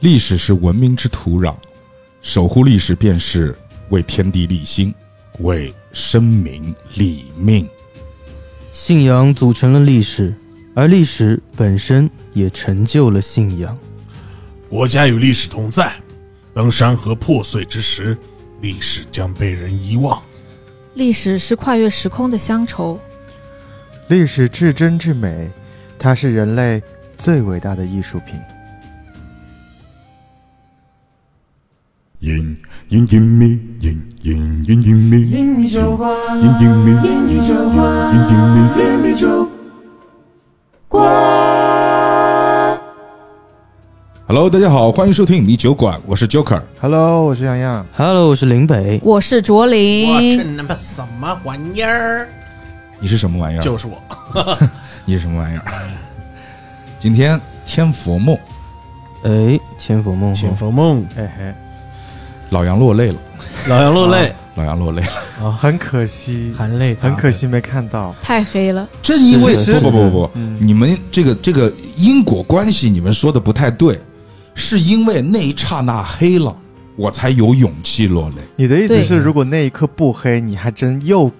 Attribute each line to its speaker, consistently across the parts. Speaker 1: 历史是文明之土壤，守护历史便是为天地立心，为生民立命。
Speaker 2: 信仰组成了历史，而历史本身也成就了信仰。
Speaker 3: 国家与历史同在，当山河破碎之时，历史将被人遗忘。
Speaker 4: 历史是跨越时空的乡愁，
Speaker 5: 历史至真至美，它是人类最伟大的艺术品。
Speaker 6: 隐隐隐秘，隐隐隐隐秘，隐
Speaker 7: 隐秘酒馆，
Speaker 6: 隐秘，
Speaker 7: 隐秘酒馆，
Speaker 6: 隐隐秘。
Speaker 7: 隐秘酒馆。
Speaker 1: Hello，大家好，欢迎收听米酒馆，我是 Joker。
Speaker 5: Hello，我是洋洋。
Speaker 2: Hello，我是林北，
Speaker 4: 我是卓
Speaker 3: 我这
Speaker 4: 林，
Speaker 3: 他妈什么玩意儿？
Speaker 1: 你是什么
Speaker 7: 啊
Speaker 1: 玩意儿？
Speaker 3: 就是我，
Speaker 1: 你是什么玩意儿？今天天佛梦，
Speaker 2: 哎，千佛梦，
Speaker 7: 千佛梦，
Speaker 5: 哎
Speaker 1: 老杨落泪了，
Speaker 7: 老杨落 泪，
Speaker 1: 老杨落泪了。
Speaker 5: 嘿，很可惜，
Speaker 7: 含泪，
Speaker 5: 很可。惜没看到。
Speaker 4: 太黑了，
Speaker 1: 正因为
Speaker 2: 是的
Speaker 1: 不不
Speaker 2: 是的
Speaker 1: 不不，
Speaker 5: 嗯
Speaker 1: 你们这个这个因果关系，你们说的不太对，是因为那一刹那黑了，我才有勇气落泪，
Speaker 5: 你的意思
Speaker 4: 对
Speaker 5: 是，如果那一刻不黑，你还真又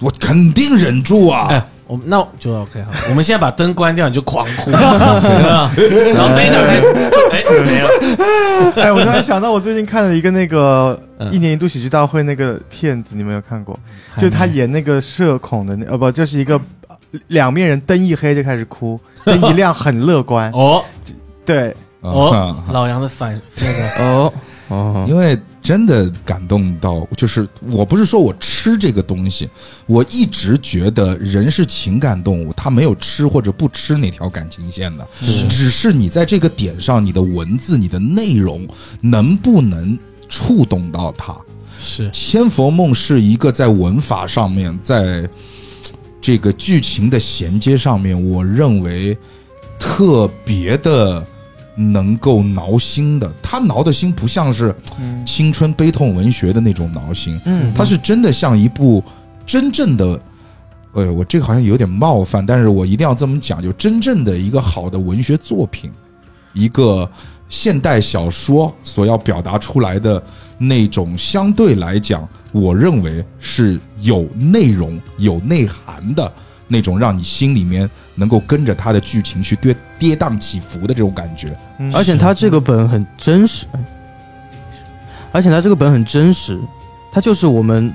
Speaker 1: 我肯定忍住啊。，
Speaker 7: 哎，我们那就 OK 好，我们现在把灯关掉，你就狂 哭，啊然后灯一打开，就哎没了。
Speaker 5: 哎，我突然想到，我最近看了一个那个
Speaker 7: 嗯
Speaker 5: 一年一度喜剧大会那个片子，你们有看过？就他演那个社恐的那呃不，就是一个两面人，灯一黑就开始 哭，灯一亮很乐观。
Speaker 7: 哦
Speaker 5: 对，
Speaker 7: 哦
Speaker 1: 啊
Speaker 7: 老杨的反那个
Speaker 2: 哦哦，
Speaker 1: 因为真的感动到，就是我不是说我吃这个东西，我一直觉得人是情感动物，他没有吃或者不吃哪条感情线的，只是你在这个点上，你的文字、你的内容能不能触动到他。
Speaker 7: 是
Speaker 1: 千佛梦是一个在文法上面，在这个剧情的衔接上面，我认为特别的能够挠心的。他挠的心不像是
Speaker 5: 嗯
Speaker 1: 青春悲痛文学的那种挠心，
Speaker 5: 嗯，
Speaker 1: 它是真的像一部真正的。哎呦，我这个好像有点冒犯，但是我一定要这么讲，就真正的一个好的文学作品，一个现代小说所要表达出来的那种，相对来讲，我认为是有内容、有内涵的那种，让你心里面能够跟着它的剧情去跌跌宕起伏的这种感觉。
Speaker 5: 嗯
Speaker 2: 而且他这个本很真实，哎而且他这个本很真实，它就是我们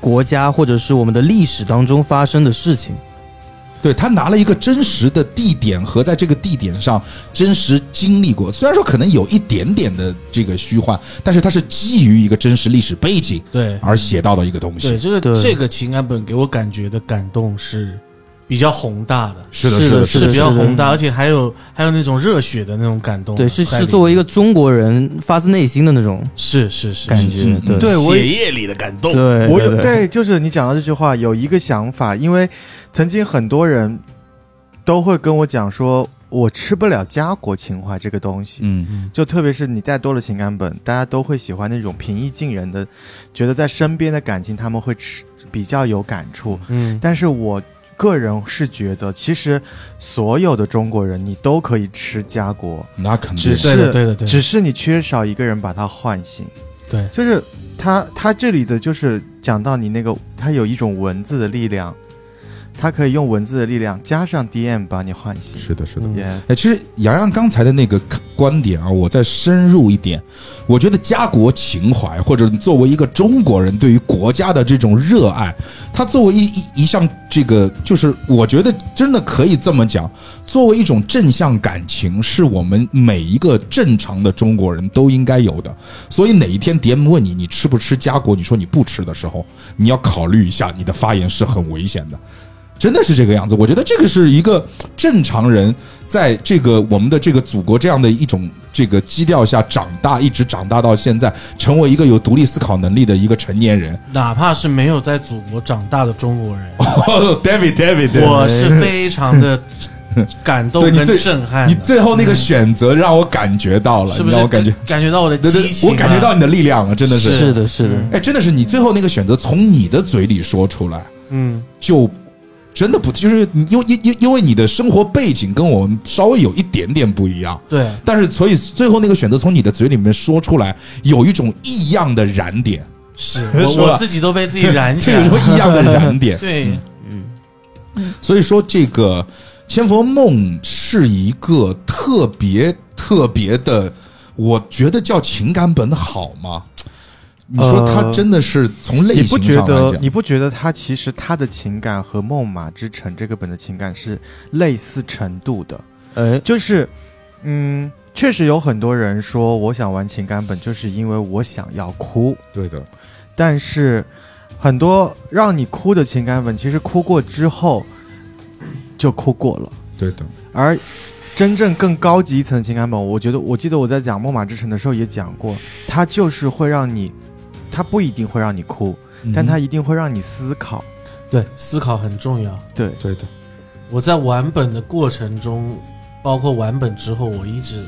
Speaker 2: 国家或者是我们的历史当中发生的事情。
Speaker 1: 对他拿了一个真实的地点和在这个地点上真实经历过，虽然说可能有一点点的这个虚幻，但是它是基于一个真实历史背景
Speaker 7: 对
Speaker 1: 而写到的一个东
Speaker 7: 对，
Speaker 1: 西。
Speaker 7: 这个
Speaker 2: 对
Speaker 7: 这个情感本给我感觉的感动是比较宏大的，
Speaker 1: 是
Speaker 2: 是的
Speaker 7: 是比较
Speaker 2: 是的
Speaker 7: 宏大，而且还有还有那种热血的那种感动在
Speaker 2: 对，
Speaker 7: 里
Speaker 2: 是
Speaker 7: 面，
Speaker 2: 是作为一个中国人发自内心的那种
Speaker 7: 是是是
Speaker 2: 感
Speaker 7: 是
Speaker 2: 觉
Speaker 1: 嗯，
Speaker 2: 对
Speaker 5: 对我
Speaker 3: 血液里的感动。
Speaker 2: 对，
Speaker 5: 我有
Speaker 2: 对
Speaker 5: 对，就是你讲到这句话，有一个想法，因为曾经很多人都会跟我讲说，我吃不了家国情怀这个东西，
Speaker 1: 嗯，
Speaker 5: 就特别是你带多了情感本，大家都会喜欢那种平易近人的，觉得在身边的感情他们会吃比较有感触。
Speaker 7: 嗯，
Speaker 5: 但是我个人是觉得，其实所有的中国人你都可以吃家国，
Speaker 1: 那肯定
Speaker 5: 只
Speaker 7: 对的
Speaker 5: 是
Speaker 7: 对的对的
Speaker 5: 只是你缺少一个人把它唤醒。
Speaker 7: 对
Speaker 5: 就是他他这里的就是讲到你那个，他有一种文字的力量，他可以用文字的力量加上 DM 把你唤醒。
Speaker 1: 是的，是的。
Speaker 7: 嗯
Speaker 5: Yes，
Speaker 1: 哎，其实洋洋刚才的那个观点啊，我再深入一点，我觉得家国情怀或者作为一个中国人对于国家的这种热爱，它作为一一一项这个，就是我觉得真的可以这么讲，作为一种正向感情，是我们每一个正常的中国人都应该有的。所以哪一天 DM 问你你吃不吃家国，你说你不吃的时候，你要考虑一下，你的发言是很危险的。真的是这个样子，我觉得这个是一个正常人在这个我们的这个祖国这样的一种这个基调下长大，一直长大到现在，成为一个有独立思考能力的一个成年 人。
Speaker 7: 哪怕是没有在祖国长大的中国人，
Speaker 1: 哦，David，David，
Speaker 7: 我是非常 的感动
Speaker 1: 对你
Speaker 7: 跟
Speaker 1: 最
Speaker 7: 震撼的，
Speaker 1: 你最后那个选择让我感觉到了，
Speaker 7: 是
Speaker 1: 你
Speaker 7: 不
Speaker 1: 让
Speaker 7: 是
Speaker 1: 我感觉，
Speaker 7: 感觉到我的
Speaker 1: 对对
Speaker 7: 激，情啊？
Speaker 1: 我感觉到你的力量了，真的是，
Speaker 2: 是的，是的，
Speaker 1: 哎，真的是你最后那个选择从你的嘴里说出来，
Speaker 7: 嗯，
Speaker 1: 就真的不就是因为因因因为你的生活背景跟我们稍微有一点点不一样，
Speaker 7: 对，
Speaker 1: 但是所以最后那个选择从你的嘴里面说出来，有一种异样的燃 点，
Speaker 7: 是
Speaker 1: 说
Speaker 7: 我
Speaker 1: 了
Speaker 7: 我自己都被自己燃 起
Speaker 1: 这
Speaker 7: 来
Speaker 1: 有
Speaker 7: 了。
Speaker 1: 种。异样的燃点
Speaker 7: 对，
Speaker 1: 所以说，这个《千佛梦》是一个特别特别的，我觉得叫情感本好吗？你说它
Speaker 5: 呃
Speaker 1: 真的是从类
Speaker 5: 你不
Speaker 1: 型
Speaker 5: 觉
Speaker 1: 上来
Speaker 5: 得？
Speaker 1: 讲，
Speaker 5: 呃你不觉得他其实他的情感和《梦马之城》这个本的情感是类似程度的？
Speaker 2: 哎，
Speaker 5: 就是，嗯，确实有很多人说我想玩情感本，就是因为我想要哭。
Speaker 1: 对的，
Speaker 5: 但是，很多让你哭的情感本，其实哭过之后就哭过了。
Speaker 1: 对的，
Speaker 5: 而真正更高级一层的情感本，我觉得，我记得我在讲《梦马之城》的时候也讲过，它就是会让你，它不一定会让你哭，
Speaker 1: 嗯
Speaker 7: 嗯
Speaker 5: 但它一定会让你思考。
Speaker 7: 对，思考很重要。
Speaker 5: 对，
Speaker 1: 对的，
Speaker 7: 我在玩本的过程中，包括玩本之后，我一直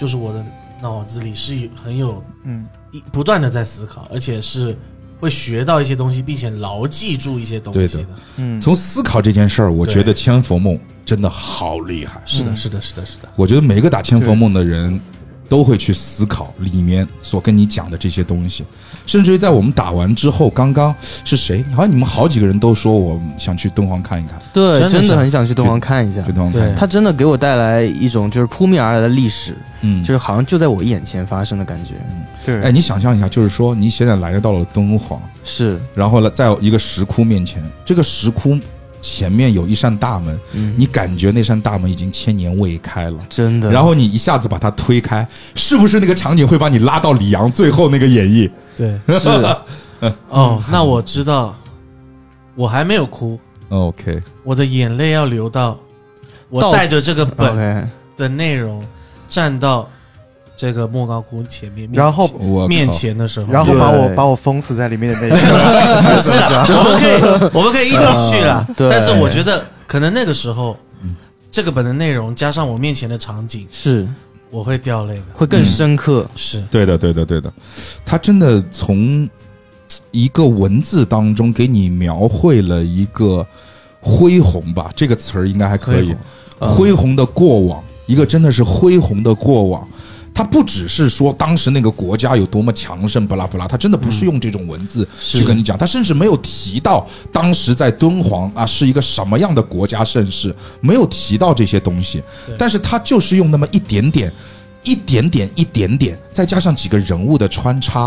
Speaker 7: 就是我的脑子里是有很有
Speaker 5: 嗯，
Speaker 7: 一不断的在思考，而且是会学到一些东西，并且牢记住一些东西
Speaker 1: 对
Speaker 7: 的。
Speaker 5: 嗯，
Speaker 1: 从思考这件事儿，我
Speaker 7: 对
Speaker 1: 觉得《千佛梦》真的好厉害。
Speaker 7: 是的，
Speaker 5: 嗯
Speaker 7: 是的，是的，是的。
Speaker 1: 我觉得每个打《千佛梦》的人都会去思考里面所跟你讲的这些东西，甚至于在我们打完之后，刚刚是谁？好像你们好几个人都说我想去敦煌看一看，
Speaker 2: 对，
Speaker 7: 真的
Speaker 2: 真
Speaker 7: 是
Speaker 2: 的很想去敦煌看一下
Speaker 1: 去。敦煌看一看。
Speaker 2: 它真的给我带来一种就是扑面而来的历史，
Speaker 1: 嗯，
Speaker 2: 就是好像就在我眼前发生的感觉。
Speaker 5: 对，
Speaker 1: 哎，你想象一下，就是说你现在来到了敦煌，
Speaker 2: 是，
Speaker 1: 然后呢，在一个石窟面前，这个石窟前面有一扇大门，
Speaker 2: 嗯，
Speaker 1: 你感觉那扇大门已经千年未开了。
Speaker 2: 真的，
Speaker 1: 然后你一下子把它推开，是不是那个场景会把你拉到李阳最后那个演绎？
Speaker 7: 对，
Speaker 2: 是
Speaker 7: 哦，那我知道，我还没有哭，
Speaker 1: OK，
Speaker 7: 我的眼泪要流到我
Speaker 2: 到
Speaker 7: 带着这个本
Speaker 2: OK，
Speaker 7: 的内容站到这个莫高窟前面，面
Speaker 5: 然后
Speaker 1: 我靠
Speaker 7: 面前的时候，
Speaker 5: 然后把我
Speaker 2: 对
Speaker 5: 把我封死在里面的那一 刻。
Speaker 7: 是啊，我们可以我们可以一起去了
Speaker 2: 嗯，对
Speaker 7: 但是我觉得可能那个时候
Speaker 1: 嗯。
Speaker 7: 这个本的内容加上我面前的场景，
Speaker 2: 是
Speaker 7: 我会掉泪的。
Speaker 2: 会
Speaker 1: 嗯
Speaker 2: 更深刻。
Speaker 7: 是，
Speaker 1: 对的，对的，对的，他真的从一个文字当中给你描绘了一个恢宏吧，这个词儿应该还可以，
Speaker 2: 嗯
Speaker 1: 恢宏的过往，一个真的是恢宏的过往。它不只是说当时那个国家有多么强盛，巴拉巴拉，它真的不是用这种文
Speaker 7: 嗯
Speaker 1: 字去跟你讲，它甚至没有提到当时在敦煌啊是一个什么样的国家盛世，没有提到这些东西
Speaker 7: 对，
Speaker 1: 但是它就是用那么一点点、一点点、一点点，再加上几个人物的穿插，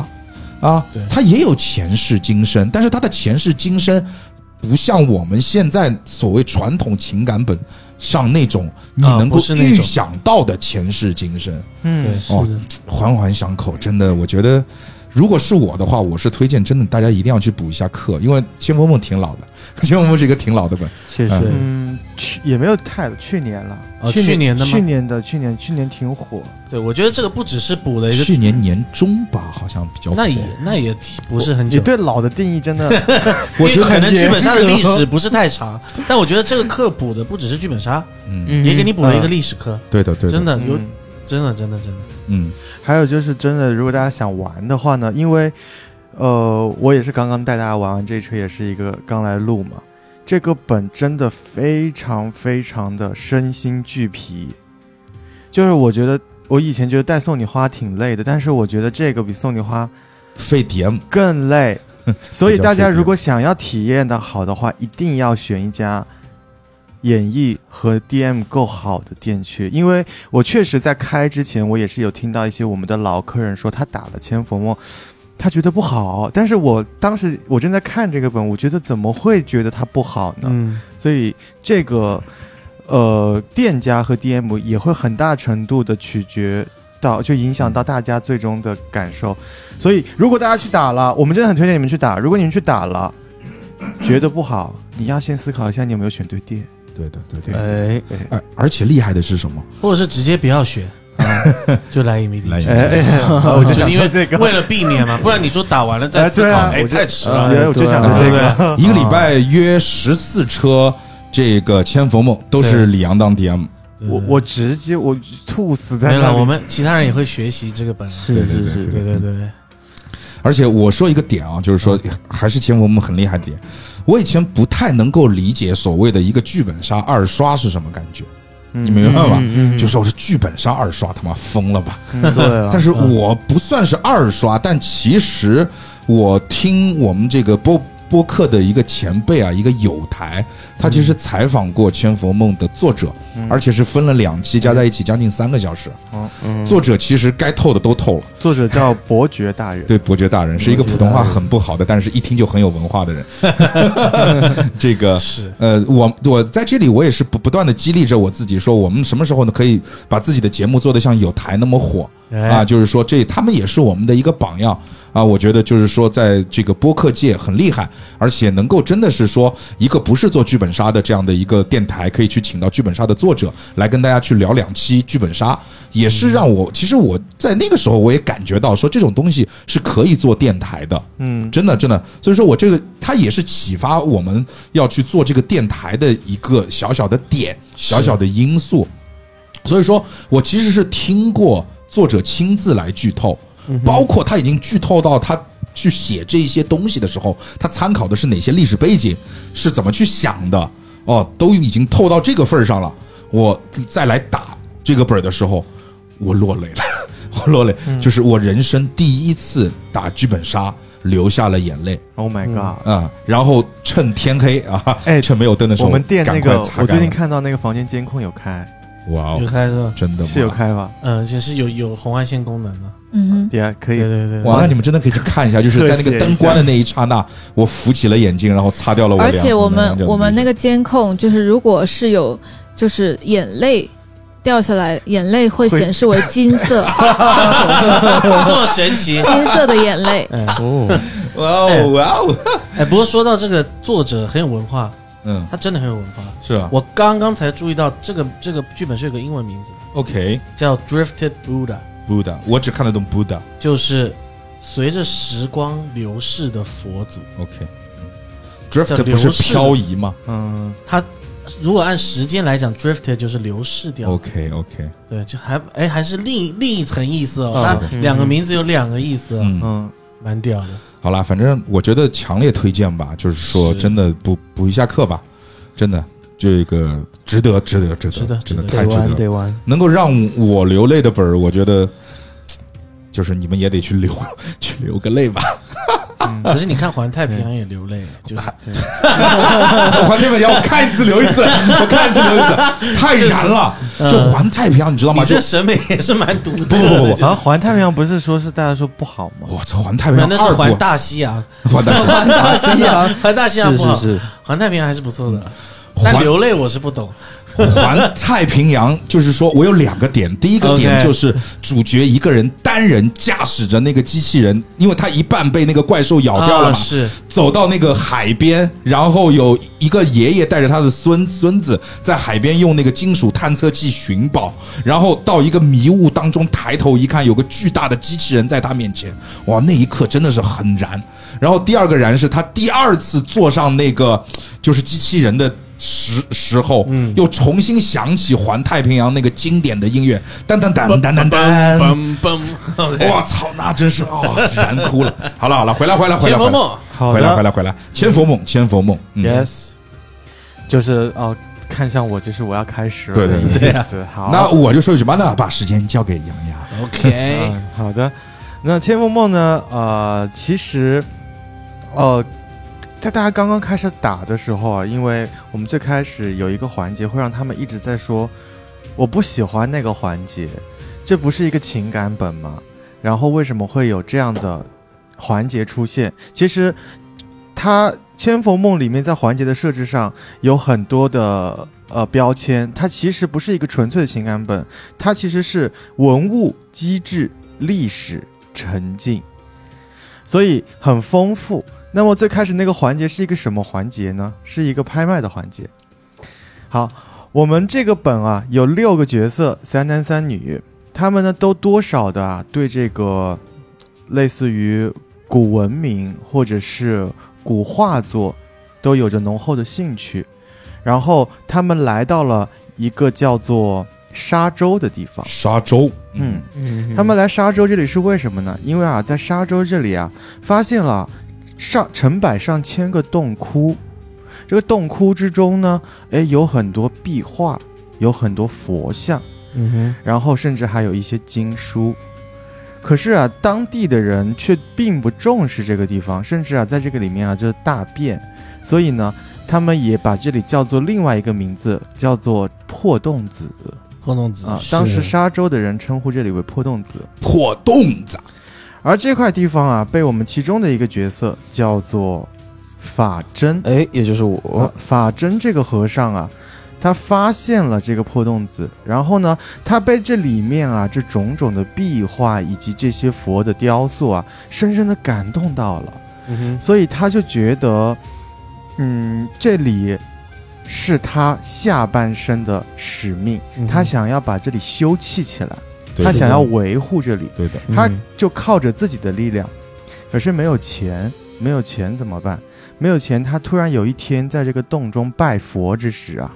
Speaker 1: 啊
Speaker 7: 对，
Speaker 1: 它也有前世今生，但是它的前世今生不像我们现在所谓传统情感本上那种你
Speaker 7: 啊
Speaker 1: 能够
Speaker 7: 不是那
Speaker 1: 预
Speaker 7: 种
Speaker 1: 想到的前世今生，
Speaker 5: 嗯，
Speaker 7: 是
Speaker 1: 哦，环环相扣，真的，我觉得。如果是我的话，我是推荐真的大家一定要去补一下课，因为《千佛梦》挺老的， 《千佛梦》是一个挺老的本。
Speaker 2: 确
Speaker 1: 嗯
Speaker 2: 实，
Speaker 5: 嗯，去也没有太去年了，
Speaker 7: 哦
Speaker 5: 去
Speaker 7: 去年的吗
Speaker 5: 去年的去年去年挺火，
Speaker 7: 对，我觉得这个不只是补了一个
Speaker 1: 去年年中吧，好像比较火
Speaker 7: 那也那也挺不是很
Speaker 5: 你
Speaker 7: 久，
Speaker 5: 对老的定义真的，
Speaker 7: 因为
Speaker 5: 觉得
Speaker 7: 可能
Speaker 5: 很
Speaker 7: 剧本杀的历
Speaker 5: 严格
Speaker 7: 史不是太 长，但我觉得这个课补的不只是剧本杀，
Speaker 1: 嗯，
Speaker 2: 嗯
Speaker 7: 也给你补了一个历史课，
Speaker 1: 对的，对的，
Speaker 7: 真的有
Speaker 5: 嗯
Speaker 7: 真的真的真的，
Speaker 1: 嗯，
Speaker 5: 还有就是真的，如果大家想玩的话呢，因为呃，我也是刚刚带大家玩完这一车，也是一个刚来录嘛。这个本真的非常非常的身心俱疲，就是我觉得我以前觉得带送你花挺累的，但是我觉得这个比送你花
Speaker 1: 费 DM
Speaker 5: 更累。所以
Speaker 1: 比较
Speaker 5: 大家
Speaker 1: 复杂
Speaker 5: 如果想要体验的好的话，一定要选一家演绎和 DM 够好的店去。因为我确实在开之前，我也是有听到一些我们的老客人说他打了千佛梦，他觉得不好。但是我当时我正在看这个本，我觉得怎么会觉得它不好呢？
Speaker 7: 嗯，
Speaker 5: 所以这个呃，店家和 DM 也会很大程度的取决到，就影响到大家最终的感受。所以如果大家去打了，我们真的很推荐你们去打。如果你们去打了，觉得不好，你要先思考一下你有没有选对店。
Speaker 1: 对的，对
Speaker 5: 对
Speaker 1: 的。
Speaker 2: 哎，
Speaker 5: 对，
Speaker 1: 哎，而且厉害的是什 么？
Speaker 7: 或者是直接不要学，啊 就来一米
Speaker 1: 来
Speaker 7: 地
Speaker 1: 一
Speaker 7: 区
Speaker 1: 米。
Speaker 5: 哎哎， 哎我就想
Speaker 7: 因为
Speaker 5: 说这个，
Speaker 7: 为了避免嘛，不然你说打完了再思考，
Speaker 5: 哎对啊
Speaker 7: 哎，
Speaker 5: 我就
Speaker 7: 太迟了。
Speaker 5: 哎我就想说
Speaker 7: 对
Speaker 5: 这
Speaker 7: 不
Speaker 5: 个，
Speaker 7: 对？
Speaker 1: 一个礼拜约十四车，这个千佛梦都是李阳当 DM。
Speaker 5: 我我直接我吐死在
Speaker 7: 没
Speaker 5: 那
Speaker 7: 了，
Speaker 5: 里。
Speaker 7: 我们其他人也会学习这个本啊。
Speaker 2: 是
Speaker 1: 对
Speaker 2: 是
Speaker 1: 对
Speaker 2: 是，
Speaker 7: 对对对对，
Speaker 2: 嗯
Speaker 1: 而且我说一个点啊，就是说还是千佛梦很厉害的点。我以前不太能够理解所谓的一个剧本杀二刷是什么感觉，
Speaker 5: 嗯
Speaker 1: 你明白吧？
Speaker 2: 嗯嗯嗯
Speaker 1: 就是我是剧本杀二刷，他妈疯了吧？
Speaker 2: 对啊，
Speaker 1: 但是我不算是二刷，但其实我听我们这个播播客的一个前辈啊，一个友台，他其实采访过《千佛梦》的作者，而且是分了两期，加在一起将近三个小时。
Speaker 2: 嗯
Speaker 1: 作者其实该透的都透了。
Speaker 5: 作者叫伯爵大人，
Speaker 1: 对，伯爵大人是一个普通话很不好的，但是一听就很有文化的 人。这个
Speaker 7: 是
Speaker 1: 呃，我我在这里我也是不不断的激励着我自己，说我们什么时候呢可以把自己的节目做得像有台那么火啊？就是说这他们也是我们的一个榜样啊。我觉得就是说在这个播客界很厉害，而且能够真的是说一个不是做剧本杀的这样的一个电台，可以去请到剧本杀的作者来跟大家去聊两期剧本杀，也是让我其实我在那个时候我也感觉到说这种东西是可以做电台的，
Speaker 5: 嗯，
Speaker 1: 真的真的，所以说我这个它也是启发我们要去做这个电台的一个小小的点，小小的因素。所以说我其实是听过作者亲自来剧透，包括他已经剧透到他去写这些东西的时候，他参考的是哪些历史背景，是怎么去想的，哦，都已经透到这个份儿上了。我再来打这个本儿的时候，我落泪了，我 落泪，
Speaker 5: 嗯
Speaker 1: 就是我人生第一次打剧本杀，流下了眼泪
Speaker 5: Oh my god！、
Speaker 1: 啊、然后趁天黑啊，
Speaker 5: 哎
Speaker 1: 趁没有灯的时候，
Speaker 5: 我们店那
Speaker 1: 赶
Speaker 5: 个
Speaker 1: 快擦，干
Speaker 5: 我最近
Speaker 1: 了
Speaker 5: 看到那个房间监控有开，
Speaker 1: 哇
Speaker 7: 有
Speaker 1: 哦，
Speaker 7: 开是吧？
Speaker 1: 真的吗
Speaker 5: 是有开吧？
Speaker 7: 嗯，也是有有红外线功能的。
Speaker 4: 嗯
Speaker 5: 对啊，可
Speaker 7: 对
Speaker 5: 以。
Speaker 7: 对对，
Speaker 1: 哇，那你们真的可以去看一下，就是在那
Speaker 5: 特写
Speaker 1: 个
Speaker 5: 一
Speaker 1: 灯
Speaker 5: 下
Speaker 1: 关的那一刹那，我扶起了眼睛，然后擦掉了
Speaker 4: 哼，
Speaker 1: 我
Speaker 4: 而
Speaker 1: 两。
Speaker 4: 且我们我们那
Speaker 1: 个
Speaker 4: 个监控就是，如果是有就是眼泪掉下来，眼泪会
Speaker 5: 会
Speaker 4: 显示为金色，
Speaker 7: 这么神奇。
Speaker 4: 金色的眼泪。
Speaker 7: 哎
Speaker 2: 哦，
Speaker 1: 哇哦哇哦，
Speaker 7: 哎，不过说到这个作者很有文化，
Speaker 1: 嗯，
Speaker 7: 他真的很有文化。
Speaker 1: 是啊
Speaker 7: 我刚刚才注意到这个这个剧本是有个英文名字，
Speaker 1: ，OK。
Speaker 7: 叫《Drifted Buddha》，
Speaker 1: Buddha，我只看得懂 Buddha。
Speaker 7: 就是随着时光流逝的佛祖。
Speaker 1: OK，
Speaker 7: 叫
Speaker 1: drift
Speaker 7: 流
Speaker 1: 不
Speaker 7: 逝
Speaker 1: 是漂移吗
Speaker 5: 嗯，
Speaker 7: 如果按时间来讲，drifted 就是流逝掉，
Speaker 1: ？OK OK，
Speaker 7: 对，就还哎还是另另一层意思哦。
Speaker 5: 嗯
Speaker 7: 它两个名字有两个意思哦，
Speaker 1: 嗯，
Speaker 5: 嗯，
Speaker 7: 蛮屌的。
Speaker 1: 好啦，反正我觉得强烈推荐吧，就是说
Speaker 7: 是
Speaker 1: 真的补补一下课吧，真的这个值得值得值
Speaker 7: 值
Speaker 1: 得
Speaker 7: 得
Speaker 1: 真的
Speaker 7: 值 得
Speaker 1: 太
Speaker 2: 得
Speaker 1: 值
Speaker 2: 玩
Speaker 1: 得了，
Speaker 2: 得玩，
Speaker 1: 能够让我流泪的本儿，我觉得就是你们也得去流 去流个泪吧。
Speaker 7: 可是你看《环太平洋》也流泪了， 就是
Speaker 1: 我环太平洋，我看一次流一次， 我看一次流一次，太燃了！就环太平洋，你知道吗？
Speaker 7: 嗯你
Speaker 1: 就
Speaker 7: 这审美也是蛮独特的。
Speaker 1: 不不不不
Speaker 7: 就是
Speaker 5: 然后环太平洋不是说是大家说不好吗？
Speaker 1: 我操，环太平
Speaker 7: 没
Speaker 1: 洋
Speaker 7: 有那
Speaker 1: 二
Speaker 7: 是环
Speaker 1: 部，
Speaker 7: 大西洋，
Speaker 1: 环太
Speaker 7: 环大西洋，环大西洋
Speaker 2: 是
Speaker 7: 不好
Speaker 2: 是，是，
Speaker 7: 环太平洋还是不错的。但
Speaker 1: 环
Speaker 7: 流泪我是不懂，
Speaker 1: 环太平洋，就是说我有两个点，第一个点
Speaker 7: OK
Speaker 1: 就是主角一个人单人驾驶着那个机器人，因为他一半被那个怪兽咬掉了
Speaker 7: 啊
Speaker 1: 嘛，
Speaker 7: 是
Speaker 1: 走到那个海边，然后有一个爷爷带着他的孙孙子在海边用那个金属探测器寻宝，然后到一个迷雾当中抬头一看，有个巨大的机器人在他面前，哇，那一刻真的是很燃。然后第二个燃是他第二次坐上那个就是机器人的。时时候，又重新想起《环太平洋》那个经典的音乐，噔噔噔噔噔 噔，
Speaker 7: 嘣嘣。
Speaker 1: 我操，那真是哦，燃哭了。好了好了，回来回来回来，回
Speaker 7: 千佛
Speaker 1: 来。
Speaker 7: 梦，
Speaker 5: 好
Speaker 1: 回来
Speaker 5: 的
Speaker 1: 回来回来，千佛梦，千佛梦、嗯、
Speaker 5: Yes，就是哦，看向我，就是我要开始了
Speaker 1: 对对啊
Speaker 5: 的意思。好，
Speaker 1: 那我就说一句吧，那把时间交给啊杨洋。
Speaker 7: OK，
Speaker 5: 嗯，好的。那《千梦梦》呢？呃，其实，呃，在大家刚刚开始打的时候啊，因为我们最开始有一个环节会让他们一直在说，我不喜欢那个环节，这不是一个情感本吗？然后为什么会有这样的环节出现？其实，它《千缝梦》里面在环节的设置上有很多的呃标签，它其实不是一个纯粹的情感本，它其实是文物、机制、历史、沉浸，所以很丰富。那么最开始那个环节是一个什么环节呢？是一个拍卖的环节。好，我们这个本啊有六个角色，三男三女，他们呢都多少的啊对这个类似于古文明或者是古画作都有着浓厚的兴趣，然后他们来到了一个叫做沙洲的地方。
Speaker 1: 沙洲，
Speaker 5: 嗯，，
Speaker 2: 嗯
Speaker 5: 他们来沙洲这里是为什么呢？因为啊，在沙洲这里啊，发现了上成百上千个洞窟，这个洞窟之中呢，哎，有很多壁画，有很多佛像，
Speaker 2: 嗯哼，
Speaker 5: 然后甚至还有一些经书。可是啊，当地的人却并不重视这个地方，甚至啊，在这个里面啊就是大便，所以呢，他们也把这里叫做另外一个名字，叫做破洞子
Speaker 7: 破洞子
Speaker 5: 啊。当时
Speaker 7: 是
Speaker 5: 沙洲的人称呼这里为破洞子。
Speaker 1: 破洞子，
Speaker 5: 而这块地方啊，被我们其中的一个角色叫做法真。
Speaker 2: 哎，也就是
Speaker 5: 呃
Speaker 2: 我，
Speaker 5: 法真这个和尚啊，他发现了这个破洞子，然后呢，他被这里面啊这种种的壁画以及这些佛的雕塑啊，深深的感动到了，
Speaker 2: 嗯
Speaker 5: 所以他就觉得，嗯，这里是他下半生的使命，
Speaker 7: 嗯
Speaker 2: 哼
Speaker 5: 他想要把这里修葺起来，
Speaker 1: 对
Speaker 5: 他
Speaker 1: 是
Speaker 5: 想
Speaker 1: 的
Speaker 5: 要维护这里。
Speaker 1: 对的，
Speaker 5: 他
Speaker 2: 嗯
Speaker 5: 就靠着自己的力量，可是没有钱，没有钱怎么办？没有钱，他突然有一天在这个洞中拜佛之时啊，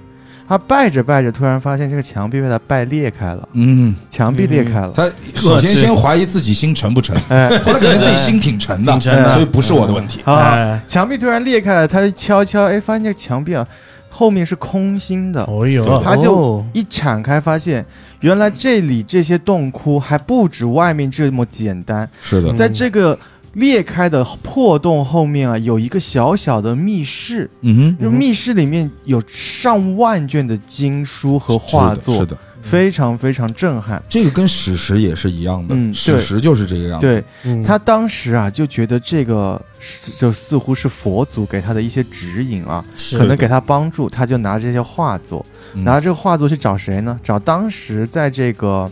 Speaker 5: 他拜着拜着，突然发现这个墙壁被他拜裂开了，
Speaker 1: 嗯，
Speaker 5: 墙壁裂开了，
Speaker 1: 他首先先怀疑自己心沉不 沉，
Speaker 5: 哎，
Speaker 1: 后来感觉自己心挺沉的，
Speaker 7: 挺沉的
Speaker 1: 所以不是我的问题。
Speaker 5: 啊，
Speaker 7: 哎，
Speaker 5: 墙壁突然裂开了，他敲一敲，哎，发现这个墙壁啊后面是空心的，
Speaker 7: 哦
Speaker 1: 啊
Speaker 7: 呦，
Speaker 5: 他就
Speaker 2: 哦
Speaker 5: 一铲开发现。原来这里这些洞窟还不止外面这么简单，
Speaker 1: 是的，
Speaker 5: 嗯在这个裂开的破洞后面啊，有一个小小的密室，
Speaker 1: 嗯
Speaker 5: 就密室里面有上万卷的经书和
Speaker 1: 哼，
Speaker 5: 画
Speaker 1: 是的
Speaker 5: 作
Speaker 1: 是，的，嗯
Speaker 5: 非常非常震撼。
Speaker 1: 这个跟史实也是一样的，
Speaker 5: 嗯
Speaker 1: 史
Speaker 5: 对
Speaker 1: 实就是这个样子。
Speaker 5: 对
Speaker 7: 嗯
Speaker 5: 他当时啊，就觉得这个是就似乎是佛祖给他的一些指引啊，
Speaker 7: 是
Speaker 5: 可能给他帮助，他就拿这些画作，
Speaker 1: 嗯
Speaker 5: 拿这个画作去找谁呢？找当时在这个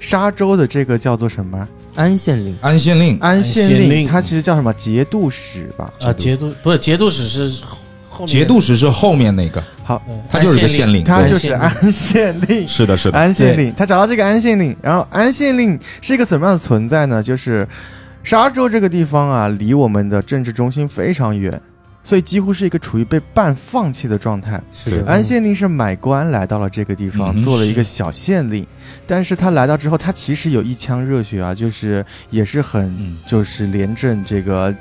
Speaker 5: 沙洲的这个叫做什么
Speaker 2: 安县令，
Speaker 1: 安县令，
Speaker 5: 安县
Speaker 7: 县
Speaker 5: 令，
Speaker 7: 令
Speaker 5: 他其实叫什么节度使吧？
Speaker 7: 啊，节度不是节度使是后后面
Speaker 1: 节度使是后面那个，
Speaker 5: 好，
Speaker 7: 嗯
Speaker 1: 他就是个
Speaker 7: 安县
Speaker 1: 县令，
Speaker 5: 他
Speaker 1: 对
Speaker 5: 就是哎安
Speaker 7: 安
Speaker 5: 县令。
Speaker 1: 是的，是的，
Speaker 5: 安县令，他找到这个安县令，然后安县令是一个怎么样的存在呢？就是沙洲这个地方啊，离我们的政治中心非常远，所以几乎是一个处于被半放弃的状态。
Speaker 2: 是的，
Speaker 5: 安县令是买官来到了这个地方，
Speaker 1: 嗯
Speaker 5: 做了一个小县令，但是他来到之后，他其实有一腔热血啊，就是也是很
Speaker 1: 嗯
Speaker 5: 就是廉政这个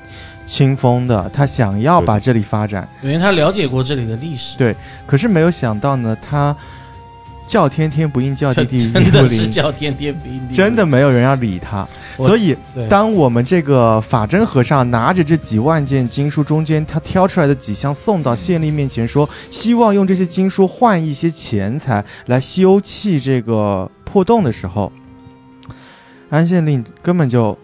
Speaker 5: 清风的，他想要把这里发展。
Speaker 7: 因为他了解过这里的历史，
Speaker 5: 对可是没有想到呢，他叫天天不应，叫地
Speaker 7: 真
Speaker 5: 地
Speaker 7: 真
Speaker 5: 应不
Speaker 7: 的是
Speaker 5: 灵，
Speaker 7: 叫天天不应地，
Speaker 5: 真的没有人要理他。
Speaker 7: 我
Speaker 5: 所以，
Speaker 7: 对
Speaker 5: 当我们这个法真和尚拿着这几万件经书中间他挑出来的几箱送到县令面前说，希望用这些经书换一些钱财来修葺这个破洞的时候，安县令根本就。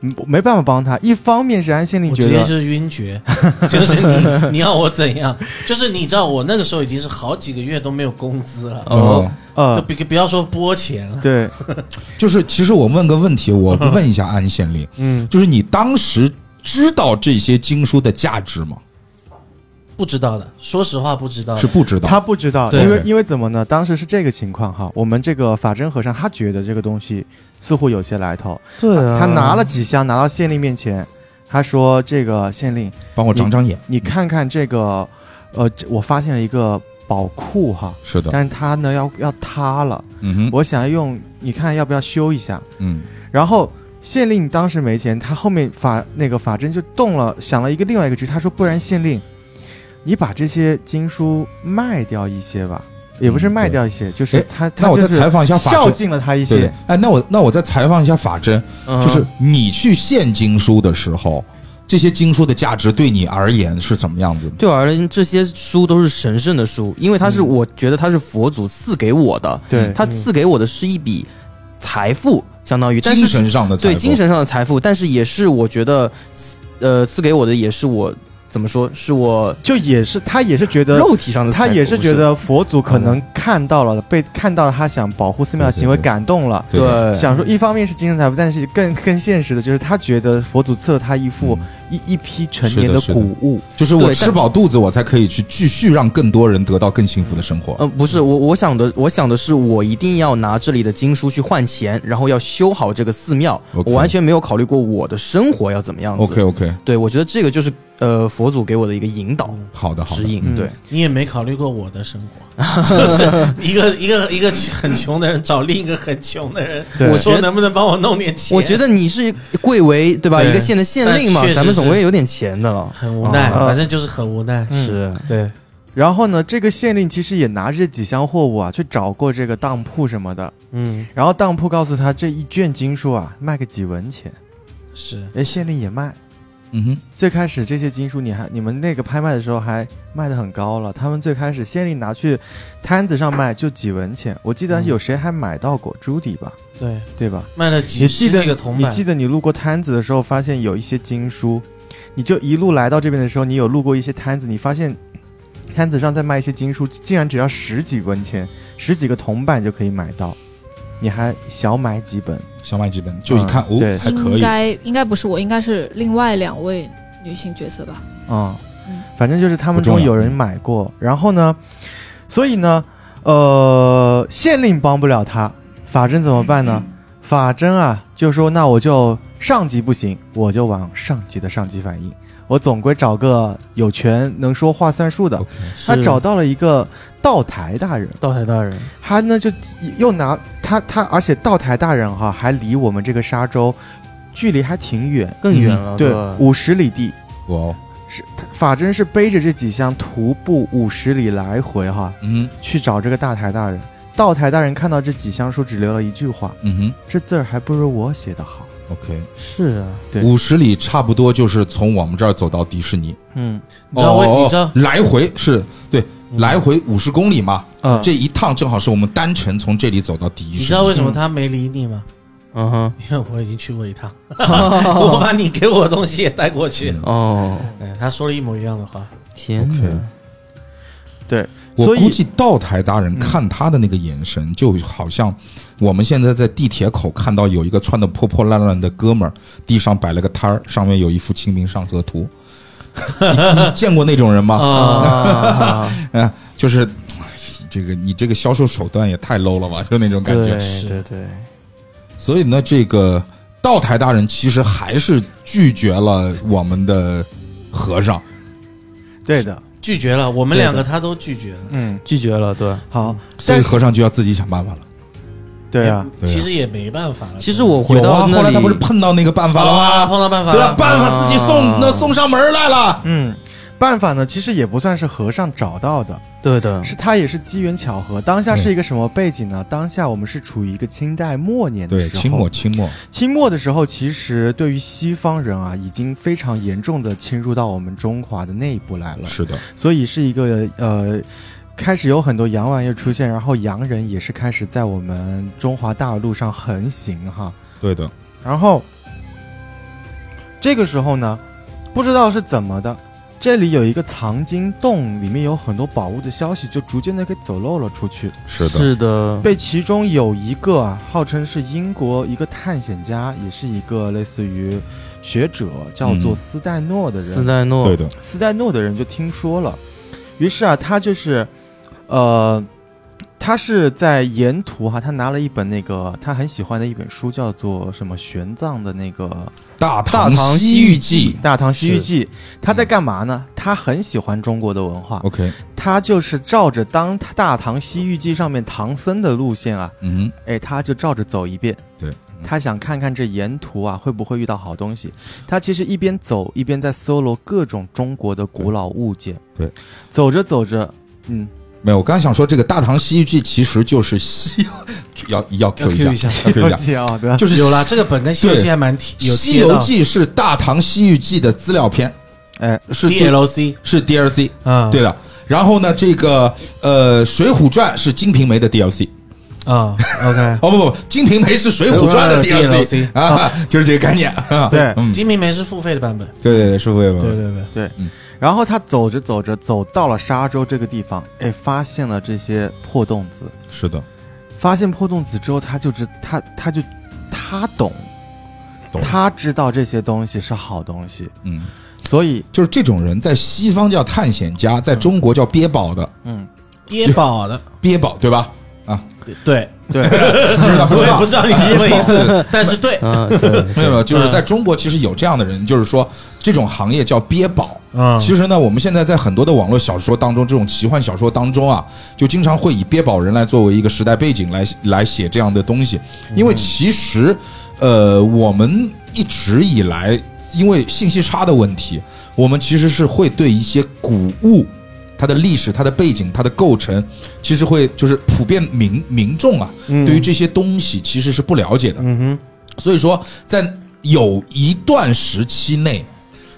Speaker 5: 嗯没办法帮他，一方面是安县令
Speaker 7: 我
Speaker 5: 觉
Speaker 7: 直接
Speaker 5: 得
Speaker 7: 就是晕厥，就是 你你要我怎样？就是你知道我那个时候已经是好几个月都没有工资了，
Speaker 2: 哦，
Speaker 7: 就
Speaker 5: 呃，
Speaker 7: 别不要说拨钱了，
Speaker 5: 对，
Speaker 1: 就是其实我问个问题，我问一下安县令，
Speaker 5: 嗯，
Speaker 1: 就是你当时知道这些经书的价值吗？
Speaker 7: 不知道的，说实话不知
Speaker 2: 啊
Speaker 7: 道的
Speaker 1: 是不知道，
Speaker 5: 他不知道，
Speaker 7: 对
Speaker 5: 因为
Speaker 1: 对
Speaker 5: 因为怎么呢？当时是这个情况哈，我们这个法真和尚他觉得这个东西似乎有些来头，
Speaker 2: 对啊，
Speaker 5: 他拿了几箱拿到县令面前，他说：“这个县令，
Speaker 1: 帮我长长眼。
Speaker 5: 你看看这个，呃，这我发现了一个宝库哈，
Speaker 1: 是的，
Speaker 5: 但是它呢要要塌了，
Speaker 1: 嗯哼，
Speaker 5: 我想要用，你看要不要修一下？
Speaker 1: 嗯，
Speaker 5: 然后。”县令当时没钱，他后面法那个法真就动了，想了一个另外一个主意，他说：“不然县令，你把这些经书卖掉一些吧，也不是
Speaker 1: 嗯
Speaker 5: 卖
Speaker 1: 对
Speaker 5: 掉一些，就是
Speaker 1: 哎
Speaker 5: 他
Speaker 1: 那
Speaker 5: 他
Speaker 1: 我
Speaker 5: 就
Speaker 1: 再
Speaker 5: 是
Speaker 1: 采访一下法
Speaker 5: 孝
Speaker 1: 真，
Speaker 5: 敬了他一
Speaker 1: 对
Speaker 5: 些，，
Speaker 1: 哎，那我那我再采访一下法真，
Speaker 2: 嗯
Speaker 1: 就是你去献经书的时候，这些经书的价值对你而言是什么样子呢？
Speaker 2: 对我而言，这些书都是神圣的书，因为它
Speaker 1: 嗯
Speaker 2: 是、我觉得它是佛祖赐给我的，
Speaker 5: 对
Speaker 2: 他赐给我的是一笔财富，相当于
Speaker 1: 精
Speaker 2: 但是
Speaker 1: 神上的财
Speaker 2: 对
Speaker 1: 富
Speaker 2: 精神上的财富，但是也是我觉得，呃，赐给我的也是我怎么说，是我
Speaker 5: 就也是他也是觉得
Speaker 2: 肉体上的财
Speaker 5: 他
Speaker 2: 富，
Speaker 5: 也是觉得佛祖可能
Speaker 2: 嗯
Speaker 5: 看到了，被看到了他想保护寺庙的行为
Speaker 1: 对对对
Speaker 5: 感动了，
Speaker 2: 不是
Speaker 1: 的
Speaker 2: 对
Speaker 5: 想说一方面是精神财富，但是更更现实的就是他觉得佛祖赐了他一副、
Speaker 1: 嗯
Speaker 5: 一一批成年
Speaker 1: 是的是的
Speaker 5: 谷物，
Speaker 1: 就是我
Speaker 2: 对
Speaker 1: 吃
Speaker 2: 但
Speaker 1: 饱肚子，我才可以去继续让更多人得到更幸福的生活。
Speaker 2: 呃，不是我，我想的，我想的是，我一定要拿这里的经书去换钱，然后要修好这个寺庙。
Speaker 1: OK
Speaker 2: 我完全没有考虑过我的生活要怎么样子。
Speaker 1: OK OK，
Speaker 2: 对我觉得这个就是呃佛祖给我的一个引导、
Speaker 1: 好的好
Speaker 2: 指
Speaker 1: 的，
Speaker 2: 引。
Speaker 5: 嗯
Speaker 2: 对，
Speaker 7: 你也没考虑过我的生活， 就是一个一个一个很穷的人找另一个很穷的人，
Speaker 5: 对
Speaker 7: 说能不能帮我弄点钱？
Speaker 2: 我觉得你是贵为对吧？
Speaker 7: 对
Speaker 2: 一个县的县令嘛
Speaker 7: 但确，实
Speaker 2: 咱们总归有点钱的了。
Speaker 7: 很无奈，
Speaker 5: 啊
Speaker 7: 反正就是很无奈。
Speaker 5: 嗯
Speaker 2: 是，
Speaker 7: 对，
Speaker 5: 然后呢，这个县令其实也拿着几箱货物啊，去找过这个当铺什么的。
Speaker 7: 嗯，
Speaker 5: 然后当铺告诉他，这一卷经书啊，卖个几文钱。
Speaker 7: 是
Speaker 5: 哎，县令也卖。
Speaker 1: 嗯哼，
Speaker 5: 最开始这些经书，你还你们那个拍卖的时候还卖的很高了。他们最开始县令拿去摊子上卖就几文钱，我记得有谁还买到过朱迪吧，
Speaker 7: 对，
Speaker 5: 对吧？
Speaker 7: 卖了
Speaker 5: 你
Speaker 7: 几
Speaker 5: 记
Speaker 7: 十
Speaker 5: 得
Speaker 7: 几个铜
Speaker 5: 你
Speaker 7: 板，
Speaker 5: 记得你路过摊子的时候，发现有一些经书，你就一路来到这边的时候，你有路过一些摊子，你发现摊子上在卖一些经书，竟然只要十几文钱，十几个铜板就可以买到，你还小买几本，
Speaker 1: 小买几本，就一看
Speaker 5: 嗯
Speaker 1: 哦
Speaker 5: 对，
Speaker 1: 还可
Speaker 4: 应
Speaker 1: 以。
Speaker 4: 该应该不是我，应该是另外两位女性角色吧？
Speaker 5: 嗯
Speaker 4: 嗯，
Speaker 5: 反正就是他们
Speaker 1: 不
Speaker 5: 中
Speaker 1: 重要
Speaker 5: 有人买过，然后呢，所以呢，呃，县令帮不了他，法正怎么办呢？法正啊，就说那我就上级不行，我就往上级的上级反映，我总归找个有权能说话算数的。
Speaker 1: OK，
Speaker 5: 他
Speaker 2: 是
Speaker 5: 找到了一个道台大人，
Speaker 2: 道台大人，
Speaker 5: 他呢就又拿他他，而且道台大人哈、还离我们这个沙洲距离还挺远，
Speaker 2: 更远了，
Speaker 5: 对
Speaker 2: 吧，
Speaker 5: 五十里地。
Speaker 1: 哇哦，
Speaker 5: 法真是背着这几箱徒步五十里来回哈，
Speaker 1: 嗯
Speaker 5: 去找这个大台大人。道台大人看到这几箱书，只留了一句话
Speaker 1: 嗯：“
Speaker 5: 这字儿还不如我写的好。
Speaker 1: 哼，OK，
Speaker 2: 是啊，
Speaker 5: 对
Speaker 1: 五十里差不多就是从我们这儿走到迪士尼，”
Speaker 5: 嗯，
Speaker 7: 你知道为
Speaker 1: 哦
Speaker 7: 你知道
Speaker 1: 来回是对，
Speaker 7: 嗯
Speaker 1: 来回五十公里嘛，
Speaker 5: 啊、
Speaker 1: 这一趟正好是我们单程从这里走到迪
Speaker 7: 你
Speaker 1: 士
Speaker 7: 知
Speaker 1: 尼
Speaker 7: 道。为什么他没理你吗？
Speaker 2: 嗯哼，
Speaker 7: 因为我已经去过一趟，我把你给我的东西也带过去。
Speaker 2: 哦，
Speaker 7: 哎，他说了一模一样的话，
Speaker 2: 天
Speaker 1: OK
Speaker 2: 哪，
Speaker 5: 对，
Speaker 1: 我
Speaker 5: 所
Speaker 1: 估
Speaker 5: 以
Speaker 1: 计道台大
Speaker 7: 嗯
Speaker 1: 人看他的那个眼神，就好像我们现在在地铁口看到有一个穿的破破烂烂的哥们儿，地上摆了个摊儿，上面有一幅《清明上河 图》你。你见过那种人吗？ 哎
Speaker 2: 啊，
Speaker 7: 嗯
Speaker 1: 就是唉这个，你这个销售手段也太 low 了吧，就那种感觉。
Speaker 2: 对对对，
Speaker 1: 所以呢，这个道台大人其实还是拒绝了我们的和尚。
Speaker 5: 对的，
Speaker 7: 拒绝了，我们
Speaker 5: 对的
Speaker 7: 两个他都拒绝了。
Speaker 5: 嗯，
Speaker 2: 拒绝了，对。
Speaker 5: 好，
Speaker 1: 所以和尚就要自己想办法了。
Speaker 5: 对啊，
Speaker 1: 对啊
Speaker 7: 其实也没办法了。
Speaker 2: 其实我回
Speaker 1: 有
Speaker 2: 到
Speaker 1: 啊，
Speaker 2: 那
Speaker 1: 后来
Speaker 2: 里，
Speaker 1: 他不是碰到那个办法了
Speaker 7: 啊，
Speaker 1: 吗？
Speaker 7: 碰到办法
Speaker 1: 对啊，
Speaker 7: 了，
Speaker 1: 办法自己送
Speaker 2: 啊
Speaker 1: 那送上门来了。
Speaker 5: 嗯，办法呢，其实也不算是和尚找到的，
Speaker 2: 对的，
Speaker 5: 是他也是机缘巧合。当下是一个什么背景呢？当下我们是处于一个清代末年的
Speaker 1: 对，
Speaker 5: 时候，
Speaker 1: 清末清末，
Speaker 5: 清末的时候，其实对于西方人啊，已经非常严重的侵入到我们中华的内部来了，
Speaker 1: 是的，
Speaker 5: 所以是一个呃，开始有很多洋玩意儿出现，然后洋人也是开始在我们中华大陆上横行哈。
Speaker 1: 对的，
Speaker 5: 然后这个时候呢，不知道是怎么的，这里有一个藏经洞，里面有很多宝物的消息，就逐渐的给走漏了出去。
Speaker 1: 是的，
Speaker 2: 是的，
Speaker 5: 被其中有一个啊，号称是英国一个探险家，也是一个类似于学者，叫做
Speaker 1: 嗯
Speaker 5: 斯戴诺的人。
Speaker 2: 斯奈诺，
Speaker 1: 对的，
Speaker 5: 斯戴诺的人就听说了，于是啊，他就是，呃，他是在沿途哈、他拿了一本那个他很喜欢的一本书，叫做什么玄奘的那个
Speaker 1: 《大
Speaker 5: 大唐
Speaker 1: 西域记
Speaker 5: 《大唐西域记》。他在干嘛呢？他很喜欢中国的文化》，
Speaker 1: ，OK，
Speaker 5: 他就是照着当《大唐西域记》上面唐僧的路线啊，
Speaker 1: 嗯
Speaker 5: 哎，他就照着走一遍。
Speaker 1: 对嗯
Speaker 5: 他想看看这沿途啊会不会遇到好东西。他其实一边走一边在搜罗各种中国的古老物件。
Speaker 1: 对，
Speaker 5: 走着走着，嗯，
Speaker 1: 哼，没有，我刚才想说这个《大唐西域记》其实就是西，要要 Q 一下，
Speaker 7: 下
Speaker 1: 要 Q 一下，
Speaker 5: 巧的，
Speaker 1: 就是
Speaker 7: 有了，这个本跟《西游记》还蛮贴有
Speaker 1: 《西
Speaker 7: 贴
Speaker 1: 游
Speaker 7: 到
Speaker 1: 记》是《大唐西域记》的资料片，
Speaker 5: 哎，
Speaker 1: 是最
Speaker 7: DLC
Speaker 1: 是 DLC，
Speaker 7: 啊，
Speaker 1: 对的。然后呢，这个呃，《水浒传》是《金瓶梅》的 DLC，
Speaker 7: 啊，OK，
Speaker 1: 哦不不，不《金瓶梅》是《水浒传》的 DLC 啊，就是这个概念。啊
Speaker 5: 对
Speaker 1: 嗯，
Speaker 7: 金瓶梅是付费的版本，
Speaker 1: 对对对，是为
Speaker 7: 对
Speaker 1: 了
Speaker 7: 对对，
Speaker 5: 然后他走着走着走到了沙洲这个地方，哎，发现了这些破洞子。
Speaker 1: 是的，
Speaker 5: 发现破洞子之后，他就知他他就他懂，
Speaker 1: 懂
Speaker 5: 他知道这些东西是好东西，
Speaker 1: 嗯。
Speaker 5: 所以
Speaker 1: 就是这种人，在西方叫探险家，在中国叫憋宝的，
Speaker 5: 嗯，
Speaker 7: 跌宝的，
Speaker 1: 憋宝对吧？啊
Speaker 7: 对，
Speaker 5: 对，
Speaker 1: 其实他不知
Speaker 7: 我也
Speaker 1: 道
Speaker 7: 不，知道你是什么意思，但是对，
Speaker 2: 啊，对，
Speaker 1: 没有，没有，就是在中国其实有这样的人，就是说这种行业叫憋宝。
Speaker 7: 嗯
Speaker 1: 其实呢，我们现在在很多的网络小说当中，这种奇幻小说当中啊，就经常会以憋宝人来作为一个时代背景来来写这样的东西，因为其实，呃，我们一直以来因为信息差的问题，我们其实是会对一些古物。它的历史、它的背景、它的构成，其实会就是普遍民民众啊，对于这些东西其实是不了解的。
Speaker 5: 嗯
Speaker 1: 所以说，在有一段时期内，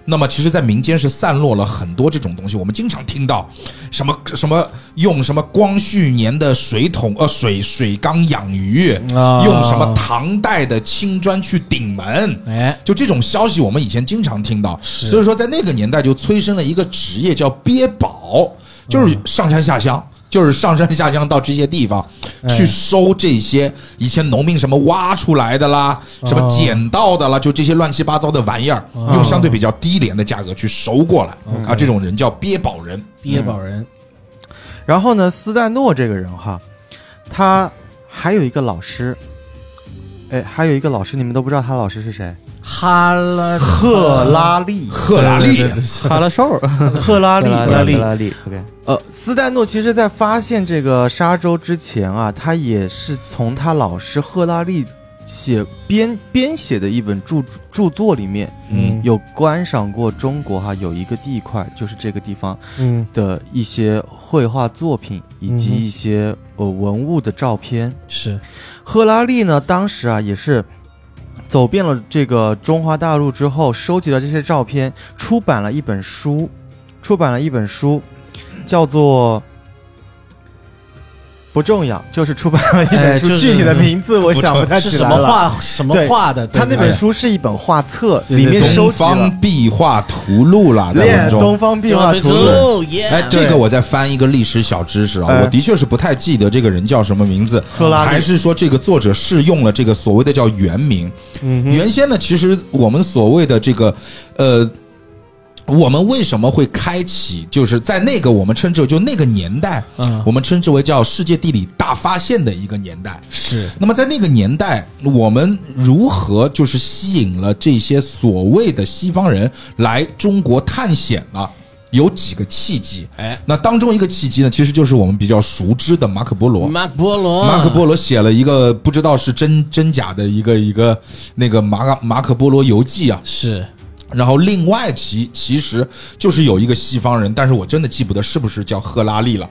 Speaker 1: 那么其实，在民间是散落了很多这种东西。我们经常听到什么什么用什么光绪年的水桶呃水水缸养鱼，
Speaker 7: 啊
Speaker 1: 用什么唐代的青砖去顶门。
Speaker 7: 哎，
Speaker 1: 就这种消息，我们以前经常听到，
Speaker 7: 是
Speaker 1: 所以说在那个年代就催生了一个职业叫憋宝，就是上山下乡，就是上山下乡到这些地方去收这些以前农民什么挖出来的啦，什么捡到的啦，就这些乱七八糟的玩意儿，用相对比较低廉的价格去收过来啊，这种人叫憋宝人。
Speaker 7: 憋宝人，
Speaker 5: 哼，然后呢，斯戴诺这个人哈，他还有一个老师，哎，还有一个老师，你们都不知道他老师是谁？
Speaker 7: 哈拉
Speaker 5: 赫 拉利，
Speaker 1: 赫拉利，
Speaker 2: 哈拉兽，
Speaker 5: 赫拉利，
Speaker 2: 赫拉利，赫拉利，OK，
Speaker 5: 呃，斯戴诺其实，在发现这个沙洲之前啊，他也是从他老师赫拉利写编编写的一本著著作里面，
Speaker 1: 嗯
Speaker 5: 有观赏过中国哈、有一个地块，就是这个地方
Speaker 2: 嗯
Speaker 5: 的一些绘画作品以及
Speaker 2: 嗯哼
Speaker 5: 一些、呃文物的照片。
Speaker 7: 是
Speaker 5: 赫拉利呢，当时啊也是走遍了这个中华大陆之后，收集了这些照片，出版了一本书，出版了一本书，叫做。不重要，就是出版了一本
Speaker 7: 哎
Speaker 5: 书，
Speaker 7: 就是
Speaker 5: 具体的名字我想不太
Speaker 7: 是
Speaker 5: 起
Speaker 7: 什
Speaker 5: 来
Speaker 7: 么
Speaker 5: 了。
Speaker 7: 画什么
Speaker 5: 对
Speaker 7: 画的？
Speaker 5: 他那本
Speaker 7: 本
Speaker 5: 书是一本画册，
Speaker 7: 对
Speaker 5: 里面收
Speaker 1: 东
Speaker 5: 集了
Speaker 1: 方壁画图录啦，在文
Speaker 5: 练
Speaker 1: 中。
Speaker 5: 东方壁画图录。
Speaker 7: 录，耶
Speaker 1: 哎，这
Speaker 5: 对
Speaker 1: 个我再翻一个历史小知识啊，
Speaker 5: 哎
Speaker 1: 我的确是不太记得这个人叫什么名字，
Speaker 5: 赫拉利
Speaker 1: 还是说这个作者是用了这个所谓的叫原名？
Speaker 5: 嗯
Speaker 1: 原先呢，其实我们所谓的这个，呃。我们为什么会开启？就是在那个我们称之为就那个年代，
Speaker 7: 嗯
Speaker 1: 我们称之为叫世界地理大发现的一个年代。
Speaker 7: 是
Speaker 1: 那么在那个年代，我们如何就是吸引了这些所谓的西方人来中国探险了？有几个契机？
Speaker 7: 哎，
Speaker 1: 那当中一个契机呢，其实就是我们比较熟知的马可波罗。
Speaker 7: 马可波罗，
Speaker 1: 马可波罗写了一个不知道是真真假的一个一个那个马可马可波罗游记啊，
Speaker 7: 是
Speaker 1: 然后另外其其实就是有一个西方人，但是我真的记不得是不是叫赫拉利了。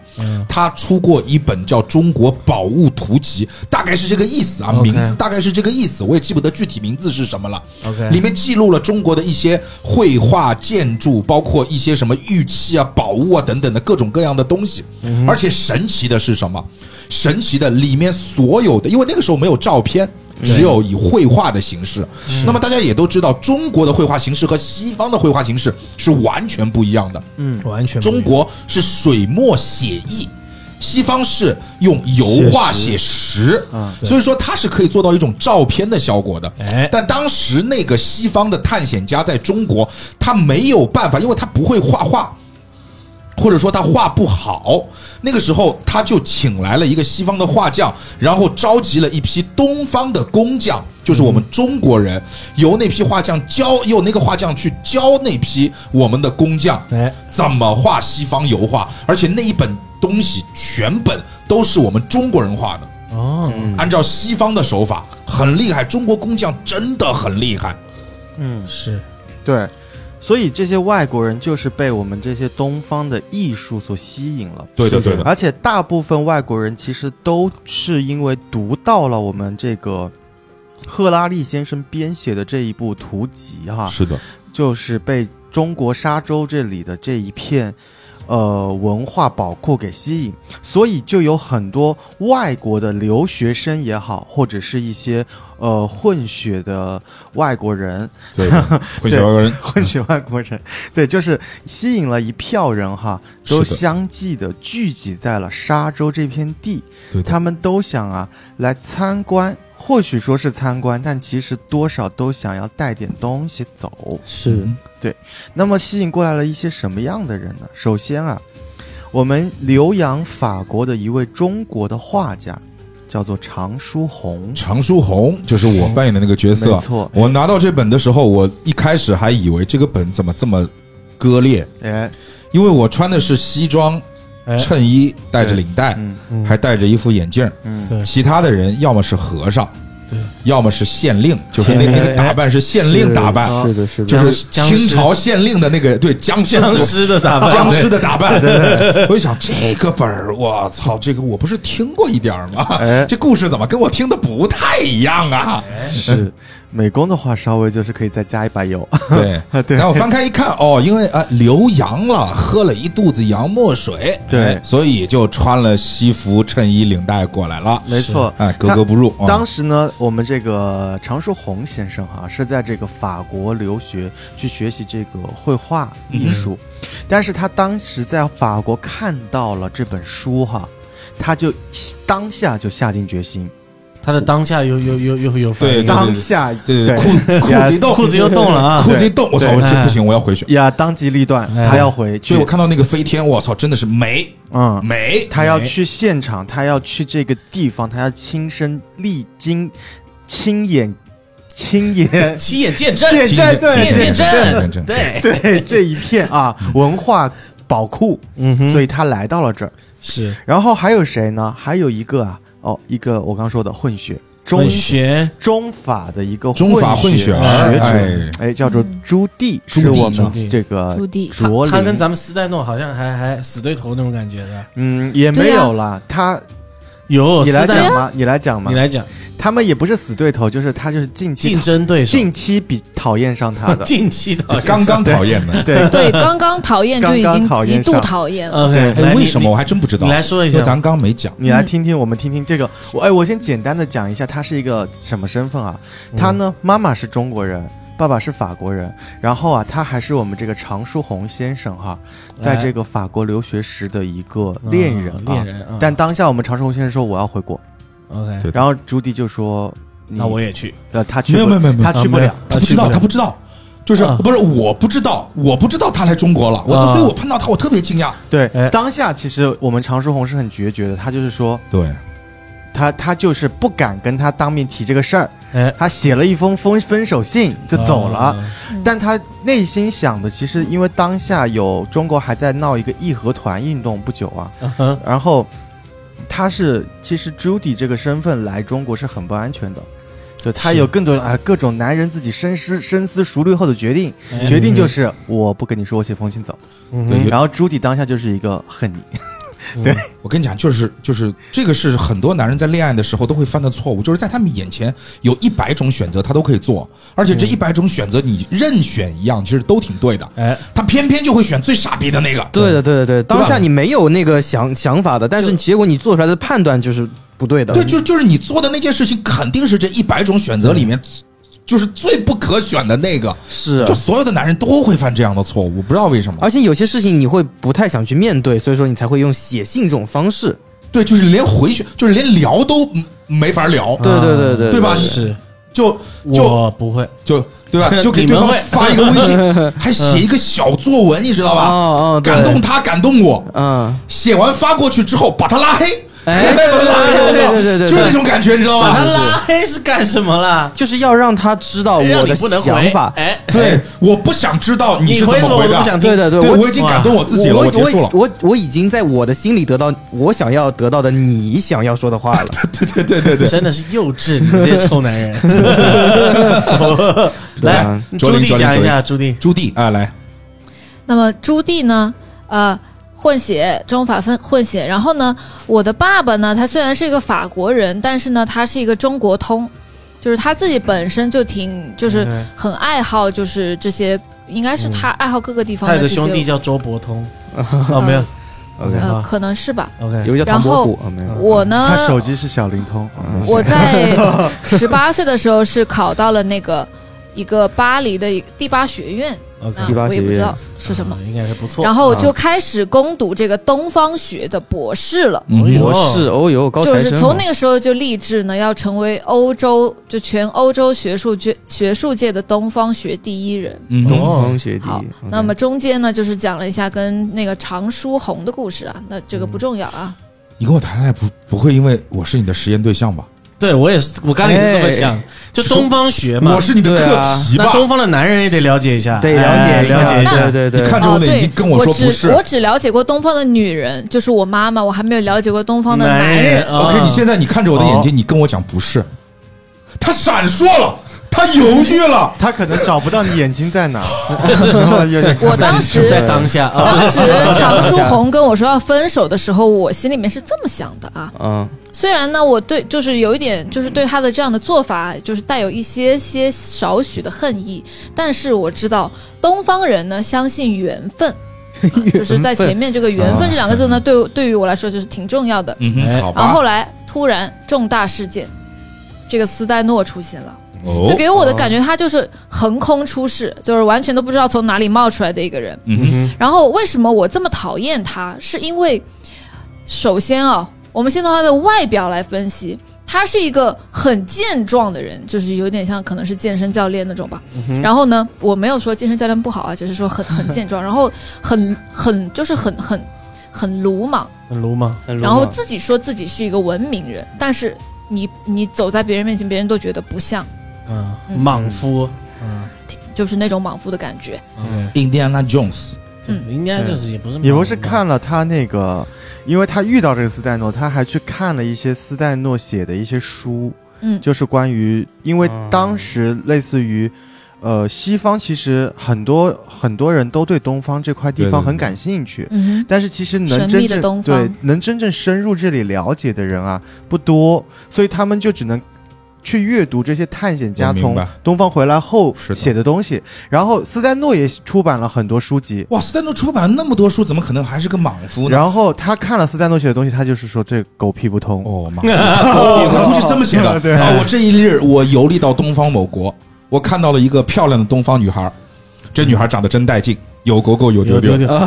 Speaker 1: 他出过一本叫《中国宝物图集》，大概是这个意思啊
Speaker 5: OK
Speaker 1: 名字大概是这个意思，我也记不得具体名字是什么了。
Speaker 7: OK
Speaker 1: 里面记录了中国的一些绘画、建筑，包括一些什么玉器啊、宝物啊等等的各种各样的东西。而且神奇的是什么？神奇的里面所有的，因为那个时候没有照片。只有以绘画的形式，那么大家也都知道，中国的绘画形式和西方的绘画形式是完全不一样的。
Speaker 7: 完全不一
Speaker 1: 中
Speaker 7: 样
Speaker 1: 国是水墨写意，西方是用油画写实，所以说它是可以做到一种照片的效果的。
Speaker 7: 啊哎
Speaker 1: 但当时那个西方的探险家在中国，他没有办法，因为他不会画画。或者说他画不好，那个时候他就请来了一个西方的画匠，然后召集了一批东方的工匠，就是我们中国人，由那批画匠教，由那个画匠去教那批我们的工匠，
Speaker 7: 哎
Speaker 1: 怎么画西方油画，而且那一本东西全本都是我们中国人画的，
Speaker 7: 哦，
Speaker 1: 按照西方的手法，很厉害。中国工匠真的很厉害，
Speaker 5: 嗯，
Speaker 7: 是
Speaker 5: 对，所以这些外国人就是被我们这些东方的艺术所吸引了。
Speaker 1: 对的对的
Speaker 5: 而且大部分外国人其实都是因为读到了我们这个赫拉利先生编写的这一部图集哈、
Speaker 1: 是的，
Speaker 5: 就是被中国沙洲这里的这一片。呃，文化宝库给吸引，所以就有很多外国的留学生也好，或者是一些呃混血的外国人，
Speaker 1: 对的，混血外国人，
Speaker 5: 混血外国人， 对，就是吸引了一票人哈，都
Speaker 1: 是的
Speaker 5: 相继的聚集在了沙洲这片地，
Speaker 1: 对的
Speaker 5: 他们都想啊来参观，或许说是参观，但其实多少都想要带点东西走。
Speaker 2: 是
Speaker 5: 那么吸引过来了一些什么样的人呢？首先啊，我们留洋法国的一位中国的画家，叫做常书鸿，
Speaker 1: 常书鸿就是我扮演的那个角色，
Speaker 5: 没错，
Speaker 1: 我拿到这本的时候，我一开始还以为这个本怎么这么割裂，
Speaker 5: 哎，
Speaker 1: 因为我穿的是西装、
Speaker 7: 哎
Speaker 1: 衬衣，带着领带，
Speaker 5: 嗯
Speaker 1: 还戴着一副眼镜儿。
Speaker 5: 嗯，
Speaker 7: 对
Speaker 1: 其他的人要么是和尚，
Speaker 7: 对，
Speaker 1: 要么是县令，就是那
Speaker 2: 县令
Speaker 1: 那个打扮是县令打扮，
Speaker 2: 是的，是的，
Speaker 1: 就是
Speaker 7: 僵
Speaker 1: 清
Speaker 7: 尸
Speaker 1: 朝县令的那个对僵尸
Speaker 7: 僵尸的打 扮，
Speaker 1: 僵尸的打扮。 我就想这个本儿，我操，这个我不是听过一点儿吗？
Speaker 5: 哎，
Speaker 1: 这故事怎么跟我听的不太一样啊？
Speaker 5: 是美工的话，稍微就是可以再加一把 油。
Speaker 1: 对，
Speaker 7: 啊
Speaker 5: 对
Speaker 1: 然后我翻开一看，哦，因为啊、留洋了，喝了一肚子洋墨水，哎
Speaker 5: 对
Speaker 1: 所以就穿了西服、衬衣、领带过来了。
Speaker 5: 没错，
Speaker 1: 哎，格格不入。啊
Speaker 5: 当时呢，我们这个常书鸿先生哈、是在这个法国留学去学习这个绘画艺术，
Speaker 1: 嗯
Speaker 5: 但是他当时在法国看到了这本书哈、他就当下就下定决心，
Speaker 7: 他的当下又又又又有反应
Speaker 1: 对
Speaker 5: 当下
Speaker 1: 对对，
Speaker 5: 对
Speaker 1: 裤裤子一动，
Speaker 7: 裤子又动了啊！
Speaker 1: 裤子一动，我操，
Speaker 5: 对
Speaker 1: 我这
Speaker 7: 哎
Speaker 1: 不行，我要回去。
Speaker 5: 呀当机立断，
Speaker 7: 哎。
Speaker 5: 他要回去
Speaker 1: 所以我，看到那个飞天，我操，真的是美
Speaker 5: 嗯，
Speaker 1: 美。
Speaker 5: 他要
Speaker 1: 美
Speaker 5: 去现场，他要去这个地方，他要亲身历经，亲眼，亲眼
Speaker 7: 亲眼见证，
Speaker 5: 见证对
Speaker 7: 亲眼见
Speaker 1: 见证
Speaker 7: 证
Speaker 1: 见，证
Speaker 7: 对，
Speaker 5: 对 这一片啊文化宝库，
Speaker 2: 嗯哼，
Speaker 5: 所以他来到了这儿。
Speaker 7: 是
Speaker 5: 然后还有谁呢？还有一个啊，哦，一个我刚说的混血中
Speaker 7: 中学
Speaker 5: 中法的一个
Speaker 1: 中法混
Speaker 5: 血
Speaker 1: 血儿
Speaker 5: 学
Speaker 1: 哎
Speaker 5: 者，哎，叫做朱棣，
Speaker 1: 朱棣
Speaker 5: 是我
Speaker 7: 朱
Speaker 5: 们
Speaker 7: 棣
Speaker 5: 这个
Speaker 4: 嗯朱棣
Speaker 5: 卓林，
Speaker 7: 他跟咱们斯戴诺好像还还死对头那种感觉的。
Speaker 5: 嗯也没
Speaker 4: 对呀
Speaker 5: 有啦。他
Speaker 7: 有
Speaker 5: 你来
Speaker 7: 斯戴
Speaker 5: 讲嘛，你来讲嘛
Speaker 7: 你，来讲
Speaker 5: 他们也不是死对头，就是他就是近期
Speaker 7: 竞争对手，
Speaker 5: 近期比讨厌上他 的，
Speaker 7: 近期的
Speaker 1: 哎刚刚讨厌的。
Speaker 5: 对，
Speaker 4: 对，刚刚讨厌就已
Speaker 5: 刚刚
Speaker 4: 经
Speaker 5: 讨厌
Speaker 4: 极
Speaker 5: 上
Speaker 4: 度讨厌了。
Speaker 7: OK，
Speaker 1: 哎，为什么我还真不知
Speaker 7: 你
Speaker 1: 道？
Speaker 7: 来说一
Speaker 1: 因为
Speaker 7: 下
Speaker 1: 咱刚没讲。
Speaker 5: 你来听听，我们听听这个。我哎，我先简单的讲一下，他是一个什么身份啊？
Speaker 1: 嗯
Speaker 5: 他呢，妈妈是中国人，爸爸是法国人，然后啊，他还是我们这个常书鸿先生哈、
Speaker 1: 哎
Speaker 5: 在这个法国留学时的一个恋人啊。
Speaker 7: 恋人，嗯
Speaker 5: 但当下我们常书鸿先生说我要回国，
Speaker 7: OK，
Speaker 1: 对
Speaker 5: 然后朱棣就说你
Speaker 7: 那我也去，
Speaker 5: 呃他去
Speaker 1: 没
Speaker 5: 不
Speaker 1: 有没有没有没有，
Speaker 5: 他去不了，
Speaker 1: 他不知道，他不知道，就是
Speaker 7: 啊
Speaker 1: 不是我不知道，我不知道他来中国了，我
Speaker 7: 啊
Speaker 1: 所以，我碰到他，我特别惊讶。
Speaker 5: 对
Speaker 7: 哎，
Speaker 5: 当下其实我们常书鸿是很决绝的，他就是说
Speaker 1: 对，
Speaker 5: 他他就是不敢跟他当面提这个事儿，
Speaker 7: 哎
Speaker 5: 他写了一封分分手信就走了。
Speaker 1: 哦
Speaker 7: 啊
Speaker 4: 嗯
Speaker 5: 但他内心想的，其实因为当下有中国还在闹一个义和团运动不久啊，
Speaker 7: 嗯哼
Speaker 5: 然后他是其实 Judy 这个身份来中国是很不安全的，就他
Speaker 7: 是
Speaker 5: 有更多啊各种男人自己深思深思熟虑后的决定，
Speaker 7: 哎
Speaker 5: 决定就是我不跟你说，我写封信走。
Speaker 7: 嗯
Speaker 1: 对
Speaker 7: 哼
Speaker 1: 有
Speaker 5: 然后 Judy 当下就是一个恨你，
Speaker 1: 我跟你讲，就是就是这个是很多男人在恋爱的时候都会犯的错误，就是在他们眼前有一百种选择，他都可以做，而
Speaker 2: 嗯
Speaker 1: 且这一百种选择你任选一样，其实都挺对的，
Speaker 7: 哎，
Speaker 1: 他偏偏就会选最傻逼的那个。
Speaker 2: 对的，对的，对的。当下你没有那个想想法的，但是结果你做出来的判断就是不对的。
Speaker 1: 对，就就是你做的那件事情，肯定是这一百种选择里面，
Speaker 2: 嗯
Speaker 1: 就是最不可选的那个。
Speaker 2: 是啊
Speaker 1: 就所有的男人都会犯这样的错误，不知道为什么。
Speaker 2: 而且有些事情你会不太想去面对，所以说你才会用写信这种方式。
Speaker 1: 对，就是连回去，就是连聊都没法聊，
Speaker 2: 对对对对
Speaker 1: 对吧
Speaker 7: 是
Speaker 1: 就就
Speaker 7: 我不会，
Speaker 1: 就对 吧？就给
Speaker 7: 你
Speaker 1: 对方
Speaker 7: 们会
Speaker 1: 发一个微信，还写一个小作文，你知道吧？
Speaker 2: 哦哦，对
Speaker 1: 感动。他，感动我。
Speaker 2: 嗯，
Speaker 1: 写完发过去之后，把他拉黑，
Speaker 2: 哎，对对对对对对，
Speaker 1: 就是那种感觉，你知道
Speaker 7: 把他
Speaker 1: 吧？
Speaker 7: 拉黑是干什么啦？
Speaker 2: 就是要让他知道
Speaker 7: 让
Speaker 2: 我
Speaker 7: 你
Speaker 2: 的
Speaker 7: 不能回
Speaker 2: 想法。
Speaker 7: 哎，
Speaker 1: 对，我不想知道你
Speaker 7: 你
Speaker 1: 是
Speaker 7: 回
Speaker 1: 怎
Speaker 2: 哎
Speaker 7: 什么
Speaker 1: 么
Speaker 7: 我
Speaker 1: 回
Speaker 7: 都
Speaker 1: 的
Speaker 7: 不。想听。
Speaker 2: 对对对，
Speaker 1: 对，
Speaker 2: 我
Speaker 1: 我已经感动我自己了，
Speaker 2: 我
Speaker 1: 结束了
Speaker 2: 我。我我已经在我的心里得到我想要得到的你想要说的话 了。
Speaker 1: 对对对对，
Speaker 7: 真的是幼稚，你这些臭男人。
Speaker 2: 对
Speaker 7: 来
Speaker 2: 啊，
Speaker 7: 朱棣讲一下，朱棣
Speaker 1: 朱棣啊，来，
Speaker 4: 那么朱棣呢，呃，混血，中法分混血。然后呢，我的爸爸呢，他虽然是一个法国人，但是呢，他是一个中国通，就是他自己本身就挺，就是
Speaker 7: 嗯
Speaker 4: 很爱好，就是这些，应该是他爱好各个地方
Speaker 7: 他
Speaker 4: 的
Speaker 7: 有
Speaker 4: 这
Speaker 7: 个
Speaker 4: 些，
Speaker 7: 兄弟叫周伯通，哦，没有
Speaker 2: ，OK，
Speaker 4: 呃，可能是吧。
Speaker 7: ，OK，
Speaker 2: 有一个叫唐伯虎啊，没有。
Speaker 4: 我呢，
Speaker 5: 他
Speaker 7: 啊
Speaker 5: 手机是小灵通，没事
Speaker 4: 我在十八岁的时候是考到了那个一个巴黎的一个第八学院，
Speaker 7: OK，
Speaker 4: 啊
Speaker 2: 第八，
Speaker 4: 我也不
Speaker 2: 学
Speaker 4: 知
Speaker 2: 院
Speaker 4: 道是什么。
Speaker 7: 嗯？应该是不错。
Speaker 4: 然后就开始攻读这个东方学的博士了。
Speaker 1: 嗯
Speaker 7: 哎呦
Speaker 2: 博士，哦哟，高
Speaker 4: 就
Speaker 2: 材
Speaker 4: 是
Speaker 2: 生啊。
Speaker 4: 从那个时候就立志呢，要成为欧洲就全欧洲学术界学术界的东方学第一人。
Speaker 1: 嗯
Speaker 2: 东方学弟
Speaker 4: 好，，
Speaker 2: OK
Speaker 4: 那么中间呢，就是讲了一下跟那个常书鸿的故事啊，那这个不重要啊。
Speaker 1: 你跟我谈恋爱不不会因为我是你的实验对象吧？
Speaker 7: 对我也是，我刚才也是这么想，就东方学嘛
Speaker 1: 我，是你的
Speaker 2: 对
Speaker 1: 课
Speaker 2: 啊
Speaker 1: 题吧
Speaker 7: 那？东方的男人也得了解一下，
Speaker 2: 得
Speaker 7: 哎
Speaker 2: 了解
Speaker 7: 了解一
Speaker 4: 下
Speaker 7: 下。
Speaker 2: 对对
Speaker 1: 你
Speaker 2: 对，
Speaker 1: 看着
Speaker 4: 哦，
Speaker 1: 我的眼
Speaker 4: 对
Speaker 1: 睛，跟我说不
Speaker 4: 只
Speaker 1: 是
Speaker 4: 我。只了解过东方的女人，就是我妈妈，我还没有了解过东方的
Speaker 7: 男
Speaker 4: 男人。
Speaker 7: 啊
Speaker 2: 哦
Speaker 1: OK，你现在你看着我的眼睛，你跟我讲不是，他闪烁了，他犹豫了。
Speaker 5: 他可能找不到你眼睛在哪，然后 有点看不
Speaker 4: 我当
Speaker 5: 清
Speaker 4: 时
Speaker 7: 在当下啊，
Speaker 4: 当时常书红跟我说要分手的时候，我心里面是这么想的啊。
Speaker 2: 嗯，
Speaker 4: 虽然呢，我对就是有一点，就是对他的这样的做法，就是带有一些些少许的恨意，但是我知道东方人呢相信缘分， 啊就是在前面这个“缘分”这两个字呢，对我对于我来说就是挺重要的。
Speaker 1: 嗯哼，
Speaker 7: 哎
Speaker 1: 好
Speaker 4: 然
Speaker 1: 吧
Speaker 4: 后后。来突然重大事件，这个斯黛诺出现了。
Speaker 1: 哦
Speaker 4: 就，给我的感觉，他就是横空出世，就是完全都不知道从哪里冒出来的一个人。
Speaker 1: 嗯哼，
Speaker 4: 然后为什么我这么讨厌他？是因为首先啊，我们先从他的外表来分析，他是一个很健壮的人，就是有点像可能是健身教练那种吧。然后呢，我没有说健身教练不好啊，只是说很很健壮，然后很很就是很很很鲁莽，
Speaker 7: 很鲁莽，
Speaker 4: 然后自己说自己是一个文明人，但是你你走在别人面前，别人都觉得不像，
Speaker 7: 嗯，
Speaker 4: 嗯
Speaker 7: 莽夫，嗯，
Speaker 4: 就是那种莽夫的感觉。
Speaker 7: 嗯，
Speaker 1: Indiana Jones，
Speaker 4: 嗯
Speaker 7: 应该就是也不是莽夫吧，
Speaker 5: 也不是 看了他那个，因为他遇到这个斯黛诺，他还去看了一些斯黛诺写的一些书，
Speaker 4: 嗯
Speaker 5: 就是关于，因为
Speaker 2: 啊
Speaker 5: 当时类似于，呃，西方其实很多很多人都对东方这块地
Speaker 1: 对对
Speaker 5: 方
Speaker 1: 对
Speaker 5: 很感兴趣，
Speaker 4: 嗯
Speaker 5: 但是其实能
Speaker 4: 神秘
Speaker 5: 真
Speaker 4: 的东
Speaker 5: 正
Speaker 4: 方
Speaker 5: 对能真正深入这里了解的人啊不多，所以他们就只能去阅读这些探险
Speaker 1: 我
Speaker 5: 家
Speaker 1: 明
Speaker 5: 从
Speaker 1: 白
Speaker 5: 东方回来后
Speaker 1: 是的
Speaker 5: 写的东西。然后斯黛诺也出版了很多书籍，
Speaker 1: 哇，斯坦诺出版那么多书，怎么可能还是个莽夫呢？
Speaker 5: 然后他看了斯丹诺写的东西，他就是说这狗屁不通。
Speaker 1: 哦，莽夫，哦他估计是这么写的
Speaker 5: 对
Speaker 1: 啊！我这一日我游历到东方某国，我看到了一个漂亮的东方女孩，这女孩长得真带劲，有狗嗯狗有丢
Speaker 7: 有
Speaker 1: 丢
Speaker 7: 丢，丢，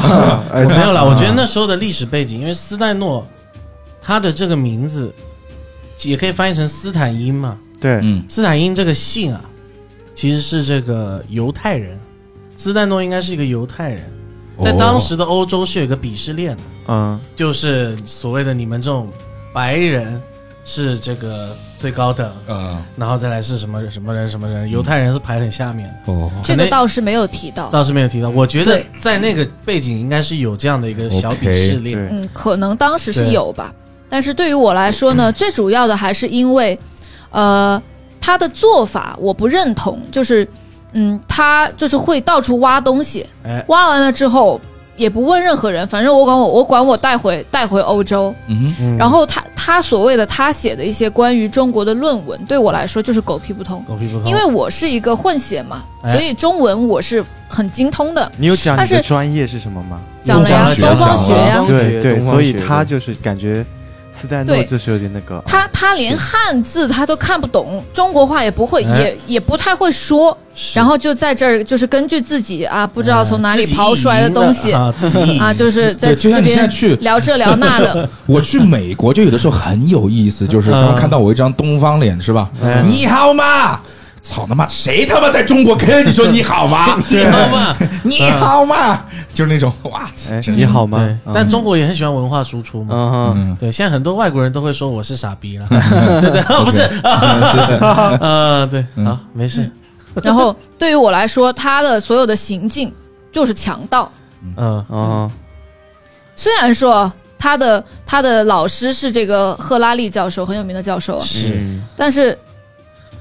Speaker 5: 哎
Speaker 7: 没有啦，我觉得那时候的历史背景，因为斯黛诺，他的这个名字也可以翻译成斯坦因嘛。
Speaker 5: 对，
Speaker 1: 嗯，
Speaker 7: 斯坦因这个姓啊，其实是这个犹太人，斯黛诺应该是一个犹太人，
Speaker 1: 哦
Speaker 7: 在当时的欧洲是有一个鄙视链的，
Speaker 5: 嗯，
Speaker 7: 就是所谓的你们这种白人是这个最高等，
Speaker 1: 呃，
Speaker 7: 然后再来是什么什么人什么人，
Speaker 1: 嗯
Speaker 7: 犹太人是排很下面的。
Speaker 1: 哦，
Speaker 4: 这个倒是没有提到。
Speaker 7: 倒是没有提到，我觉得
Speaker 4: 哦对
Speaker 7: 在那个背景应该是有这样的一个小
Speaker 1: OK，
Speaker 7: 鄙视链。
Speaker 5: 对，
Speaker 4: 嗯，可能当时是有吧，但是对于我来说呢，最主要的还是因为，呃，他的做法我不认同，就是，嗯，他就是会到处挖东西，
Speaker 7: 哎
Speaker 4: 挖完了之后也不问任何人，反正我管我我管我带回带回欧洲，
Speaker 1: 嗯哼，
Speaker 4: 然后他他所谓的他写的一些关于中国的论文，对我来说就是狗屁不通，
Speaker 7: 狗屁不通，
Speaker 4: 因为我是一个混血嘛，
Speaker 7: 哎
Speaker 4: 所以中文我是很精通的，
Speaker 5: 你有讲
Speaker 4: 但
Speaker 5: 你
Speaker 4: 是
Speaker 5: 的专业是什么吗？
Speaker 4: 讲了呀，
Speaker 1: 中
Speaker 4: 东
Speaker 1: 方
Speaker 4: 方
Speaker 1: 学
Speaker 4: 学
Speaker 1: 啊
Speaker 4: 呀、
Speaker 2: 中方
Speaker 5: 对
Speaker 2: 学
Speaker 5: 对，
Speaker 2: 东方
Speaker 5: 所以
Speaker 2: 学
Speaker 5: 他就是感觉斯丹诺
Speaker 4: 对
Speaker 5: 就是有点那个，
Speaker 4: 他他连汉字他都看不懂，中国话也不会，
Speaker 7: 哎
Speaker 4: 也也不太会说，
Speaker 7: 是
Speaker 4: 然后就在这儿就是根据自己啊，不知
Speaker 1: 哎
Speaker 4: 道从哪里
Speaker 7: 自己
Speaker 4: 刨出来的
Speaker 7: 意淫
Speaker 4: 东西
Speaker 7: 啊，自己意淫
Speaker 4: 啊，就是在
Speaker 1: 对，就
Speaker 4: 这
Speaker 1: 像你现在
Speaker 4: 边
Speaker 1: 去，
Speaker 4: 聊这聊 那的，
Speaker 1: 我去美国就有的时候很有意思，就是他们
Speaker 7: 嗯
Speaker 1: 看到我一张东方脸是吧？
Speaker 7: 哎
Speaker 1: 你好吗？操他妈！谁他妈在中国跟你说 你好吗？
Speaker 7: 你好嘛，
Speaker 1: 你好吗？就是那种哇，
Speaker 5: 哎，
Speaker 1: 真
Speaker 5: 你
Speaker 1: 是
Speaker 5: 好吗？嗯
Speaker 7: 但中国也很喜欢文化输出嘛。
Speaker 2: 嗯哼，
Speaker 1: 嗯，
Speaker 7: 对，现在很多外国人都会说我是傻 逼了，对 对，不是， 啊，对，
Speaker 1: 嗯
Speaker 7: 啊，没事，
Speaker 4: 然后对于我来说，他的所有的行径就是强盗。
Speaker 7: 嗯，
Speaker 2: 嗯
Speaker 4: 虽然说他的他的老师是这个赫拉利教授，很有名的教授啊，
Speaker 7: 是，
Speaker 4: 但是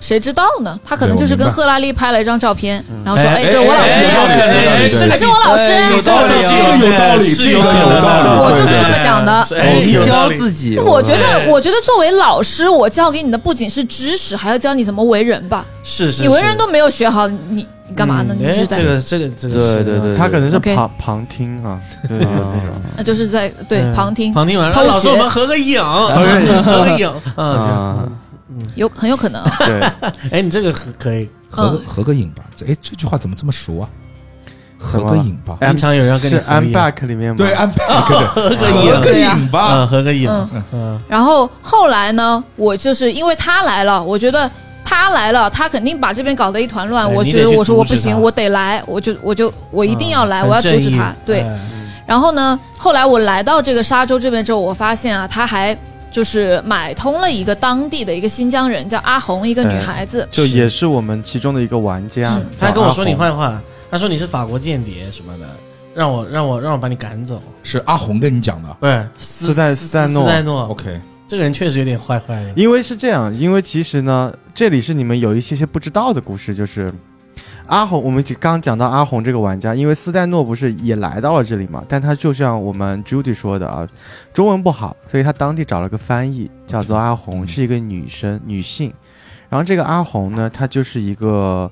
Speaker 4: 谁知道呢？他可能
Speaker 1: 对
Speaker 4: 就是
Speaker 1: 我明白
Speaker 4: 跟赫拉利拍了一张照片，然后说：“
Speaker 7: 哎
Speaker 4: 哎，这是我老
Speaker 1: 哎
Speaker 4: 师，哎，这是我老师。”
Speaker 7: 有道理啊，
Speaker 1: 这个有道理
Speaker 7: 是
Speaker 1: 这个有
Speaker 7: 可能
Speaker 1: 道
Speaker 7: 的
Speaker 1: 理
Speaker 4: 我就是这么想的
Speaker 7: 是哎，
Speaker 2: 营
Speaker 7: 有道
Speaker 2: 销
Speaker 7: 理
Speaker 2: 自己，
Speaker 4: 我觉
Speaker 7: 哎
Speaker 4: 得，我觉得作为老师，我教给你的不仅是知识，还要教你怎么为人吧。
Speaker 7: 是是，
Speaker 4: 你为人
Speaker 7: 是
Speaker 4: 都没有学好，你你干嘛呢？
Speaker 7: 嗯
Speaker 4: 你
Speaker 7: 哎
Speaker 4: 就是在
Speaker 7: 这个这个这个
Speaker 2: 对
Speaker 7: 是，
Speaker 2: 对对
Speaker 5: 他可能是
Speaker 4: OK
Speaker 5: 旁旁听啊，对，有那种
Speaker 4: 呃就是在对
Speaker 7: 嗯
Speaker 4: 旁听，
Speaker 7: 旁听完了，
Speaker 4: 偷
Speaker 7: 啊老师
Speaker 4: 学
Speaker 7: 我们合个影，合个影，
Speaker 5: 嗯
Speaker 7: 啊，
Speaker 2: 啊，
Speaker 4: 有很有可能啊。
Speaker 5: 对，
Speaker 7: 这哎，你这个可可以，
Speaker 1: 合个合个影吧。这哎，这句话怎么这么熟啊？合个影吧，
Speaker 5: 哎
Speaker 7: 经常有人要跟
Speaker 5: 是
Speaker 7: 你
Speaker 5: 《
Speaker 7: 合
Speaker 5: I'm
Speaker 7: 影
Speaker 5: Back》里面吗？
Speaker 1: 对，，安排合
Speaker 7: 个影
Speaker 1: 合个影吧。
Speaker 7: 嗯，合个影，
Speaker 4: 嗯
Speaker 7: 嗯，
Speaker 4: 然后后来呢，我就是因为他来了，我觉得他来了，他肯定把这边搞得一团乱。
Speaker 7: 哎
Speaker 4: 我
Speaker 7: 你
Speaker 4: 觉
Speaker 7: 得
Speaker 4: 得
Speaker 7: 去
Speaker 4: 我说我
Speaker 7: 阻止
Speaker 4: 不行，
Speaker 7: 他嗯
Speaker 4: 我得来，我就我就我一定要来，我要阻
Speaker 7: 很
Speaker 4: 止
Speaker 7: 正义
Speaker 4: 他。对，
Speaker 7: 哎
Speaker 4: 然后呢，后来我来到这个沙洲这边之后，我发现啊，他还就是买通了一个当地的一个新疆人，叫阿红，一个女
Speaker 5: 哎
Speaker 4: 孩子。
Speaker 5: 就也是我们其中的一个玩家
Speaker 4: 嗯，
Speaker 7: 他还跟我说你
Speaker 5: 换，
Speaker 7: 坏话，他说你是法国间谍什么的，让我让我让我把你赶走，
Speaker 1: 是阿红跟你讲的
Speaker 7: 不是斯
Speaker 5: 斯代
Speaker 7: 斯
Speaker 5: 斯代诺
Speaker 7: 斯代诺，
Speaker 1: ，OK？
Speaker 7: 这个人确实有点坏坏的。
Speaker 5: 因为是这样，因为其实呢，这里是你们有一些些不知道的故事，就是阿红，我们刚刚讲到阿红这个玩家，因为斯戴诺不是也来到了这里嘛，但他就像我们 Judy 说的啊，中文不好，所以他当地找了个翻译，叫做阿
Speaker 1: 嗯
Speaker 5: 红，是一个女生，女性。然后这个阿红呢，她就是一个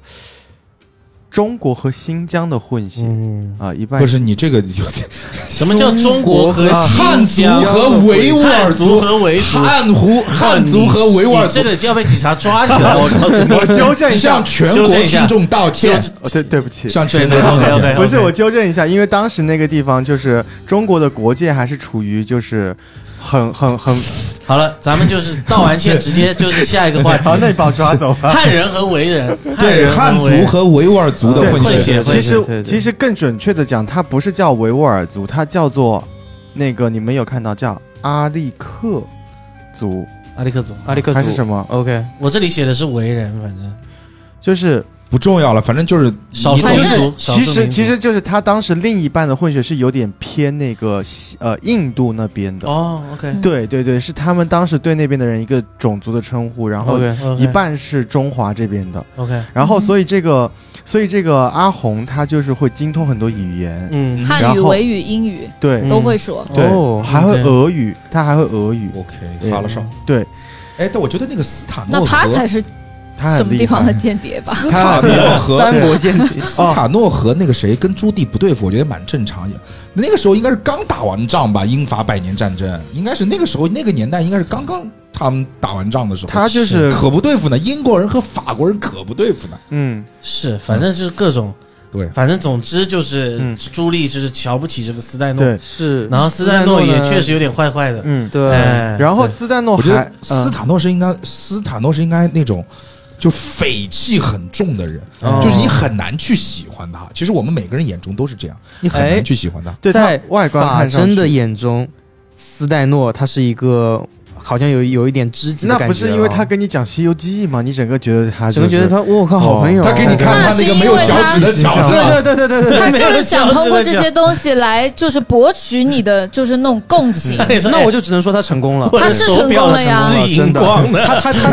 Speaker 5: 中国和新疆的混血
Speaker 7: 嗯，
Speaker 5: 啊、一半
Speaker 1: 不是你这个有点
Speaker 7: 什么叫中国和
Speaker 1: 汉
Speaker 7: 新
Speaker 1: 族
Speaker 7: 疆
Speaker 1: 和维吾尔
Speaker 7: 汉族
Speaker 1: 族、
Speaker 7: 和维族？
Speaker 1: 汉胡汉族和维吾尔
Speaker 7: 你
Speaker 1: 族
Speaker 7: 这，个要被警察抓起 来，我告诉你。
Speaker 5: 我纠正一下
Speaker 1: 向，全
Speaker 7: 纠
Speaker 1: 国
Speaker 7: 正一下
Speaker 1: 听众道歉，
Speaker 5: 哦对对不起，
Speaker 1: 向全国
Speaker 7: 对
Speaker 1: 道
Speaker 7: OK
Speaker 1: 歉。
Speaker 7: OK，
Speaker 5: 不是，我纠正一下，因为当时那个地方就是中国的国界还是处于就是很很很，
Speaker 7: 好了，咱们就是道完歉，直 接就是下一个话题。
Speaker 5: 好，那你把我抓走吧。
Speaker 7: 汉人和维人，
Speaker 1: 对
Speaker 7: 人
Speaker 1: 汉
Speaker 7: 维
Speaker 1: 族
Speaker 7: 人
Speaker 1: 和维吾尔族的
Speaker 5: 对
Speaker 1: 混
Speaker 7: 混
Speaker 1: 血
Speaker 7: 血，
Speaker 5: 其
Speaker 7: 对
Speaker 5: 实其实更准确的讲，它不是叫维吾尔族，它叫做那个你们有看到叫阿利克族
Speaker 7: 阿里克族，
Speaker 2: 阿里克族
Speaker 5: 还是什么？
Speaker 2: OK，
Speaker 7: 我这里写的是维人，反正
Speaker 5: 就是
Speaker 1: 不重要了，反正就是
Speaker 7: 少
Speaker 1: 一
Speaker 7: 数
Speaker 1: 种
Speaker 7: 民
Speaker 4: 反正
Speaker 7: 族，少数
Speaker 5: 其实
Speaker 7: 民族
Speaker 5: 其实就是他当时另一半的混血是有点偏那个西呃印度那边的。
Speaker 7: 哦，OK，
Speaker 5: 对对对，是他们当时对那边的人一个种族的称呼，然后
Speaker 2: OK
Speaker 5: 一半是中华这边的。
Speaker 7: OK，
Speaker 5: 然
Speaker 2: 嗯
Speaker 5: 后所以这个，所以这个阿红她就是会精通很多语言，
Speaker 7: 嗯，
Speaker 4: 汉语、维语、英语
Speaker 5: 对、
Speaker 7: 嗯
Speaker 4: 都会说。
Speaker 5: 对，
Speaker 2: 哦
Speaker 5: 还会
Speaker 7: OK
Speaker 5: 俄语，她还会俄语，
Speaker 1: OK 哈拉少。
Speaker 5: 对，
Speaker 1: 哎，但我觉得那个斯
Speaker 5: 嗯
Speaker 1: 塔诺
Speaker 4: 那他
Speaker 1: 河
Speaker 4: 才是
Speaker 5: 她很
Speaker 4: 什么
Speaker 5: 厉
Speaker 4: 地方的
Speaker 5: 害。哦
Speaker 4: 间谍 吧？
Speaker 1: 斯塔诺河
Speaker 2: 三国间谍，
Speaker 1: 斯塔诺和那个谁跟朱棣不对付，我觉得蛮正常。也那个时候应该是刚打完仗吧，英法百年战争，应该是那个时候那个年代应该是刚刚他们打完仗的时候。
Speaker 5: 她
Speaker 2: 哦
Speaker 5: 就是
Speaker 1: 可不对付呢，英国人和法国人可不对付呢。
Speaker 5: 嗯，
Speaker 7: 是，反正就是各种，
Speaker 1: 对
Speaker 7: 反正总之就是
Speaker 5: 嗯
Speaker 7: 朱莉就是瞧不起这个斯戴诺，
Speaker 2: 哦
Speaker 5: 对，
Speaker 2: 是，
Speaker 7: 然后斯戴诺
Speaker 5: 斯戴
Speaker 7: 也
Speaker 5: 诺呢
Speaker 7: 确实有点坏坏的，
Speaker 5: 嗯，
Speaker 2: 对，
Speaker 7: 哎，
Speaker 5: 然后
Speaker 7: 对
Speaker 5: 斯丹诺
Speaker 1: 我觉
Speaker 5: 还
Speaker 1: 得斯
Speaker 5: 嗯
Speaker 1: 塔诺是应该，斯塔诺是应该那种就匪气很重的人，
Speaker 2: 哦
Speaker 1: 就是你很难去喜欢他。其实我们每个人眼中都是这样，你很
Speaker 2: 哎
Speaker 1: 难去喜欢他。
Speaker 5: 对她
Speaker 2: 在
Speaker 5: 外观
Speaker 2: 法
Speaker 5: 看上
Speaker 2: 真的
Speaker 5: 去，
Speaker 2: 眼中，斯戴诺他是一个好像有有一点知己的
Speaker 5: 那
Speaker 2: 感觉
Speaker 5: 不是因为她
Speaker 2: 了
Speaker 5: 跟你讲《西游记》吗？你整个觉得她
Speaker 2: 整个觉得
Speaker 5: 就是
Speaker 2: 他，哦我靠，好朋友，啊
Speaker 1: 他给你看
Speaker 4: 那
Speaker 1: 他
Speaker 4: 是
Speaker 1: 那个没
Speaker 4: 因
Speaker 1: 有
Speaker 4: 为
Speaker 1: 脚
Speaker 4: 他
Speaker 1: 趾 的脚是吧？
Speaker 5: 对对对对对对，
Speaker 4: 他就是想通过这些东西来，就是博取你的，就是那种共情。
Speaker 7: 那也是
Speaker 2: 那我就只能说他成功 了。
Speaker 4: 他是成功了呀
Speaker 7: 是啊荧光啊的，
Speaker 2: 他他他，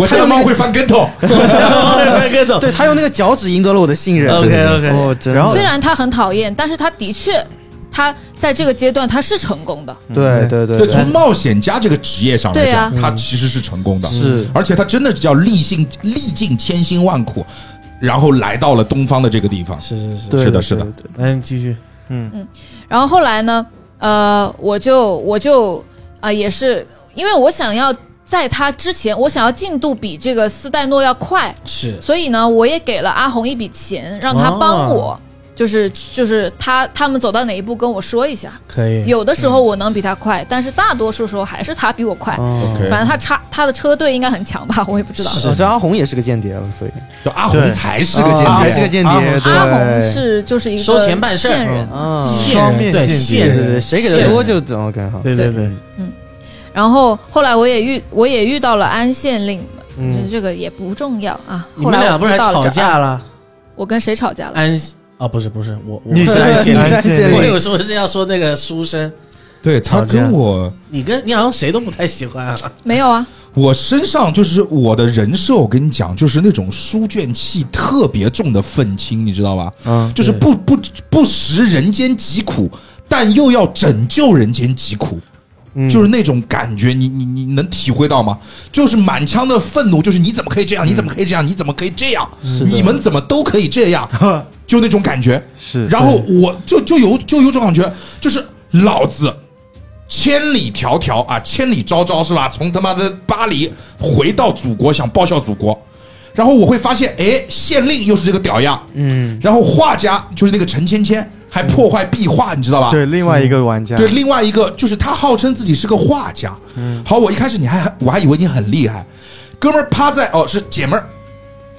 Speaker 1: 我家猫会翻跟头。
Speaker 7: 各种
Speaker 2: 对他用那个脚趾赢得了我的信任。
Speaker 7: OK OK，
Speaker 2: 哦，真的
Speaker 5: 然后
Speaker 4: 虽然他很讨厌，但是他的确，他在这个阶段他是成功的。
Speaker 5: 哦嗯
Speaker 2: 对对对
Speaker 1: 对，从冒险家这个职业上来
Speaker 4: 对啊
Speaker 1: 讲，他其实是成功的，
Speaker 2: 是
Speaker 1: 而且他真的是叫历尽历尽千辛万苦，然后来到了东方的这个地方。
Speaker 7: 是是是，
Speaker 2: 对
Speaker 1: 是的是的，
Speaker 2: 对对对
Speaker 7: 嗯，继续，
Speaker 4: 然后后来呢，呃，我就我就啊、呃也是因为我想要在他之前，我想要进度比这个斯戴诺要快，
Speaker 7: 是
Speaker 4: 所以呢，我也给了阿红一笔钱，让他帮我，
Speaker 2: 哦
Speaker 4: 就是就是他他们走到哪一步跟我说一下。
Speaker 7: 可
Speaker 2: 嗯
Speaker 7: 以，
Speaker 4: 有的时候我能比他快，但是大多数时候还是他比我快。
Speaker 2: 哦
Speaker 1: OK
Speaker 4: 反正他差他的车队应该很强吧，我也不知道。
Speaker 2: 是阿红也是个间谍了，所以
Speaker 1: 就阿红
Speaker 5: 对
Speaker 1: 才是个间
Speaker 2: 啊还
Speaker 1: 谍
Speaker 2: 是，个间
Speaker 5: 阿
Speaker 2: 谍
Speaker 5: 红，
Speaker 4: 阿红
Speaker 2: 对
Speaker 4: 是就是一个
Speaker 7: 收钱办事儿
Speaker 4: 线人，
Speaker 2: 啊，
Speaker 5: 双面
Speaker 7: 对
Speaker 5: 间谍
Speaker 7: 线
Speaker 2: 对
Speaker 7: 人
Speaker 2: 对对，谁给
Speaker 7: 线
Speaker 2: 的
Speaker 7: 人
Speaker 2: 多就怎么干好。
Speaker 7: 对对
Speaker 4: 对
Speaker 7: 对，
Speaker 4: 然后后来我也遇我也遇到了安县令，
Speaker 7: 嗯
Speaker 4: 就是这个也不重要啊。
Speaker 7: 你
Speaker 4: 后
Speaker 7: 们
Speaker 4: 来
Speaker 7: 俩
Speaker 4: 我
Speaker 7: 不是还
Speaker 4: 知道了
Speaker 7: 吵
Speaker 4: 这啊
Speaker 7: 架了？
Speaker 4: 我跟谁吵架了？
Speaker 7: 安啊，不是不是，我我
Speaker 5: 你
Speaker 7: 是
Speaker 5: 是
Speaker 7: 安
Speaker 5: 你
Speaker 7: 县
Speaker 5: 是
Speaker 7: 令，
Speaker 5: 安县
Speaker 7: 我
Speaker 5: 令
Speaker 7: 有时候是要说那个书生，
Speaker 1: 对他跟我，
Speaker 7: 你跟你好像谁都不太喜欢啊，
Speaker 4: 没有啊，
Speaker 1: 我身上就是我的人设，我跟你讲，就是那种书卷气特别重的愤青，你知道吧？
Speaker 5: 嗯，
Speaker 1: 就是不不不食人间疾苦，但又要拯救人间疾苦，就是那种感觉，你你你能体会到吗？就是满腔的愤怒，就是你怎么可以这样？你怎么可以这样？你怎么可以这样？你们怎么都可以这样？就那种感觉。
Speaker 5: 是，
Speaker 1: 然后我就就有就有种感觉，就是老子千里迢迢啊，千里昭昭是吧？从他妈的巴黎回到祖国，想报效祖国。然后我会发现，哎，县令又是这个屌样，
Speaker 2: 嗯，
Speaker 1: 然后画家就是那个陈芊芊，还破坏壁画，你知道吧？
Speaker 5: 对另外一个玩家，
Speaker 1: 对，另外一个就是他号称自己是个画家。
Speaker 5: 嗯
Speaker 1: 好，我一开始你还我还以为你很厉害，哥们儿趴在哦是姐们儿，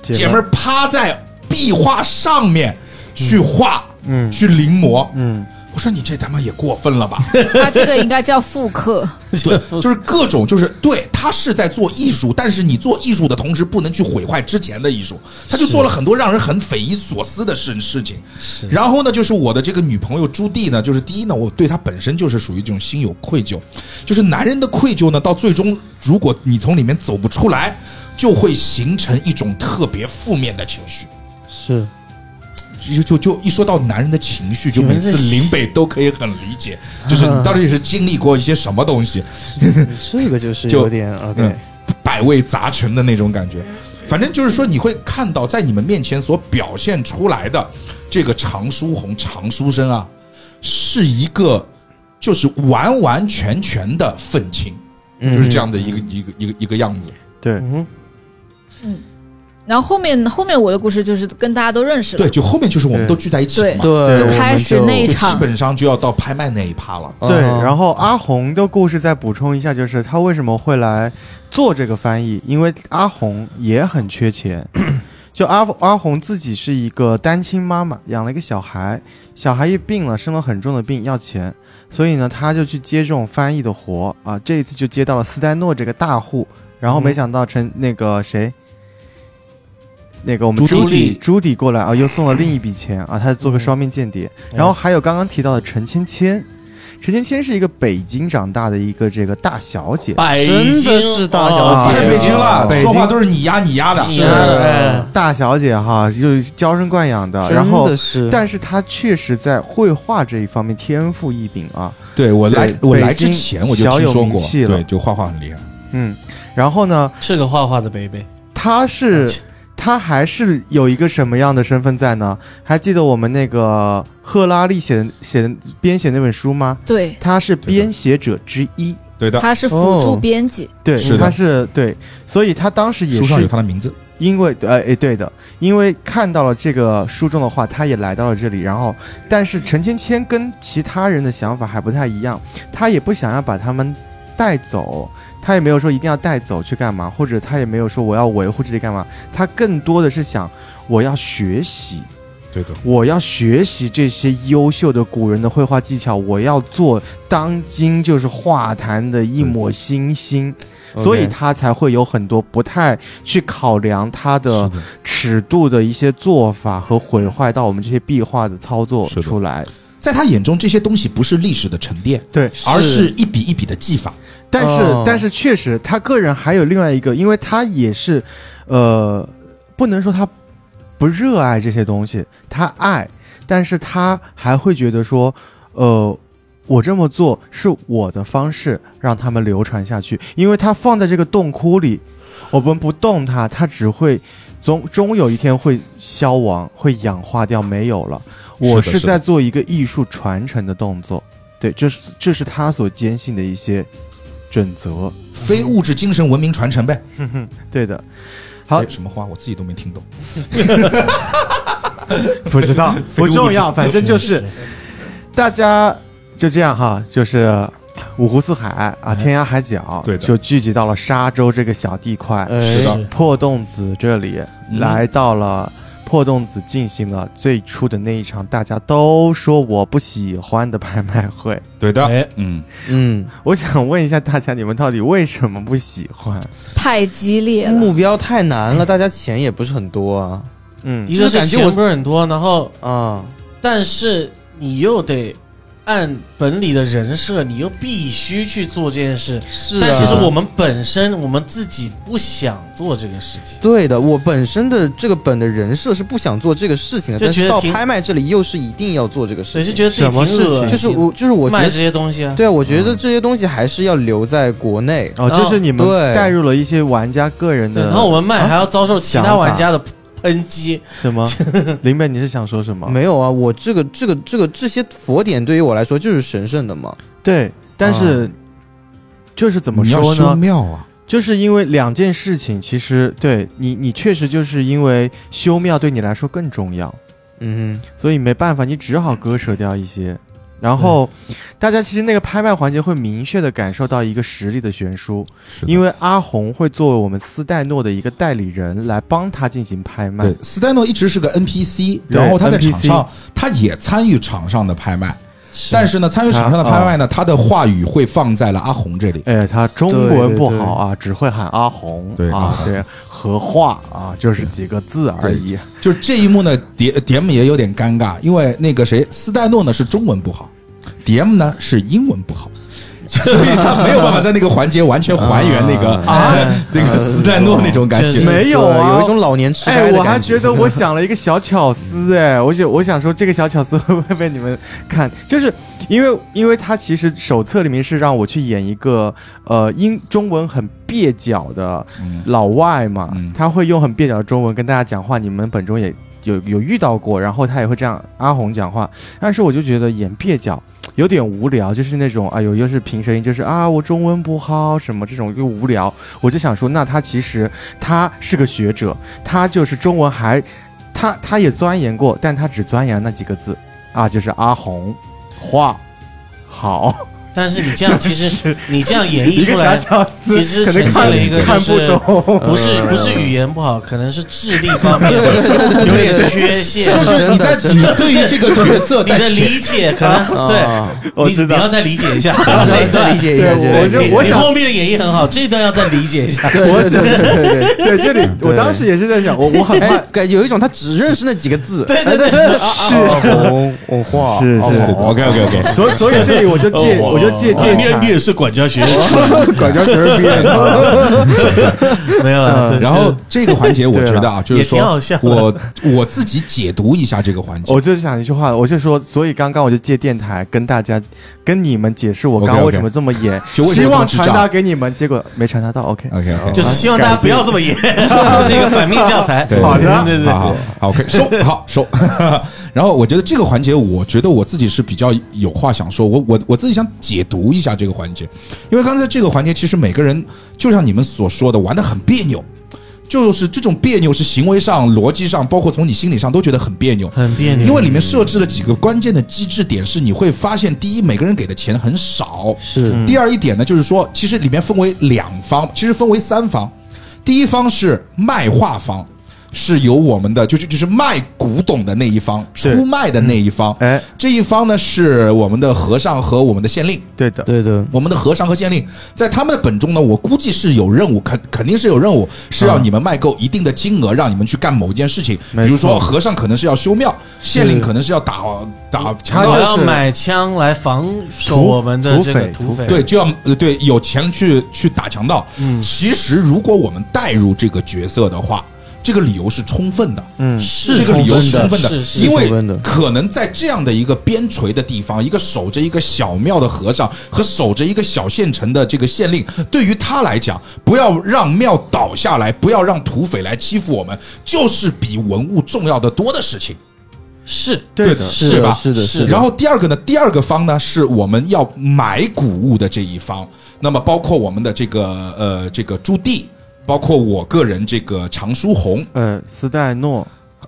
Speaker 1: 姐们
Speaker 5: 儿，
Speaker 1: 儿趴在壁画上面去画，
Speaker 5: 嗯
Speaker 1: 去临摹。
Speaker 5: 嗯，
Speaker 1: 我我说你这他妈也过分了吧？
Speaker 4: 他这个应该叫复刻，
Speaker 1: 对，就是各种，就是对他是在做艺术，但是你做艺术的同时，不能去毁坏之前的艺术。他就做了很多让人很匪夷所思的事事情。然后呢，就是我的这个女朋友朱棣呢，就是第一呢，我对她本身就是属于这种心有愧疚，就是男人的愧疚呢，到最终如果你从里面走不出来，就会形成一种特别负面的情绪。
Speaker 2: 是
Speaker 1: 就就就一说到男人的情绪，就
Speaker 7: 你
Speaker 1: 每
Speaker 7: 们
Speaker 1: 次
Speaker 7: 这
Speaker 1: 林北都可以很理解，就是你到底是经历过一些什么东西，
Speaker 2: 这个就是
Speaker 1: 就
Speaker 2: 有点 OK，
Speaker 1: 嗯百味杂陈的那种感觉。反正就是说，你会看到在你们面前所表现出来的这个常书鸿、常书生啊，是一个就是完完全全的愤青，
Speaker 2: 嗯
Speaker 1: 就是这样的一个一个一个一个样子。
Speaker 5: 对，
Speaker 4: 然后后面后面我的故事就是跟大家都认识了
Speaker 1: 对，，就后面就是我们都聚在一起了嘛，
Speaker 2: 对，
Speaker 5: 对
Speaker 2: 我们
Speaker 4: 开始那
Speaker 1: 就
Speaker 4: 一
Speaker 1: 基
Speaker 4: 场
Speaker 1: 本上就要到拍卖那一趴了。
Speaker 5: 对，
Speaker 2: 嗯
Speaker 5: 然后阿红的故事再补充一下，就是他为什么会来做这个翻译，因为阿红也很缺钱。就阿阿红自己是一个单亲妈妈，养了一个小孩，小孩一病了，生了很重的病，要钱，所以呢，他就去接这种翻译的活啊。这一次就接到了斯丹诺这个大户，然后没想到陈、那个谁，那个我
Speaker 1: 朱
Speaker 5: 们朱
Speaker 1: 棣
Speaker 5: 棣朱棣过来啊，又送了另一笔钱啊，他做个双面间谍。然后还有刚刚提到的陈芊芊，陈芊芊是一个北京长大的一个这个大小姐，
Speaker 7: 百
Speaker 2: 真的
Speaker 7: 京
Speaker 2: 是大小
Speaker 7: 啊
Speaker 2: 姐
Speaker 1: 太
Speaker 2: 太
Speaker 1: 悲
Speaker 2: 悲
Speaker 1: 剧
Speaker 2: 剧
Speaker 1: 了
Speaker 5: 了，
Speaker 1: 说
Speaker 5: 说
Speaker 1: 话
Speaker 5: 话
Speaker 1: 都
Speaker 5: 都
Speaker 1: 是你呀你呀的。
Speaker 7: 你啊哎
Speaker 5: 大小姐哈，就是娇生惯养的，啊然
Speaker 2: 真
Speaker 5: 后
Speaker 2: 的。是，
Speaker 5: 但是她确实在绘画这一方面天赋异禀啊，
Speaker 1: 对我来
Speaker 5: 对
Speaker 1: 我来
Speaker 5: 北
Speaker 1: 之
Speaker 5: 京
Speaker 1: 前我就
Speaker 5: 小
Speaker 1: 听
Speaker 5: 有
Speaker 1: 说
Speaker 5: 名
Speaker 1: 过，
Speaker 5: 气了
Speaker 1: 对，就画画很厉害。
Speaker 5: 嗯，然后呢，
Speaker 7: 是个画画的贝贝，
Speaker 5: 她是她还是有一个什么样的身份在呢？还记得我们那个赫拉利写的写的编写那本书吗？
Speaker 4: 对，
Speaker 5: 她是编写者之一，
Speaker 1: 对的，
Speaker 4: 他是辅助编辑，
Speaker 5: 对，
Speaker 1: 是的
Speaker 5: 她是对，所以她当时也
Speaker 1: 书上有
Speaker 5: 是
Speaker 1: 他的名字。
Speaker 5: 因为呃诶对的，因为看到了这个书中的话，他也来到了这里。然后，但是陈芊芊跟其他人的想法还不太一样，他也不想要把他们带走，他也没有说一定要带走去干嘛，或者他也没有说我要维护这里干嘛，他更多的是想我要学习，
Speaker 1: 对的，
Speaker 5: 我要学习这些优秀的古人的绘画技巧，我要做当今就是画坛的一抹新
Speaker 1: 嗯
Speaker 5: 星。所以他才会有很多不太去考量他的
Speaker 1: 是的
Speaker 5: 尺度的一些做法和毁坏到我们这些壁画的操作
Speaker 1: 是的
Speaker 5: 出来。
Speaker 1: 在他眼中，这些东西不是历史的沉淀，
Speaker 5: 对，
Speaker 1: 而是一笔一笔的技法。
Speaker 5: 但是、
Speaker 2: 哦
Speaker 5: 但是确实，他个人还有另外一个，因为他也是，呃，不能说他不热爱这些东西，他爱，但是他还会觉得说，呃。我这么做是我的方式，让他们流传下去，因为它放在这个洞窟里，我们不动它，它只会总终有一天会消亡，会氧化掉，没有了。我
Speaker 1: 是的
Speaker 5: 是
Speaker 1: 是的
Speaker 5: 在做一个艺术传承的动作，对，这是这是他所坚信的一些准则。
Speaker 1: 非物质精神文明传承呗。
Speaker 5: 对的，好
Speaker 1: 哎，什么话我自己都没听懂。
Speaker 5: 不知道不重要，反正就是大家就这样哈，就是五湖四海啊，天涯海角，
Speaker 1: 对的
Speaker 5: 就聚集到了沙洲这个小地块，
Speaker 1: 是的
Speaker 2: 哎，
Speaker 5: 破洞子这里、
Speaker 1: 嗯
Speaker 5: 来到了。破洞子进行了最初的那一场大家都说我不喜欢的拍卖会，
Speaker 1: 对的，
Speaker 7: 哎
Speaker 1: 嗯，
Speaker 2: 嗯，
Speaker 5: 我想问一下大家，你们到底为什么不喜欢？
Speaker 4: 太激烈了。
Speaker 2: 目标太难了，大家钱也不是很多啊，
Speaker 5: 嗯
Speaker 7: 一
Speaker 2: 就
Speaker 7: 个
Speaker 2: 是
Speaker 7: 是
Speaker 2: 感觉
Speaker 7: 钱
Speaker 2: 我
Speaker 7: 不是很多，然后
Speaker 2: 啊，
Speaker 7: 但是你又得按本里的人设，你又必须去做这件事。
Speaker 2: 是啊，
Speaker 7: 但其实我们本身我们自己不想做这个事情，
Speaker 2: 对的，我本身的这个本的人设是不想做这个事情的，
Speaker 7: 就
Speaker 2: 但
Speaker 7: 觉
Speaker 2: 是
Speaker 7: 得
Speaker 2: 到
Speaker 7: 挺
Speaker 2: 拍卖这里又是一定要做这个
Speaker 7: 所
Speaker 2: 事
Speaker 7: 以就
Speaker 2: 情，
Speaker 7: 觉得自己挺恶
Speaker 5: 什么事
Speaker 7: 心的，
Speaker 5: 情
Speaker 2: 就是我就是我觉
Speaker 7: 卖
Speaker 2: 得
Speaker 7: 这些东西啊。
Speaker 2: 对啊，我觉得这些东西还是要留在国内。
Speaker 5: 哦，就是你们
Speaker 2: 对
Speaker 5: 带入了一些玩家个人
Speaker 7: 对，
Speaker 5: 的，
Speaker 7: 然后我们卖还要遭受其
Speaker 5: 想法
Speaker 7: 他玩家的抨击，
Speaker 5: 什 么？林北，你是想说什么？
Speaker 2: 没有啊，我这个这个这个这些佛典对于我来说就是神圣的嘛。
Speaker 5: 对，但是、就是怎么
Speaker 1: 啊你要
Speaker 5: 说
Speaker 1: 修
Speaker 5: 呢？
Speaker 1: 庙啊？
Speaker 5: 就是因为两件事情，其实对你，你确实就是因为修庙对你来说更重要，
Speaker 2: 嗯
Speaker 5: 所以没办法，你只好割舍掉一些。然后，大家其实那个拍卖环节会明确的感受到一个实力的悬殊，因
Speaker 1: 为
Speaker 5: 为阿红会作为我们斯黛诺的一个代理人来帮他进行拍卖
Speaker 1: 对。斯丹诺一直是个 NPC，
Speaker 5: 对
Speaker 1: 然后他在场
Speaker 5: NPC
Speaker 1: 上他也参与场上的拍卖，但是呢，参与场上的拍卖呢，他的话语会放在了阿红这里。
Speaker 5: 哎，他中文不好啊，只会喊阿红
Speaker 1: 对阿
Speaker 5: 啊，
Speaker 1: 红
Speaker 5: 对，和话啊，就是几个字而已。
Speaker 1: 就是这一幕呢，蝶蝶姆也有点尴尬，因为那个谁斯戴诺呢是中文不好，蝶姆呢是英文不好。所以他没有办法在那个环节完全还原那个啊那个斯戴诺那种感
Speaker 7: 这
Speaker 1: 觉
Speaker 7: 是，
Speaker 5: 没有啊
Speaker 2: 对有一种老年痴
Speaker 5: 哎，
Speaker 2: 呆的
Speaker 5: 我还
Speaker 2: 感
Speaker 5: 觉得我想了一个 小巧思，哎，我想我想说这个小巧思会不会被你们看？就是因为因为他其实手册里面是让我去演一个呃英中文很蹩脚的
Speaker 1: 嗯
Speaker 5: 老外嘛，
Speaker 1: 嗯
Speaker 5: 他会用很蹩脚的中文跟大家讲话，你们本中也有有遇到过，然后他也会这样阿红讲话，但是我就觉得演蹩脚。有点无聊，就是那种哎呦，又是平舌音，就是啊，我中文不好什么这种又无聊。我就想说，那他其实他是个学者，他就是中文还，他他也钻研过，但他只钻研了那几个字啊，就是阿红话好，
Speaker 7: 但是你这样其实
Speaker 5: 是
Speaker 7: 你这样演
Speaker 5: 一
Speaker 7: 绎
Speaker 5: 个
Speaker 7: 出
Speaker 5: 小
Speaker 7: 来，
Speaker 5: 巧思，
Speaker 7: 其实
Speaker 5: 可能
Speaker 7: 呈现
Speaker 5: 看
Speaker 7: 了一个
Speaker 5: 看
Speaker 7: 就
Speaker 5: 不
Speaker 7: 是
Speaker 5: 懂。
Speaker 7: 不是不是语言不好，可能是智力方面有点缺陷。
Speaker 1: 就是你在你对于这个角 色
Speaker 7: 你
Speaker 1: 在
Speaker 7: 的理解可能
Speaker 2: 啊
Speaker 7: 对，你你要再理解一下
Speaker 2: 是
Speaker 7: 这
Speaker 2: 要再
Speaker 7: 一段
Speaker 2: 理。解一下这
Speaker 5: 对
Speaker 2: 个
Speaker 5: 我
Speaker 2: 理解，
Speaker 5: 就
Speaker 7: 你
Speaker 5: 我
Speaker 7: 你
Speaker 5: 想
Speaker 7: 后面的演绎很好，这一段要再理解一下。
Speaker 2: 对对对对对
Speaker 5: 对，这里我
Speaker 2: 对
Speaker 5: 当时也是在想，我我很
Speaker 2: 对，哎
Speaker 5: 慢，，
Speaker 2: 感有一种他只认识那几个字，
Speaker 7: 对对对，
Speaker 5: 是
Speaker 2: 啊红我画
Speaker 5: 是是
Speaker 1: 对对，OK OK OK，
Speaker 5: 所以所以这里我就
Speaker 1: 哦
Speaker 5: 借哦我就借
Speaker 1: 啊
Speaker 5: 电
Speaker 7: 你也你
Speaker 5: 台，
Speaker 7: 也是管家学生，
Speaker 2: 管教学生毕业，
Speaker 7: 没有了。对
Speaker 1: 然后这个环节，我觉得啊，就是
Speaker 7: 也挺
Speaker 1: 说
Speaker 7: 好笑的
Speaker 1: 我我自己解读一下这个环节
Speaker 5: 我。就想一句话，我就说，所以刚刚我就借电台跟大家跟你们解释我刚刚
Speaker 1: OK，OK
Speaker 5: 为什么这么演，
Speaker 1: 就为什么
Speaker 5: 希望
Speaker 1: 这么智障
Speaker 5: 传达给你们，结果没传达到，OK。
Speaker 1: OK OK，
Speaker 7: 就是希望大家不要这么演，这是一个反面教材。
Speaker 1: 对
Speaker 5: 好的
Speaker 7: 对对对
Speaker 1: 好好好，OK，收好收。 然后我觉得这个环节，我觉得我自己是比较有话想说，我我我自己想解读一下这个环节，因为刚才这个环节其实每个人就像你们所说的，玩的很别扭。就是这种别扭，是行为上、逻辑上，包括从你心理上都觉得很别扭。
Speaker 7: 很别
Speaker 1: 因为里面设置了几个关键的机制点，是你会发现，第一，每个人给的钱很少；
Speaker 2: 是
Speaker 1: 第二一点呢，就是说，其实里面分为两方，其实分为三方。第一方是卖画方，是由我们的就是就是卖古董的那一方
Speaker 5: 对
Speaker 1: 出卖的那一方，
Speaker 5: 哎，
Speaker 1: 这一方呢是我们的和尚和我们的县令。
Speaker 5: 对的，
Speaker 2: 对的，
Speaker 1: 我们的和尚和县令在他们的本中呢，我估计是有任务，肯肯定是有任务，是要你们卖够一定的金额，让你们去干某一件事情。比
Speaker 5: 没错
Speaker 1: 如说，和尚可能是要修庙，县令可能是要打打强
Speaker 5: 他
Speaker 1: 盗
Speaker 7: 我
Speaker 5: 就，
Speaker 7: 要买枪来防守我们的这个
Speaker 5: 土
Speaker 7: 土匪。
Speaker 1: 对，就要呃对有钱去去打强盗。
Speaker 7: 嗯
Speaker 1: 其实如果我们带入这个角色的话，这个理由是充分的。
Speaker 5: 嗯，
Speaker 7: 是
Speaker 1: 这个理由是充分的，
Speaker 7: 是是
Speaker 1: 因为
Speaker 2: 充分的
Speaker 1: 可能在这样的一个边陲的地方，一个守着一个小庙的和尚和守着一个小县城的这个县令，对于他来讲，不要让庙倒下来，不要让土匪来欺负我们，就是比文物重要的多的事情。
Speaker 7: 是
Speaker 5: 对的，
Speaker 2: 是
Speaker 1: 对吧
Speaker 2: 的，是的，是的。
Speaker 1: 然后第二个呢，第二个方呢是我们要买古物的这一方，那么包括我们的这个呃这个朱棣，包括我个人这个常书鸿，
Speaker 5: 呃，斯黛诺，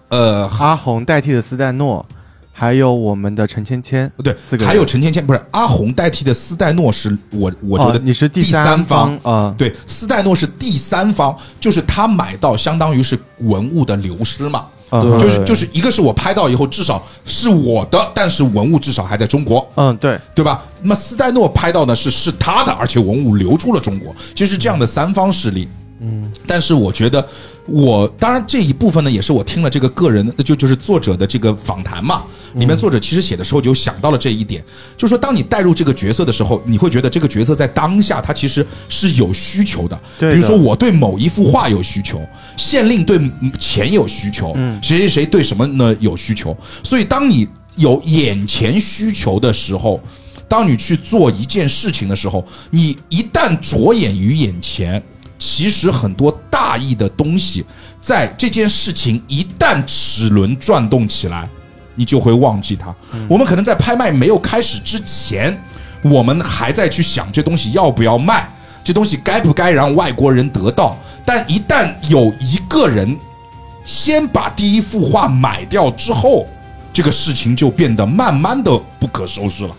Speaker 1: 呃
Speaker 5: 阿红代替的斯黛诺，还有我们的陈芊芊，
Speaker 1: 对
Speaker 5: 四，个人
Speaker 1: 还有陈芊芊，不是阿红代替的斯黛诺是我，我觉
Speaker 5: 哦
Speaker 1: 得、
Speaker 5: 你是
Speaker 1: 第
Speaker 5: 三
Speaker 1: 三方
Speaker 5: 啊，
Speaker 1: 对，斯黛诺是第三方，就是他买到相当于是文物的流失嘛，
Speaker 5: 嗯
Speaker 2: 对
Speaker 1: 就是就是一个是我拍到以后至少是我的，但是文物至少还在中国，
Speaker 5: 嗯，对，
Speaker 1: 对吧？那么斯黛诺拍到的是是他的，而且文物流出了中国，就是这样的三方势力。嗯，但是我觉得我当然这一部分呢，也是我听了这个个人就就是作者的这个访谈嘛，
Speaker 5: 嗯
Speaker 1: 里面作者其实写的时候就想到了这一点，就是说当你带入这个角色的时候，你会觉得这个角色在当下他其实是有需求的，
Speaker 5: 对的
Speaker 1: 比如说我对某一幅画有需求，县令对钱有需求，谁谁谁对什么呢有需求，所以当你有眼前需求的时候，当你去做一件事情的时候，你一旦着眼于眼前，其实很多大意的东西，在这件事情一旦齿轮转动起来，你就会忘记它。我们可能在拍卖没有开始之前，我们还在去想这东西要不要卖，这东西该不该让外国人得到。但一旦有一个人先把第一幅画买掉之后，这个事情就变得慢慢的不可收拾了。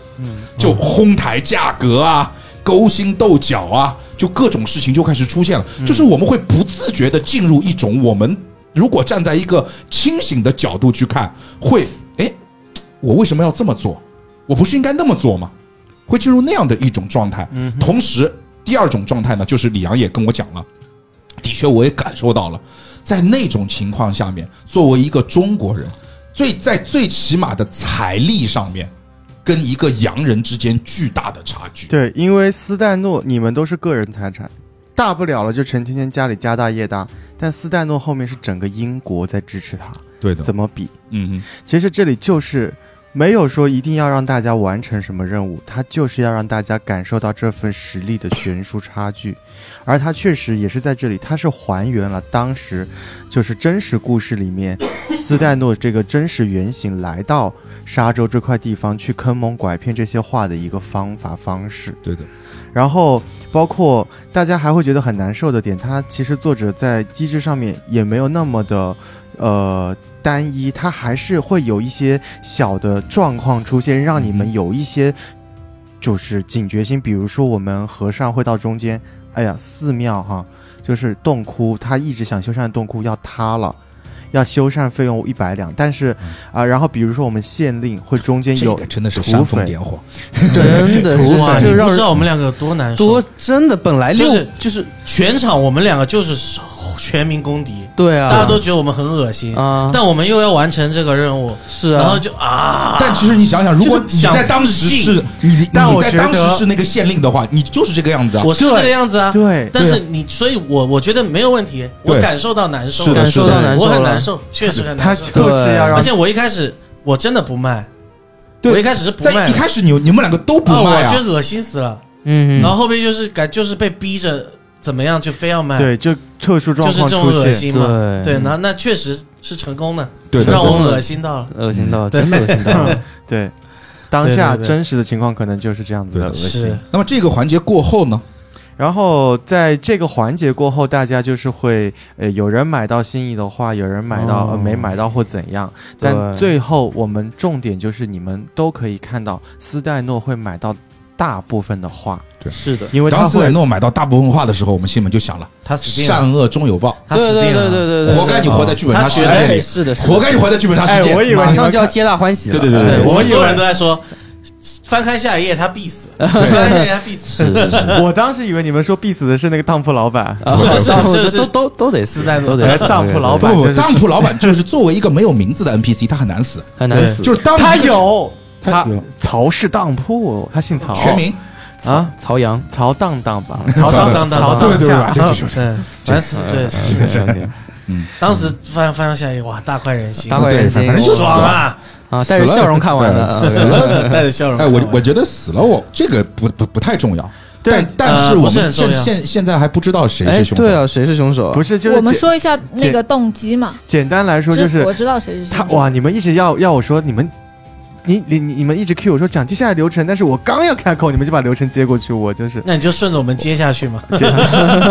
Speaker 1: 就哄抬价格啊，勾心斗角啊，就各种事情就开始出现了。就是我们会不自觉的进入一种我们如果站在一个清醒的角度去看，会哎，诶我为什么要这么做？我不是应该那么做吗？会进入那样的一种状态。
Speaker 5: 嗯
Speaker 1: 同时，第二种状态呢，就是李阳也跟我讲了，的确我也感受到了，在那种情况下面，作为一个中国人，最在最起码的财力上面，跟一个洋人之间巨大的差距。
Speaker 5: 对，因为斯黛诺你们都是个人财产，大不了了就陈芊芊家里家大业大，但斯黛诺后面是整个英国在支持他，
Speaker 1: 对的，
Speaker 5: 怎么比？
Speaker 1: 嗯嗯，
Speaker 5: 其实这里就是没有说一定要让大家完成什么任务，他就是要让大家感受到这份实力的悬殊差距，而他确实也是在这里，他是还原了当时就是真实故事里面斯黛诺这个真实原型来到沙洲这块地方去坑蒙拐骗这些话的一个方法方式。
Speaker 1: 对的，
Speaker 5: 然后包括大家还会觉得很难受的点，它其实作者在机制上面也没有那么的呃单一，它还是会有一些小的状况出现，让你们有一些就是警觉心。比如说我们和尚会到中间，哎呀，寺庙哈，就是洞窟，他一直想修缮的洞窟要塌了。要修缮费
Speaker 7: 嗯
Speaker 5: 用一百两，但是啊、然后比如说我们县令会中间
Speaker 1: 这
Speaker 5: 有
Speaker 7: 哎
Speaker 1: 个真的是
Speaker 5: 土
Speaker 1: 煽风
Speaker 5: 匪
Speaker 1: 点火。
Speaker 2: 真的
Speaker 5: 图
Speaker 7: 哇，
Speaker 5: 案
Speaker 2: 是
Speaker 7: 你
Speaker 2: 就让
Speaker 7: 不知
Speaker 2: 人
Speaker 7: 道我们两个有多难受。
Speaker 2: 多真的本来六
Speaker 7: 就是
Speaker 2: 就是
Speaker 7: 全场我们两个就是全民公敌，
Speaker 2: 对啊，
Speaker 7: 大家都觉得我们很恶心，
Speaker 2: 啊，
Speaker 7: 但我们又要完成这个任务，
Speaker 2: 是
Speaker 7: 然后
Speaker 2: 啊，
Speaker 7: 就啊，
Speaker 1: 但其实你想想，如果
Speaker 7: 就是
Speaker 1: 你
Speaker 7: 想
Speaker 1: 在当时
Speaker 7: 自信
Speaker 1: 是你的，
Speaker 5: 但
Speaker 1: 你
Speaker 5: 我
Speaker 1: 在
Speaker 5: 觉得
Speaker 1: 当时是那个县令的话，你就是这个样子啊。
Speaker 7: 我是这个样子啊。
Speaker 5: 对，
Speaker 7: 但是你，所以我我觉得没有问题，我
Speaker 1: 对
Speaker 7: 感受到难受，
Speaker 1: 是的
Speaker 2: 感
Speaker 1: 是
Speaker 2: 受
Speaker 1: 的
Speaker 2: 到难受
Speaker 7: 我
Speaker 2: 了，
Speaker 7: 很难受，确实很
Speaker 5: 他
Speaker 7: 难受。
Speaker 5: 就是要让
Speaker 7: 而且我一开始我真的不卖，
Speaker 1: 对
Speaker 7: 我一开始是不卖
Speaker 1: 在
Speaker 7: 的，
Speaker 1: 一开始你你们两个都不
Speaker 7: 哦
Speaker 1: 卖
Speaker 7: 我觉
Speaker 1: 啊，
Speaker 7: 得恶心死了。
Speaker 2: 嗯，
Speaker 7: 然后后面就是感就是被逼着怎么样就非要卖，，
Speaker 5: 对，就特
Speaker 7: 就
Speaker 5: 殊状
Speaker 7: 是
Speaker 5: 况
Speaker 7: 这种
Speaker 5: 出
Speaker 7: 恶
Speaker 5: 现。
Speaker 7: 心嘛。
Speaker 2: 对
Speaker 7: 对，那那确实是成功的，
Speaker 1: 对
Speaker 7: 就
Speaker 1: 的，
Speaker 7: 让我
Speaker 1: 对的
Speaker 7: 恶心到了。
Speaker 2: 恶心到真的恶心到了，
Speaker 5: 对，当下
Speaker 7: 对对对
Speaker 5: 真实的情况可能就是这样子的
Speaker 1: 对
Speaker 5: 恶
Speaker 1: 的
Speaker 5: 心
Speaker 7: 是。，
Speaker 1: 那么这个环节过后呢？
Speaker 5: 然后在这个环节过后，大家就是会，呃，有人买到心仪的话，有人买到、
Speaker 2: 哦
Speaker 5: 呃没买到或怎样。
Speaker 2: 对
Speaker 5: 但最后我们重点就是你们都可以看到，斯黛诺会买到大部分的画，
Speaker 2: 是的，
Speaker 5: 因为他
Speaker 1: 当斯
Speaker 5: 会
Speaker 1: 坦诺买到大部分画的时候，我们心里面就想了：
Speaker 7: 他死定了，
Speaker 1: 善恶终有报，
Speaker 7: 他死定了。
Speaker 2: 对
Speaker 1: 活该你活在剧本杀世
Speaker 7: 他觉
Speaker 1: 界
Speaker 2: 哎，
Speaker 1: 里，
Speaker 2: 是的，是的
Speaker 1: 活该你活在剧本杀世界。
Speaker 5: 哎我以为
Speaker 2: 马
Speaker 1: 妈
Speaker 2: 上就要皆大欢喜了，哎
Speaker 1: 对对对对
Speaker 7: 我
Speaker 5: 我
Speaker 7: 们
Speaker 5: 以为
Speaker 7: 所有人都在说，翻开下一页他必死，翻开下一页他必死。
Speaker 2: 是是是，
Speaker 5: 我当时以为你们说必死的是那个当铺老板，
Speaker 2: 啊
Speaker 7: 是是
Speaker 2: 当
Speaker 7: 是是
Speaker 2: 都都都得死，都得
Speaker 5: 哎
Speaker 2: 死
Speaker 5: 当铺老
Speaker 1: 不
Speaker 5: 板
Speaker 1: 不
Speaker 5: 就
Speaker 1: 不，
Speaker 5: 是
Speaker 1: 当铺老板就是作为一个没有名字的 NPC，他很难死。
Speaker 2: 很难死，
Speaker 1: 就是当
Speaker 5: 他有
Speaker 1: 他
Speaker 5: 他
Speaker 1: 有
Speaker 5: 曹氏当铺，他姓曹，
Speaker 1: 全名，
Speaker 5: 啊，
Speaker 2: 曹阳，
Speaker 5: 曹荡荡 吧，
Speaker 7: 曹
Speaker 5: 曹
Speaker 7: 荡荡
Speaker 5: 荡荡，
Speaker 7: 荡
Speaker 5: 曹
Speaker 7: 荡
Speaker 1: 对对
Speaker 5: 荡
Speaker 1: 吧？
Speaker 5: 荡
Speaker 1: 对对对对
Speaker 7: 对，反正嗯对，是
Speaker 2: 对
Speaker 7: 当时翻翻到下一页，哇，大快人心，
Speaker 2: 大快人心嗯
Speaker 1: 对反正就
Speaker 7: 爽啊！
Speaker 2: 啊，带着笑容看完了，嗯
Speaker 1: 死了。
Speaker 7: 带着笑容啊
Speaker 1: 哎，
Speaker 7: 看完。
Speaker 1: 我我觉得死了我这个不不不太重要，
Speaker 5: 对
Speaker 1: 但但是
Speaker 7: 呃
Speaker 1: 我
Speaker 7: 不是
Speaker 1: 们
Speaker 7: 很
Speaker 1: 现
Speaker 7: 重要
Speaker 1: 现现在还不知道谁
Speaker 2: 哎
Speaker 1: 是，凶手
Speaker 2: 对。啊，谁是凶手啊？
Speaker 5: 不是，就是
Speaker 4: 我们
Speaker 5: 简
Speaker 4: 说一下那个动机嘛，
Speaker 5: 简单来说就
Speaker 4: 知
Speaker 5: 是
Speaker 4: 我知道谁是
Speaker 5: 他
Speaker 4: 凶手
Speaker 5: 哇，你们一直要要我说你们。你你你你们一直 Q 我说讲接下来流程，但是我刚要开口，你们就把流程接过去，我真是
Speaker 7: 那你就顺着我们接下去嘛。
Speaker 5: 简单，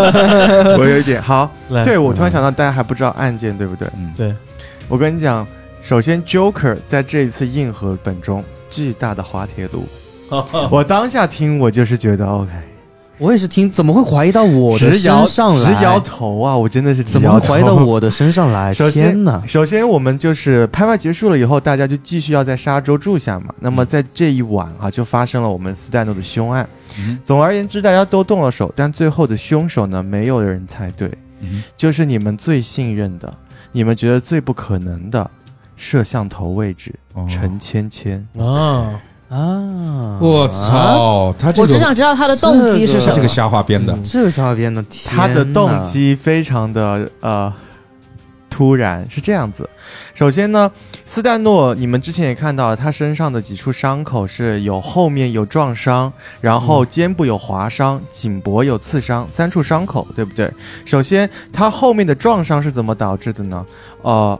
Speaker 5: 我有一 点好。
Speaker 7: 来
Speaker 5: 对，
Speaker 2: 嗯
Speaker 5: 我突然想到，大家还不知道案件，对不对？
Speaker 1: 嗯
Speaker 7: 对，
Speaker 5: 我跟你讲，首先 Joker 在这一次硬核本中巨大的滑铁卢，我当下听我就是觉得 OK，
Speaker 2: 我也是听，怎么会怀疑到我的
Speaker 5: 直摇
Speaker 2: 身上
Speaker 5: 直
Speaker 2: 来？
Speaker 5: 摇头啊，我真的是直
Speaker 2: 怎么
Speaker 5: 摇
Speaker 2: 会
Speaker 5: 头
Speaker 2: 怀疑到我的身上来？
Speaker 5: 首先
Speaker 2: 哎天哪！
Speaker 5: 首先，我们就是拍卖结束了以后，大家就继续要在沙洲住下嘛。那么在这一晚啊，就发生了我们斯黛诺的凶案。
Speaker 1: 嗯
Speaker 5: 总而言之，大家都动了手，但最后的凶手呢，没有人猜对，
Speaker 1: 嗯
Speaker 5: 就是你们最信任的，你们觉得最不可能的摄像头位置，
Speaker 1: 哦
Speaker 5: 陈芊芊。
Speaker 7: 哦，
Speaker 2: 啊！
Speaker 1: 我！操，他这
Speaker 4: 我只
Speaker 1: 个
Speaker 4: 想知道他的动机是什么。
Speaker 1: 这个瞎话编的，
Speaker 2: 这个小小编的，天
Speaker 5: 他的动
Speaker 2: 哪
Speaker 5: 机非常的呃突然，是这样子。首先呢，斯黛诺，你们之前也看到了，他身上的几处伤口是有后面有撞伤，然后肩部有划伤，颈脖有刺伤，三处伤口，对不对？首先，他后面的撞伤是怎么导致的呢？呃，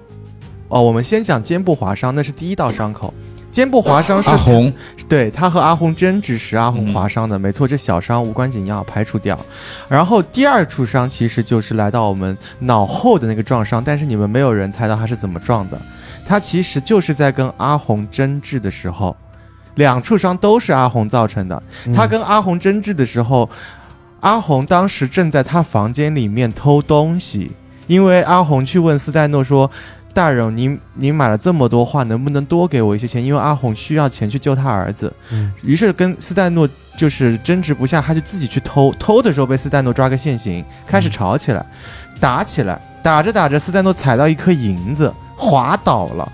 Speaker 5: 哦，我们先讲肩部划伤，那是第一道伤口。肩部划伤是
Speaker 1: 阿啊红
Speaker 5: 对他和阿红争执时，阿红划伤的，没错，这小伤无关紧要，排除掉。然后第二处伤其实就是来到我们脑后的那个撞伤，但是你们没有人猜到他是怎么撞的，他其实就是在跟阿红争执的时候，两处伤都是阿红造成的。他跟阿红争执的时候，阿红当时正在他房间里面偷东西，因为阿红去问斯黛诺说。大人，你你买了这么多画，能不能多给我一些钱？因为阿红需要钱去救他儿子。
Speaker 7: 嗯
Speaker 5: 于是跟斯黛诺就是争执不下，他就自己去偷，偷的时候被斯黛诺抓个现行，开始吵起来，打起来，打着打着，斯黛诺踩到一颗银子，滑倒了。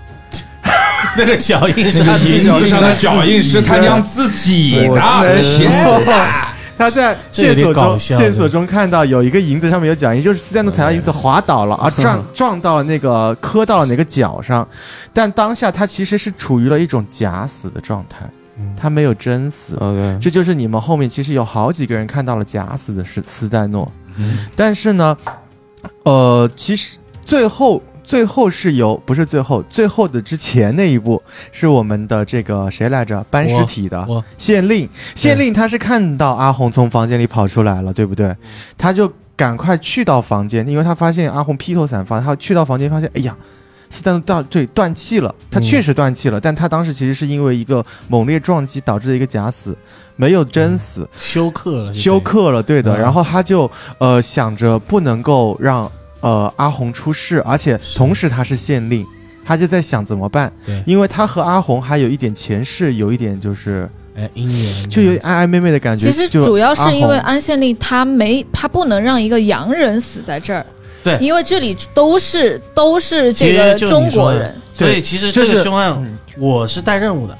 Speaker 7: 那个脚印是
Speaker 1: 那
Speaker 7: 他
Speaker 1: 个
Speaker 7: 自
Speaker 1: 银
Speaker 7: 己
Speaker 1: 子上的
Speaker 7: 的，
Speaker 1: 脚印是他娘自己的，
Speaker 5: 我真
Speaker 1: 天哪！
Speaker 5: 他在
Speaker 7: 这有
Speaker 5: 线
Speaker 7: 点
Speaker 5: 索
Speaker 7: 搞
Speaker 5: 中
Speaker 7: 笑
Speaker 5: 线索中看到有一个银子上面有脚印，就是斯丹诺踩到银子滑倒了，
Speaker 7: 嗯
Speaker 5: 而撞撞到了那个磕到了哪个脚上，但当下他其实是处于了一种假死的状态，
Speaker 7: 嗯
Speaker 5: 他没有真死。
Speaker 2: OK，
Speaker 5: 这就是你们后面其实有好几个人看到了假死的斯斯丹诺，
Speaker 1: 嗯
Speaker 5: 但是呢，呃，其实最后最后是由不是最后最后的之前那一步是我们的这个谁来着搬尸体的
Speaker 7: 我
Speaker 5: 县令，县令他是看到阿红从房间里跑出来了，对不对？他就赶快去到房间，因为他发现阿红披头散发，他去到房间发现，哎呀。斯坦到这里断气了，他确实断气了，但他当时其实是因为一个猛烈撞击导致的一个假死，没有真死。
Speaker 7: 休克了，
Speaker 5: 休。克了，对的。
Speaker 7: 嗯
Speaker 5: 然后他就呃想着不能够让呃阿红出事，而且同时他是县令，他就在想怎么办
Speaker 7: 对，
Speaker 5: 因为他和阿红还有一点前世，有一点就是
Speaker 7: 哎，姻缘
Speaker 5: 就有点暧暧昧昧的感觉。
Speaker 4: 其实
Speaker 5: 就
Speaker 4: 主要是因为
Speaker 5: 阿红
Speaker 4: 安县令他没他不能让一个洋人死在这儿，
Speaker 7: 对
Speaker 4: 因为这里都是都是这个
Speaker 7: 其实就是
Speaker 4: 中
Speaker 7: 你说
Speaker 4: 国
Speaker 7: 的
Speaker 4: 人，
Speaker 7: 所以
Speaker 5: 对
Speaker 7: 其实
Speaker 5: 就
Speaker 7: 这个
Speaker 5: 是
Speaker 7: 凶案
Speaker 5: 嗯
Speaker 7: 我是带任务的，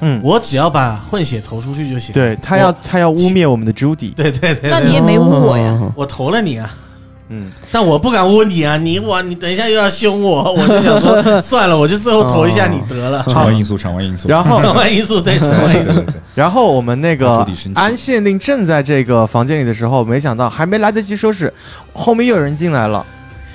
Speaker 5: 嗯，
Speaker 7: 我只要把混血投出去就行。
Speaker 5: 对他要他要污蔑我们的 Judy，
Speaker 7: 对对对，
Speaker 4: 那
Speaker 7: 对
Speaker 4: 你也没误我呀
Speaker 2: 哦
Speaker 7: 我投了你啊，
Speaker 5: 嗯，
Speaker 7: 但我不敢污你啊，你我你等一下又要凶我，我就想说 算了，我就最后投一下你得
Speaker 5: 啊
Speaker 7: 了。
Speaker 1: 场外因素，场外因素。
Speaker 5: 然后
Speaker 7: 场外因素 对场
Speaker 1: 对
Speaker 7: 外因
Speaker 1: 对
Speaker 7: 素，
Speaker 1: 对对
Speaker 5: 然后我们那
Speaker 1: 啊
Speaker 5: 个
Speaker 1: 朱棣生气
Speaker 5: 安县令正在这个房间里的时候，没想到还没来得及收拾，后面又有人进来了。
Speaker 7: 嗯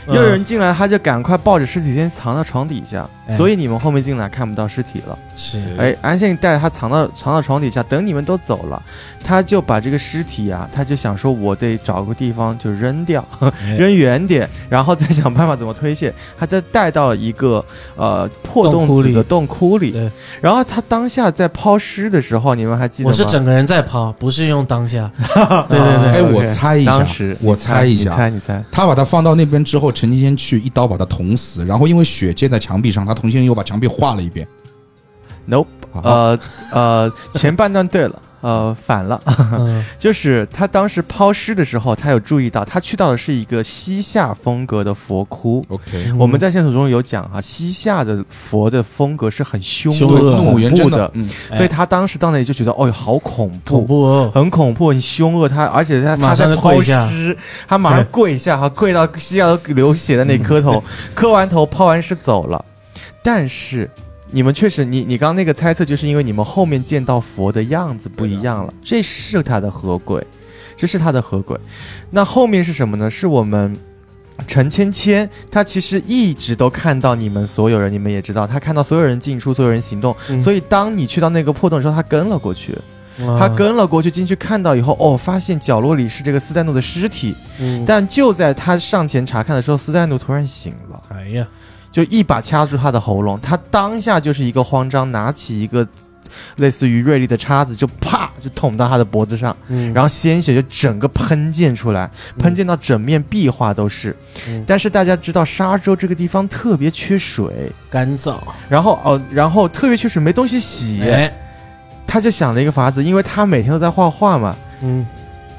Speaker 5: 又有人进来，他就赶快抱着尸体先藏到床底下，
Speaker 7: 哎
Speaker 5: 所以你们后面进来看不到尸体了。
Speaker 7: 是
Speaker 5: 哎，安县带着他藏到藏到床底下，等你们都走了，他就把这个尸体啊，他就想说我得找个地方就扔掉，
Speaker 1: 哎
Speaker 5: 扔远点，然后再想办法怎么推卸。他再带到一个呃破
Speaker 7: 洞窟
Speaker 5: 洞子
Speaker 7: 里
Speaker 5: 的洞窟里
Speaker 7: 对，
Speaker 5: 然后他当下在抛尸的时候，你们还记得
Speaker 7: 我
Speaker 5: 吗？
Speaker 7: 是整个人在抛，不是用当 下。啊对对
Speaker 1: 哎，
Speaker 7: 对，
Speaker 1: 我
Speaker 5: OK，
Speaker 1: 猜一下
Speaker 5: 当时，
Speaker 1: 我猜一
Speaker 5: 你
Speaker 1: 下，
Speaker 5: 猜你 猜，
Speaker 1: 他把他放到那边之后，陈金仙去一刀把他捅死，然后因为血溅在墙壁上，他重新又把墙壁画了一遍。
Speaker 5: Nope，
Speaker 1: 啊
Speaker 5: 呃呃，前半段对了，呃反了，
Speaker 7: 嗯
Speaker 5: 就是他当时抛尸的时候，他有注意到，他去到的是一个西夏风格的佛窟。
Speaker 1: OK，
Speaker 5: 我们在线索中有讲哈、西夏的佛的风格是很凶
Speaker 7: 凶
Speaker 5: 恶、
Speaker 7: 恶
Speaker 1: 动物
Speaker 5: 恐
Speaker 1: 园
Speaker 5: 怖
Speaker 1: 真
Speaker 5: 的，哎
Speaker 1: 嗯，
Speaker 5: 所以他当时到那里就觉得，哦，好恐怖，
Speaker 7: 恐怖哦，
Speaker 5: 很恐怖，很凶恶。他而且他
Speaker 7: 马
Speaker 5: 他
Speaker 7: 上
Speaker 5: 在
Speaker 7: 就
Speaker 5: 抛
Speaker 7: 跪下
Speaker 5: 尸，他马上
Speaker 7: 对
Speaker 5: 跪下，哈，跪到西夏都流血的那磕头，
Speaker 7: 嗯
Speaker 5: 磕完头抛完尸走了。但是你们确实，你你刚刚那个猜测，就是因为你们后面见到佛的样子不一样
Speaker 7: 嗯
Speaker 5: 了，这是他的合轨，这是他的合轨。那后面是什么呢？是我们。陈芊芊，她其实一直都看到你们所有人，你们也知道，她看到所有人进出，所有人行动，
Speaker 7: 嗯
Speaker 5: 所以当你去到那个破洞的时候，她跟了过去。他
Speaker 7: 他
Speaker 5: 跟了过去，进去看到以后，哦，发现角落里是这个斯丹诺的尸体。
Speaker 7: 嗯
Speaker 5: 但就在他上前查看的时候，斯丹诺突然醒了，
Speaker 7: 哎呀，
Speaker 5: 就一把掐住他的喉咙。他当下就是一个慌张，拿起一个类似于锐利的叉子，就啪就捅到他的脖子上，
Speaker 7: 然
Speaker 5: 然后鲜血就整个喷溅出来，喷溅到整面壁画都是。
Speaker 7: 嗯
Speaker 5: 但是大家知道沙洲这个地方特别缺水，
Speaker 7: 干燥，
Speaker 5: 然后哦，然后特别缺水，没东西洗，
Speaker 7: 哎，
Speaker 5: 他就想了一个法子，因为他每天都在画画嘛。
Speaker 7: 嗯，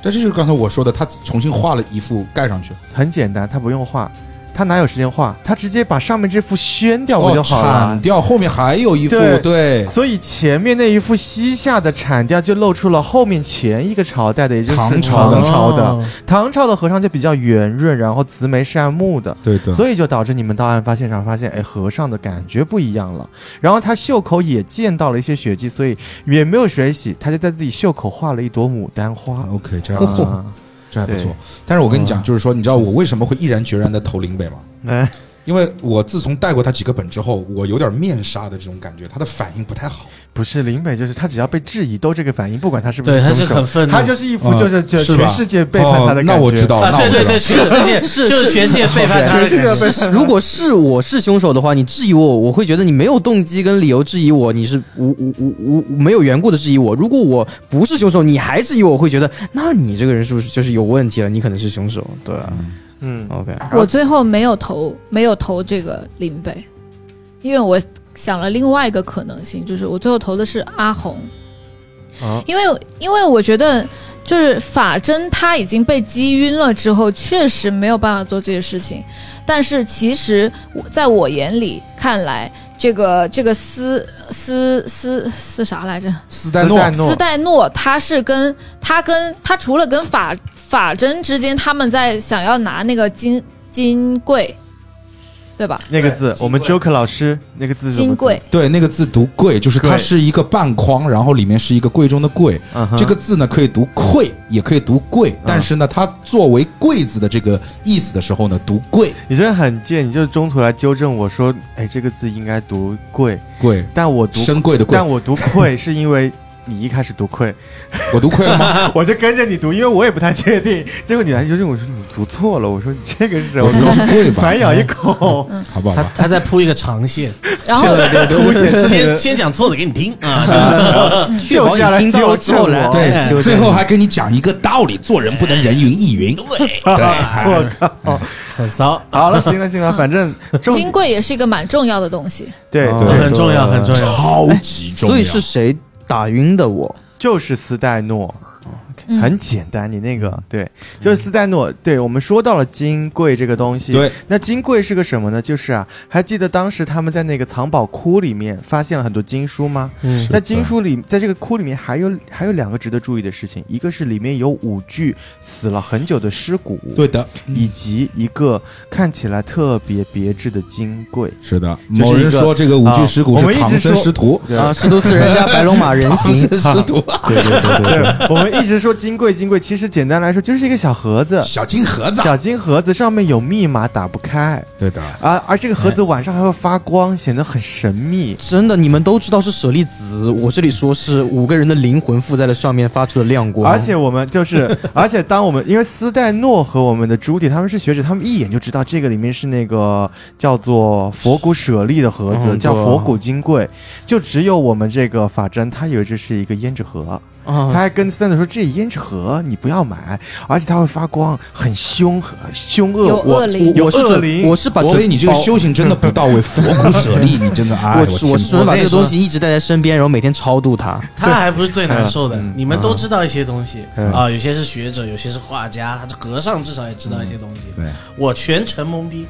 Speaker 1: 这就是刚才我说的，他重新画了一幅盖上去，
Speaker 5: 很简单，他不用画，他哪有时间画？他直接把上面这幅宣掉不就好
Speaker 1: 哦铲
Speaker 5: 了？
Speaker 1: 掉，后面还有一幅，
Speaker 5: 啊对
Speaker 1: 对，
Speaker 5: 所以前面那一幅西夏的铲掉，就露出了后面前一个朝代的，也就是
Speaker 1: 唐朝
Speaker 5: 朝
Speaker 1: 的
Speaker 5: 唐朝
Speaker 7: 哦
Speaker 5: 的唐朝的和尚就比较圆润，然后慈眉善目的，
Speaker 1: 对的。
Speaker 5: 所以就导致你们到案发现场发现，哎，和尚的感觉不一样了。然后他袖口也见到了一些血迹，所以也没有水洗，他就在自己袖口画了一朵牡丹花。
Speaker 1: OK，这还不错，
Speaker 5: 啊，
Speaker 1: 这还不错
Speaker 5: 对。嗯
Speaker 1: 但是我跟你讲，就是说，你知道我为什么会毅然决然的投林北吗？
Speaker 5: 哎，
Speaker 1: 因为我自从带过他几个本之后，我有点面纱的这种感觉，他的反应不太好。
Speaker 5: 不是林北，就是他只要被质疑都这个反应，不管他是不
Speaker 7: 对，
Speaker 5: 是
Speaker 7: 他
Speaker 5: 凶
Speaker 7: 是
Speaker 5: 手，
Speaker 7: 很愤怒，
Speaker 5: 他就是一副就是就
Speaker 1: 嗯
Speaker 5: 是
Speaker 1: 吧
Speaker 5: 全世界背叛他的感觉。
Speaker 1: 哦那我知道，
Speaker 7: 啊，
Speaker 1: 那我
Speaker 7: 对
Speaker 1: 知道
Speaker 7: 对对，全世界
Speaker 2: 是
Speaker 7: 就是全世界背叛他
Speaker 5: 全世界
Speaker 7: 的
Speaker 5: 背
Speaker 7: 感
Speaker 5: 叛
Speaker 7: 觉，
Speaker 2: 是，如果是我是凶手的话，你质疑我，我会觉得呃你没有动机跟理由质疑我，你是无无无无没有缘故的质疑我。如果我不是凶手，你还质疑我，我会觉得那你这个人是不是就是有问题了？你可能是凶手，对啊，
Speaker 1: 哦
Speaker 5: 嗯，
Speaker 2: OK，
Speaker 4: 我最后没有投，没有投这个林北，因为我想了另外一个可能性，就是我最后投的是阿红，
Speaker 5: 啊
Speaker 4: 因为因为我觉得就是法针他已经被击晕了之后，确实没有办法做这些事情，但是其实我在我眼里看来，这个这个斯斯斯斯啥来着？
Speaker 1: 斯戴诺
Speaker 5: 斯戴诺
Speaker 4: 斯戴诺他是跟他跟他除了跟法法针之间，他们在想要拿那个金金贵，对吧？
Speaker 5: 那个字，我们 Joker 老师那个字是什么
Speaker 4: 金
Speaker 5: 字
Speaker 4: 贵，
Speaker 1: 对那个字读贵，就是它
Speaker 5: 贵
Speaker 1: 是一个半框，然后里面是一个贵重的贵。
Speaker 5: 嗯哼
Speaker 1: 这个字呢可以读愧，也可以读贵，但是呢，它作为贵字的这个意思的时候呢，读贵
Speaker 5: 你真的很贱，你就中途来纠正我说，哎，这个字应该读贵，
Speaker 1: 贵，
Speaker 5: 但我读，
Speaker 1: 深贵的贵
Speaker 5: 但。我读愧是因为你一开始读愧，
Speaker 1: 我读愧了吗？
Speaker 5: 我就跟着你读，因为我也不太确定。结果你来纠正我说你读错了，我说你这个是什
Speaker 1: 我读的
Speaker 5: 么？
Speaker 1: 是贵吧？
Speaker 5: 反咬一口，
Speaker 4: 嗯
Speaker 1: 好不好
Speaker 7: 他
Speaker 1: 吧？
Speaker 7: 他在铺一个长线，
Speaker 4: 然后
Speaker 5: 凸显
Speaker 7: 先先讲错的给你听啊，
Speaker 4: 嗯
Speaker 5: 就是要来
Speaker 7: 听到了
Speaker 5: 纠正
Speaker 7: 之后来
Speaker 5: 我。
Speaker 7: 哎
Speaker 1: 对，
Speaker 7: 就是
Speaker 1: 最后还跟你讲一个道理：做人不能人云亦云。
Speaker 7: 对，
Speaker 1: 对，
Speaker 7: 很骚，
Speaker 5: 好了，行了行了，反正重
Speaker 4: 金贵也是一个蛮重要的东西，
Speaker 5: 对
Speaker 2: 哦
Speaker 5: 对
Speaker 7: 很重要，很重要。
Speaker 1: 超级重要。
Speaker 2: 所以是谁打晕的我？
Speaker 5: 就是斯黛诺。
Speaker 4: 嗯
Speaker 5: 很简单，你那个对，就是斯黛诺。对我们说到了金柜这个东西，
Speaker 1: 对，
Speaker 5: 那金柜是个什么呢？就是啊，还记得当时他们在那个藏宝窟里面发现了很多金书吗？
Speaker 7: 嗯
Speaker 5: 在金书里，在这个窟里面还有还有两个值得注意的事情，一个是里面有五具死了很久的尸骨，，
Speaker 1: 对的，
Speaker 5: 以及一个看起来特别别致的金柜。
Speaker 1: 是的。
Speaker 5: 就是
Speaker 1: 某人
Speaker 5: 一个
Speaker 1: 说这个五具尸骨
Speaker 5: 啊我
Speaker 1: 是
Speaker 5: 们一直
Speaker 1: 唐僧
Speaker 5: 说
Speaker 1: 师徒，
Speaker 5: 对
Speaker 2: 啊，师徒四人加白龙马人
Speaker 1: 唐
Speaker 2: 形
Speaker 1: 僧师徒，
Speaker 5: 对对对对，我们一直说金柜，金柜其实简单来说就是一个小盒子，
Speaker 1: 小金盒子。
Speaker 5: 小金盒子上面有密码，打不开。
Speaker 1: 对的，
Speaker 5: 啊，而这个盒子晚上还会发光，显得很神秘。
Speaker 2: 真的，你们都知道是舍利子，我这里说是五个人的灵魂附在了上面，发出了亮光。
Speaker 5: 而且我们就是， 而且当我们因为斯黛诺和我们的朱迪他们是学者，他们一眼就知道这个里面是那个叫做佛骨舍利的盒子，
Speaker 2: 嗯
Speaker 5: 叫
Speaker 2: 对啊
Speaker 5: 佛骨金柜。就只有我们这个法珍，他以为这是一个胭脂盒，他
Speaker 2: 啊，
Speaker 5: 还跟斯黛诺说这胭脂盒你不要买，而且它会发光，很凶，很凶恶。
Speaker 4: 有
Speaker 5: 我
Speaker 4: 恶灵
Speaker 5: 有
Speaker 2: 我是
Speaker 5: 恶
Speaker 2: 指
Speaker 5: 灵，
Speaker 2: 我是把
Speaker 1: 所以你这个
Speaker 2: 包
Speaker 1: 修行真的不到位，佛骨舍利，你真的哎，
Speaker 2: 我
Speaker 1: 我
Speaker 2: 是
Speaker 1: 天
Speaker 2: 我
Speaker 1: 哪
Speaker 2: 是准备把这
Speaker 7: 我跟你
Speaker 2: 个
Speaker 7: 说
Speaker 2: 东西一直带在身边，然后每天超度它。
Speaker 7: 他还不是最难受的，
Speaker 5: 嗯
Speaker 7: 你们都知道一些东西
Speaker 5: 嗯
Speaker 7: 啊，有些是学者，有些是画家，他是和尚，至少也知道一些东西。
Speaker 1: 嗯对
Speaker 7: 我全程懵逼，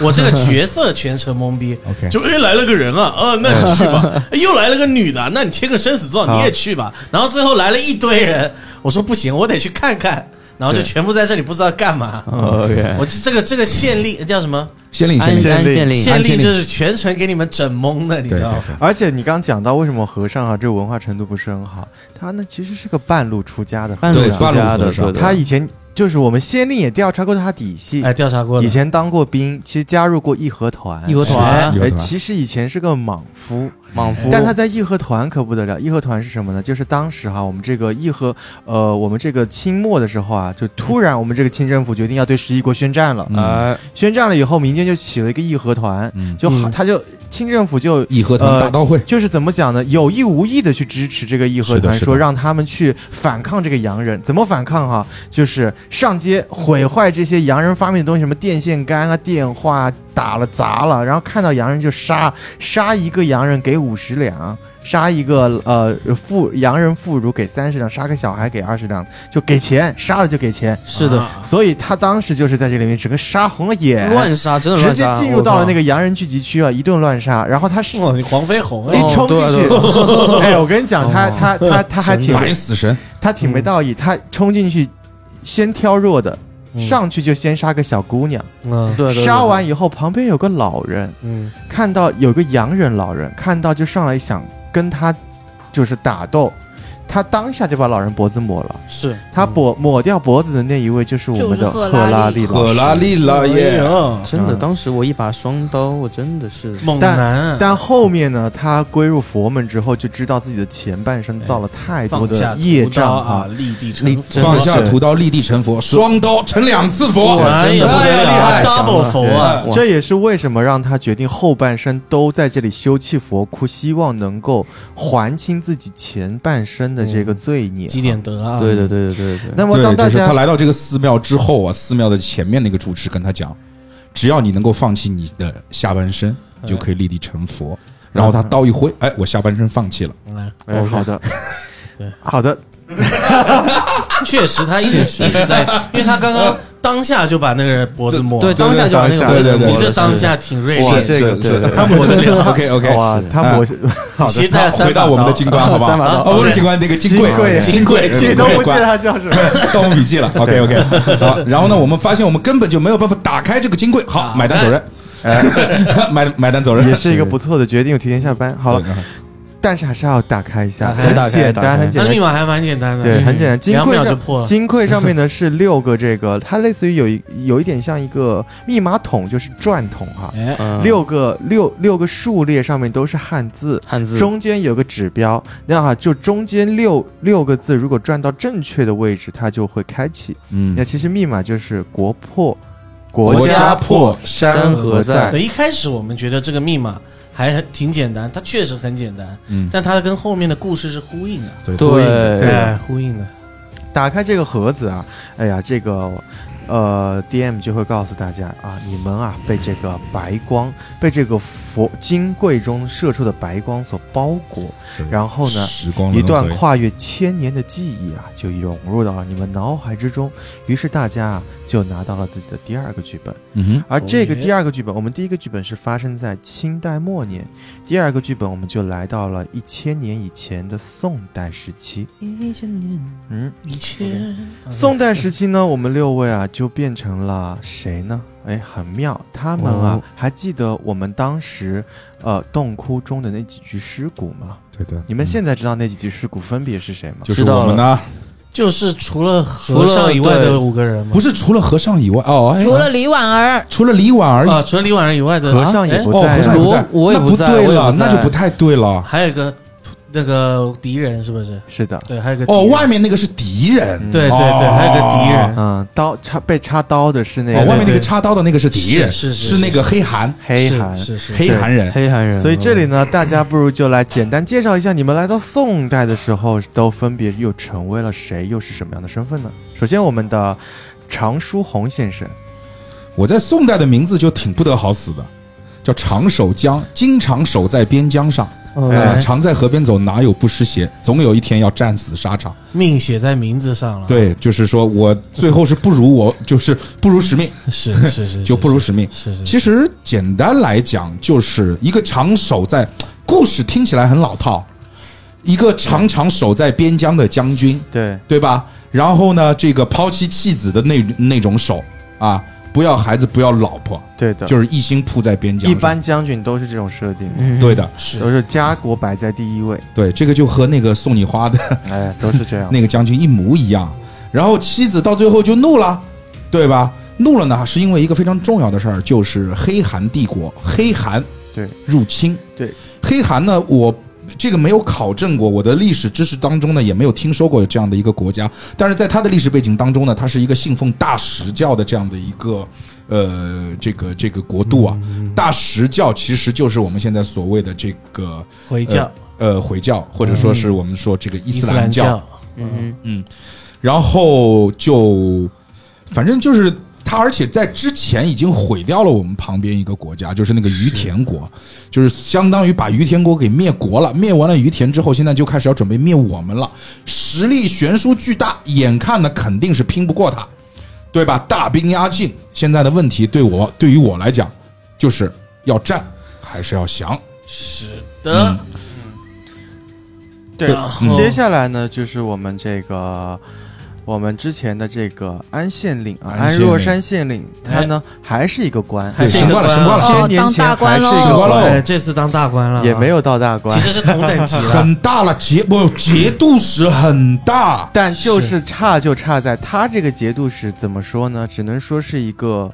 Speaker 7: 我这个角色全程懵逼。
Speaker 1: ，OK，
Speaker 7: 就哎来了个人啊，啊，那你去吧。哎又来了个女的啊，那你签个生死状，
Speaker 5: 好
Speaker 7: 你也去吧。然后最后来了一堆人，我说不行，我得去看看。然后就
Speaker 5: 对
Speaker 7: 全部在这里不知道干嘛。
Speaker 2: OK，
Speaker 7: 我这这个这个县令叫什么？
Speaker 1: 先领
Speaker 2: 安
Speaker 1: 先
Speaker 2: 安
Speaker 1: 领，
Speaker 2: 县令，
Speaker 7: 县
Speaker 1: 安
Speaker 7: 令
Speaker 1: 县令
Speaker 7: 就是全程给你们整懵的，你
Speaker 1: 对
Speaker 7: 知道
Speaker 1: 对
Speaker 7: 吗？
Speaker 1: 对，
Speaker 5: 而且你刚刚讲到为什么和尚啊，这个文化程度不是很好，他呢其实是个半路出家的和尚，
Speaker 2: 半路
Speaker 1: 对
Speaker 2: 出家
Speaker 1: 半路
Speaker 2: 的，
Speaker 1: 和尚
Speaker 2: 对的。
Speaker 5: 他以前就是我们先令也调查过他底细，
Speaker 7: 哎，调查过的
Speaker 5: 以前当过兵，其实加入过义和团。
Speaker 2: 义和团
Speaker 1: 是义和
Speaker 5: 哎，
Speaker 1: 团
Speaker 5: 其实以前是个莽夫，哎
Speaker 2: 莽夫，
Speaker 5: 但他在义和团可不得了。义和团是什么呢？就是当时哈，我们这个义和，呃，我们这个清末的时候啊，就突然我们这个清政府决定要对十一国宣战了。
Speaker 1: 嗯
Speaker 5: 宣战了以后，民间就起了一个义和团，
Speaker 1: 嗯，
Speaker 5: 就好，
Speaker 2: 嗯
Speaker 5: 他就清政府就
Speaker 1: 义和团大刀会，
Speaker 5: 就是怎么讲呢？有意无意的去支持这个义和
Speaker 1: 是的
Speaker 5: 团，
Speaker 1: 是的
Speaker 5: 说让他们去反抗这个洋人。怎么反抗哈、就是上街毁坏这些洋人发明的东西，什么电线杆啊、电话啊打了砸了，然后看到洋人就杀，杀一个洋人给五十两。杀一个呃妇洋人妇孺给三十两，杀个小孩给二十两，就给钱，杀了就给钱。
Speaker 2: 是的，
Speaker 7: 啊
Speaker 5: 所以他当时就是在这里面整个杀红了眼，
Speaker 2: 乱杀，真的
Speaker 5: 哎直
Speaker 2: 乱
Speaker 5: 接
Speaker 2: 杀，
Speaker 5: 进入到了那
Speaker 2: 个。
Speaker 5: 个洋人聚集区啊，一顿乱杀。然后 他是
Speaker 7: 哦哇，你黄飞鸿
Speaker 5: 一
Speaker 7: 哎，
Speaker 5: 冲进去，
Speaker 2: 对
Speaker 5: 哎，我跟你讲，他
Speaker 2: 哦
Speaker 5: 他他他还挺
Speaker 1: 白死神，
Speaker 5: 他挺没道义，他冲进去先挑弱的，上去就先杀个小姑娘，
Speaker 7: 嗯
Speaker 2: 对对对
Speaker 5: 杀完以后旁边有个老人，
Speaker 7: 嗯，
Speaker 5: 看到有个洋人老人，看到就上来想跟他就是打斗，他当下就把老人脖子抹了。
Speaker 2: 是
Speaker 5: 他抹抹掉脖子的那一位就是我们的
Speaker 4: 就是
Speaker 5: 赫
Speaker 4: 赫
Speaker 5: 拉
Speaker 4: 拉
Speaker 5: 利
Speaker 4: 利
Speaker 5: 老师，
Speaker 1: 利老
Speaker 7: 哎呦
Speaker 2: 真的，
Speaker 5: 嗯
Speaker 2: 当时我一把双刀，我真的是
Speaker 7: 猛男，啊
Speaker 5: 但后面呢，他归入佛门之后，就知道自己的前半生造了太多
Speaker 7: 放下
Speaker 5: 的
Speaker 7: 屠
Speaker 5: 业
Speaker 7: 刀
Speaker 5: 障
Speaker 7: 啊，立地成
Speaker 2: 立
Speaker 7: 佛
Speaker 2: 真的
Speaker 1: 放
Speaker 2: 是
Speaker 1: 下屠刀立地成佛，双刀成两次佛，
Speaker 7: 哇
Speaker 1: 哎
Speaker 7: 真
Speaker 1: 呀，
Speaker 7: 的不得
Speaker 1: 厉害
Speaker 7: 了，double 佛啊！
Speaker 2: 哇
Speaker 5: 这也是为什么让他决定后半生都在这里修葺佛窟，希望能够还清自己前半生的的这个罪孽。
Speaker 7: 基点德啊，
Speaker 2: 对对对对对对。
Speaker 5: 那么当
Speaker 1: 对，
Speaker 5: 大
Speaker 1: 就是
Speaker 5: 家哦
Speaker 1: 他来到这个寺庙之后啊，寺庙的前面那个主持跟他讲，只要你能够放弃你的下半身，
Speaker 7: 哎
Speaker 1: 就可以立地成佛。然后他
Speaker 5: 嗯
Speaker 1: 刀一挥，哎，我下半身放弃了。
Speaker 7: 来，
Speaker 5: 哎，好的，
Speaker 7: 对，
Speaker 5: 好的，
Speaker 7: 确实他一直一直在，因为他刚刚当下就把那个脖子摸，
Speaker 2: 对，当下就把那个
Speaker 5: 对
Speaker 1: 对对对
Speaker 7: 你这当下挺锐
Speaker 5: 哇，
Speaker 7: 利，
Speaker 5: 这个
Speaker 1: 是
Speaker 5: 对
Speaker 1: 是
Speaker 5: 对，
Speaker 1: 的
Speaker 5: 他抹的脸啊
Speaker 1: OK OK，
Speaker 5: 哇，他抹是 好
Speaker 7: 其
Speaker 5: 的
Speaker 7: 实，带了三把
Speaker 1: 回到我们的金冠，好吧？
Speaker 5: 三把刀
Speaker 1: 啊，不是金冠，那个金
Speaker 5: 贵
Speaker 1: 贵，
Speaker 5: 金
Speaker 1: 贵，嗯
Speaker 5: 其实都不记
Speaker 1: 冠
Speaker 5: 得他叫什么。
Speaker 1: 《盗墓笔 记》了。OK OK，好，然后呢，我们发现我们根本就没有办法打开这个金柜，好，
Speaker 7: 啊
Speaker 1: 买单走人， 买买单走人
Speaker 5: 哎也是一个不错的决定，我提前下班好了，
Speaker 1: 对
Speaker 5: 但是还是要打开一下，
Speaker 7: 打开
Speaker 5: 很
Speaker 2: 打开
Speaker 5: 简
Speaker 2: 打
Speaker 5: 单，
Speaker 2: 开
Speaker 5: 很简
Speaker 7: 那
Speaker 5: 单
Speaker 7: 密，码还蛮简单的，
Speaker 5: 对，
Speaker 2: 嗯
Speaker 5: 很简单。金
Speaker 7: 两
Speaker 5: 柜
Speaker 7: 秒就
Speaker 5: 上
Speaker 7: 破了。
Speaker 5: 金柜上面呢是六个这个，它类似于有一有一点像一个密码筒，就是转筒哈，
Speaker 7: 哎，
Speaker 2: 嗯
Speaker 5: 六个六六个数列上面都是汉字，
Speaker 2: 汉字
Speaker 5: 中间有个指标，那哈就中间六六个字，如果转到正确的位置，它就会开启。
Speaker 1: 嗯
Speaker 5: 那，其实密码就是国破
Speaker 1: 国
Speaker 5: 家
Speaker 1: 家破
Speaker 5: 山河在，
Speaker 7: 对，一开始我们觉得这个密码还很挺简单，它确实很简单，
Speaker 1: 嗯，
Speaker 7: 但它跟后面的故事是呼应的，
Speaker 1: 对
Speaker 2: 对
Speaker 5: 对
Speaker 7: 哎，呼应的，
Speaker 5: 打开这个盒子啊，哎呀，这个呃，DM 就会告诉大家啊，你们啊被这个白光，被这个佛金柜中射出的白光所包裹，
Speaker 1: 对
Speaker 5: 然后呢，
Speaker 1: 时光
Speaker 5: 一
Speaker 1: 轮
Speaker 5: 段
Speaker 1: 回
Speaker 5: 跨越千年的记忆啊，就涌入到了你们脑海之中。于是大家啊，就拿到了自己的第二个剧本。
Speaker 1: 嗯
Speaker 5: 而这个
Speaker 7: 哦耶
Speaker 5: 第二个剧本，我们第一个剧本是发生在清代末年，第二个剧本我们就来到了一千年以前的宋代时期。
Speaker 7: 一千年，
Speaker 5: 嗯，
Speaker 7: 一千，
Speaker 5: 宋代时期呢，我们六位啊就变成了谁呢？哎，很妙，他们啊、
Speaker 2: 哦
Speaker 5: 还记得我们当时呃洞窟中的那几具尸骨吗？
Speaker 1: 对的，
Speaker 5: 你们
Speaker 1: 嗯
Speaker 5: 现在知道那几具尸骨分别是谁吗？
Speaker 1: 就是
Speaker 2: 知道
Speaker 1: 我
Speaker 2: 了
Speaker 1: 们呢，
Speaker 7: 就是除了和
Speaker 2: 除了
Speaker 7: 尚以外
Speaker 2: 对
Speaker 7: 的五个人嘛，
Speaker 1: 不是除了和尚以外，哦，哎
Speaker 4: 除了李婉儿，
Speaker 1: 除了李婉儿以，
Speaker 7: 啊，除了李婉儿以外的
Speaker 5: 和尚也
Speaker 7: 哎
Speaker 5: 不
Speaker 1: 哦，
Speaker 5: 在
Speaker 1: 和尚也不在
Speaker 2: 罗，我也
Speaker 1: 那
Speaker 2: 不
Speaker 1: 不
Speaker 2: 在
Speaker 1: 对
Speaker 2: 我也
Speaker 1: 了，
Speaker 2: 不
Speaker 1: 那
Speaker 2: 在
Speaker 1: 就不太对了。
Speaker 7: 还有一个那个敌人是不是？
Speaker 5: 是的，
Speaker 7: 对，还有一个
Speaker 1: 哦，
Speaker 7: 敌人
Speaker 1: 外面那个是敌人，
Speaker 7: 对对对，
Speaker 1: 哦
Speaker 7: 还有个敌人，
Speaker 5: 嗯，刀插被插刀的是那
Speaker 1: 哦，
Speaker 5: 个
Speaker 1: 外面那个插刀的那个是敌人，
Speaker 7: 是是是
Speaker 1: 是那个黑韩
Speaker 5: 黑韩。
Speaker 7: 是是
Speaker 1: 黑韩人，
Speaker 2: 黑韩人，
Speaker 5: 所以这里呢，大家不如就来简单介绍一下，你们来到宋代的时候，都分别又成为了谁，又是什么样的身份呢？首先，我们的常书鸿先生，
Speaker 1: 我在宋代的名字就挺不得好死的，叫常守江，经常守在边疆上，
Speaker 2: 嗯
Speaker 1: 哎呀
Speaker 7: 哎
Speaker 1: 常在河边走，哪有不湿鞋？总有一天要战死沙场。
Speaker 7: 命写在名字上了，，
Speaker 1: 对，就是说我最后是不如我，就是不如使命，
Speaker 7: 是是是，
Speaker 1: 就是不如使命。
Speaker 7: 是是，
Speaker 1: 其实简单来讲，就是一个长守在，故事听起来很老套，一个常常守在边疆的将军，
Speaker 5: 对，
Speaker 1: 对吧？然后呢，这个抛妻弃子的那那种守啊，不要孩子，不要老婆，
Speaker 5: 对的，
Speaker 1: 就是一心扑在边疆上。
Speaker 5: 一般将军都是这种设定，
Speaker 2: 嗯
Speaker 1: 对的，
Speaker 7: 是
Speaker 5: 都是家国摆在第一位，
Speaker 1: 对，这个就和那个送你花的
Speaker 5: 哎，都是这样。
Speaker 1: 那个将军一模一样。然后妻子到最后就怒了，对吧？怒了呢，是因为一个非常重要的事儿，就是黑韩帝国黑韩
Speaker 5: 对
Speaker 1: 入侵。
Speaker 5: 对
Speaker 1: 黑韩呢，我这个没有考证过，我的历史知识当中呢也没有听说过有这样的一个国家。但是在他的历史背景当中呢，他是一个信奉大石教的这样的一个呃这个这个国度啊。大石教其实就是我们现在所谓的这个
Speaker 7: 回教、
Speaker 1: 呃回教，或者说是我们说这个伊
Speaker 7: 伊
Speaker 1: 斯
Speaker 7: 斯
Speaker 1: 兰
Speaker 7: 兰
Speaker 1: 教。
Speaker 2: 嗯
Speaker 1: 然后就反正就是他，而且在之前已经毁掉了我们旁边一个国家，就是那个于田国，就是相当于把于田国给灭国了。灭完了于田之后，现在就开始要准备灭我们了，实力悬殊巨大，眼看呢肯定是拼不过他，对吧？大兵压境，现在的问题对我对于我来讲，就是要战还是要降？
Speaker 7: 是的，
Speaker 5: 对，
Speaker 7: 嗯
Speaker 5: 接下来呢，就是我们这个我们之前的这个安县令啊，
Speaker 1: 安
Speaker 5: 安
Speaker 1: 县令
Speaker 5: 若山县令，他呢还是一个官，
Speaker 7: 还哎是
Speaker 1: 对
Speaker 7: 一
Speaker 1: 升
Speaker 7: 个
Speaker 1: 官了升官了
Speaker 5: 千年
Speaker 4: 哦当
Speaker 5: 前
Speaker 4: 大
Speaker 5: 还
Speaker 4: 官
Speaker 5: 是
Speaker 4: 喽
Speaker 5: 一个
Speaker 1: 官喽
Speaker 5: 官，
Speaker 7: 哎，这次当大官了，
Speaker 5: 也没，有到大官
Speaker 7: 其，实是啊同等级了，
Speaker 1: 很大了，节不节度使很大，
Speaker 5: 但就是差就差在他这个节度使怎么说呢？只能说是一个，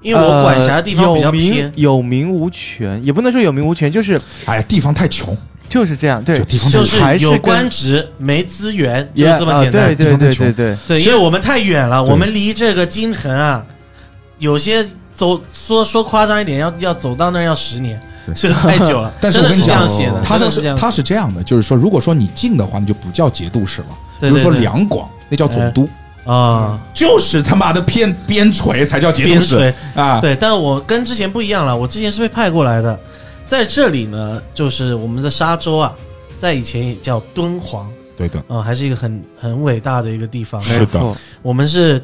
Speaker 7: 因为我管辖的地方
Speaker 5: 呃
Speaker 7: 比较
Speaker 5: 有名
Speaker 7: 偏，
Speaker 5: 有名无权，也不能说有名无权，就是
Speaker 1: 哎呀，地方太穷，
Speaker 5: 就是这样，对
Speaker 1: 这，地方太
Speaker 7: 就
Speaker 1: 穷。
Speaker 7: 是
Speaker 5: 还是
Speaker 7: 有
Speaker 5: 跟
Speaker 7: 官职没资源，就
Speaker 5: 也
Speaker 7: 是这么
Speaker 5: 啊
Speaker 7: 简单。
Speaker 5: 对对
Speaker 1: 地方
Speaker 5: 对
Speaker 1: 太穷
Speaker 5: 对对，
Speaker 7: 对，因为我们太远了，
Speaker 1: 对
Speaker 7: 我们离这个京城啊，有些走说说夸张一点，要要走到那儿要十年，
Speaker 1: 对。
Speaker 7: 吃了太久了
Speaker 1: 但是
Speaker 7: 真
Speaker 1: 我
Speaker 7: 的
Speaker 1: 跟你
Speaker 7: 是这样
Speaker 1: 讲
Speaker 7: 写的，，
Speaker 1: 他
Speaker 7: 真的
Speaker 1: 这
Speaker 7: 是这样写
Speaker 1: 他是这样的，就是说，如果说你近的话，你就不叫节度使了，比
Speaker 7: 对
Speaker 1: 如说
Speaker 7: 对对
Speaker 1: 两广，那叫总督，
Speaker 7: 的啊。
Speaker 1: 就是他妈的偏边陲才叫节
Speaker 7: 边
Speaker 1: 度使
Speaker 7: 陲
Speaker 1: 啊。
Speaker 7: 对，但我跟之前不一样了，我之前是被派过来的，在这里呢，就是我们的沙洲啊，在以前也叫敦煌
Speaker 1: 对的，
Speaker 7: 啊、还是一个很很伟大的一个地方。
Speaker 1: 是的
Speaker 5: 没错，
Speaker 7: 我们是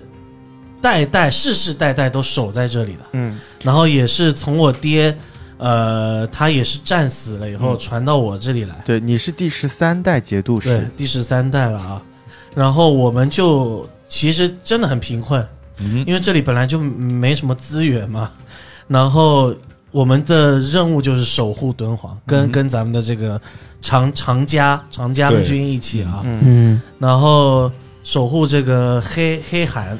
Speaker 7: 代代世世代代都守在这里的，
Speaker 5: 嗯，
Speaker 7: 然后也是从我爹，呃，他也是战死了以后
Speaker 5: 嗯
Speaker 7: 传到我这里来，
Speaker 5: 对，你是第十三代节度
Speaker 7: 对
Speaker 5: 使，，
Speaker 7: 第十三代了啊。然后我们就其实真的很贫困，
Speaker 1: 嗯
Speaker 7: 因为这里本来就没什么资源嘛。然后我们的任务就是守护敦煌，跟、
Speaker 1: 嗯
Speaker 7: 跟咱们的这个长长家长家
Speaker 1: 对
Speaker 7: 军一起啊，
Speaker 5: 嗯，
Speaker 2: 嗯，
Speaker 7: 然后守护这个黑黑韩，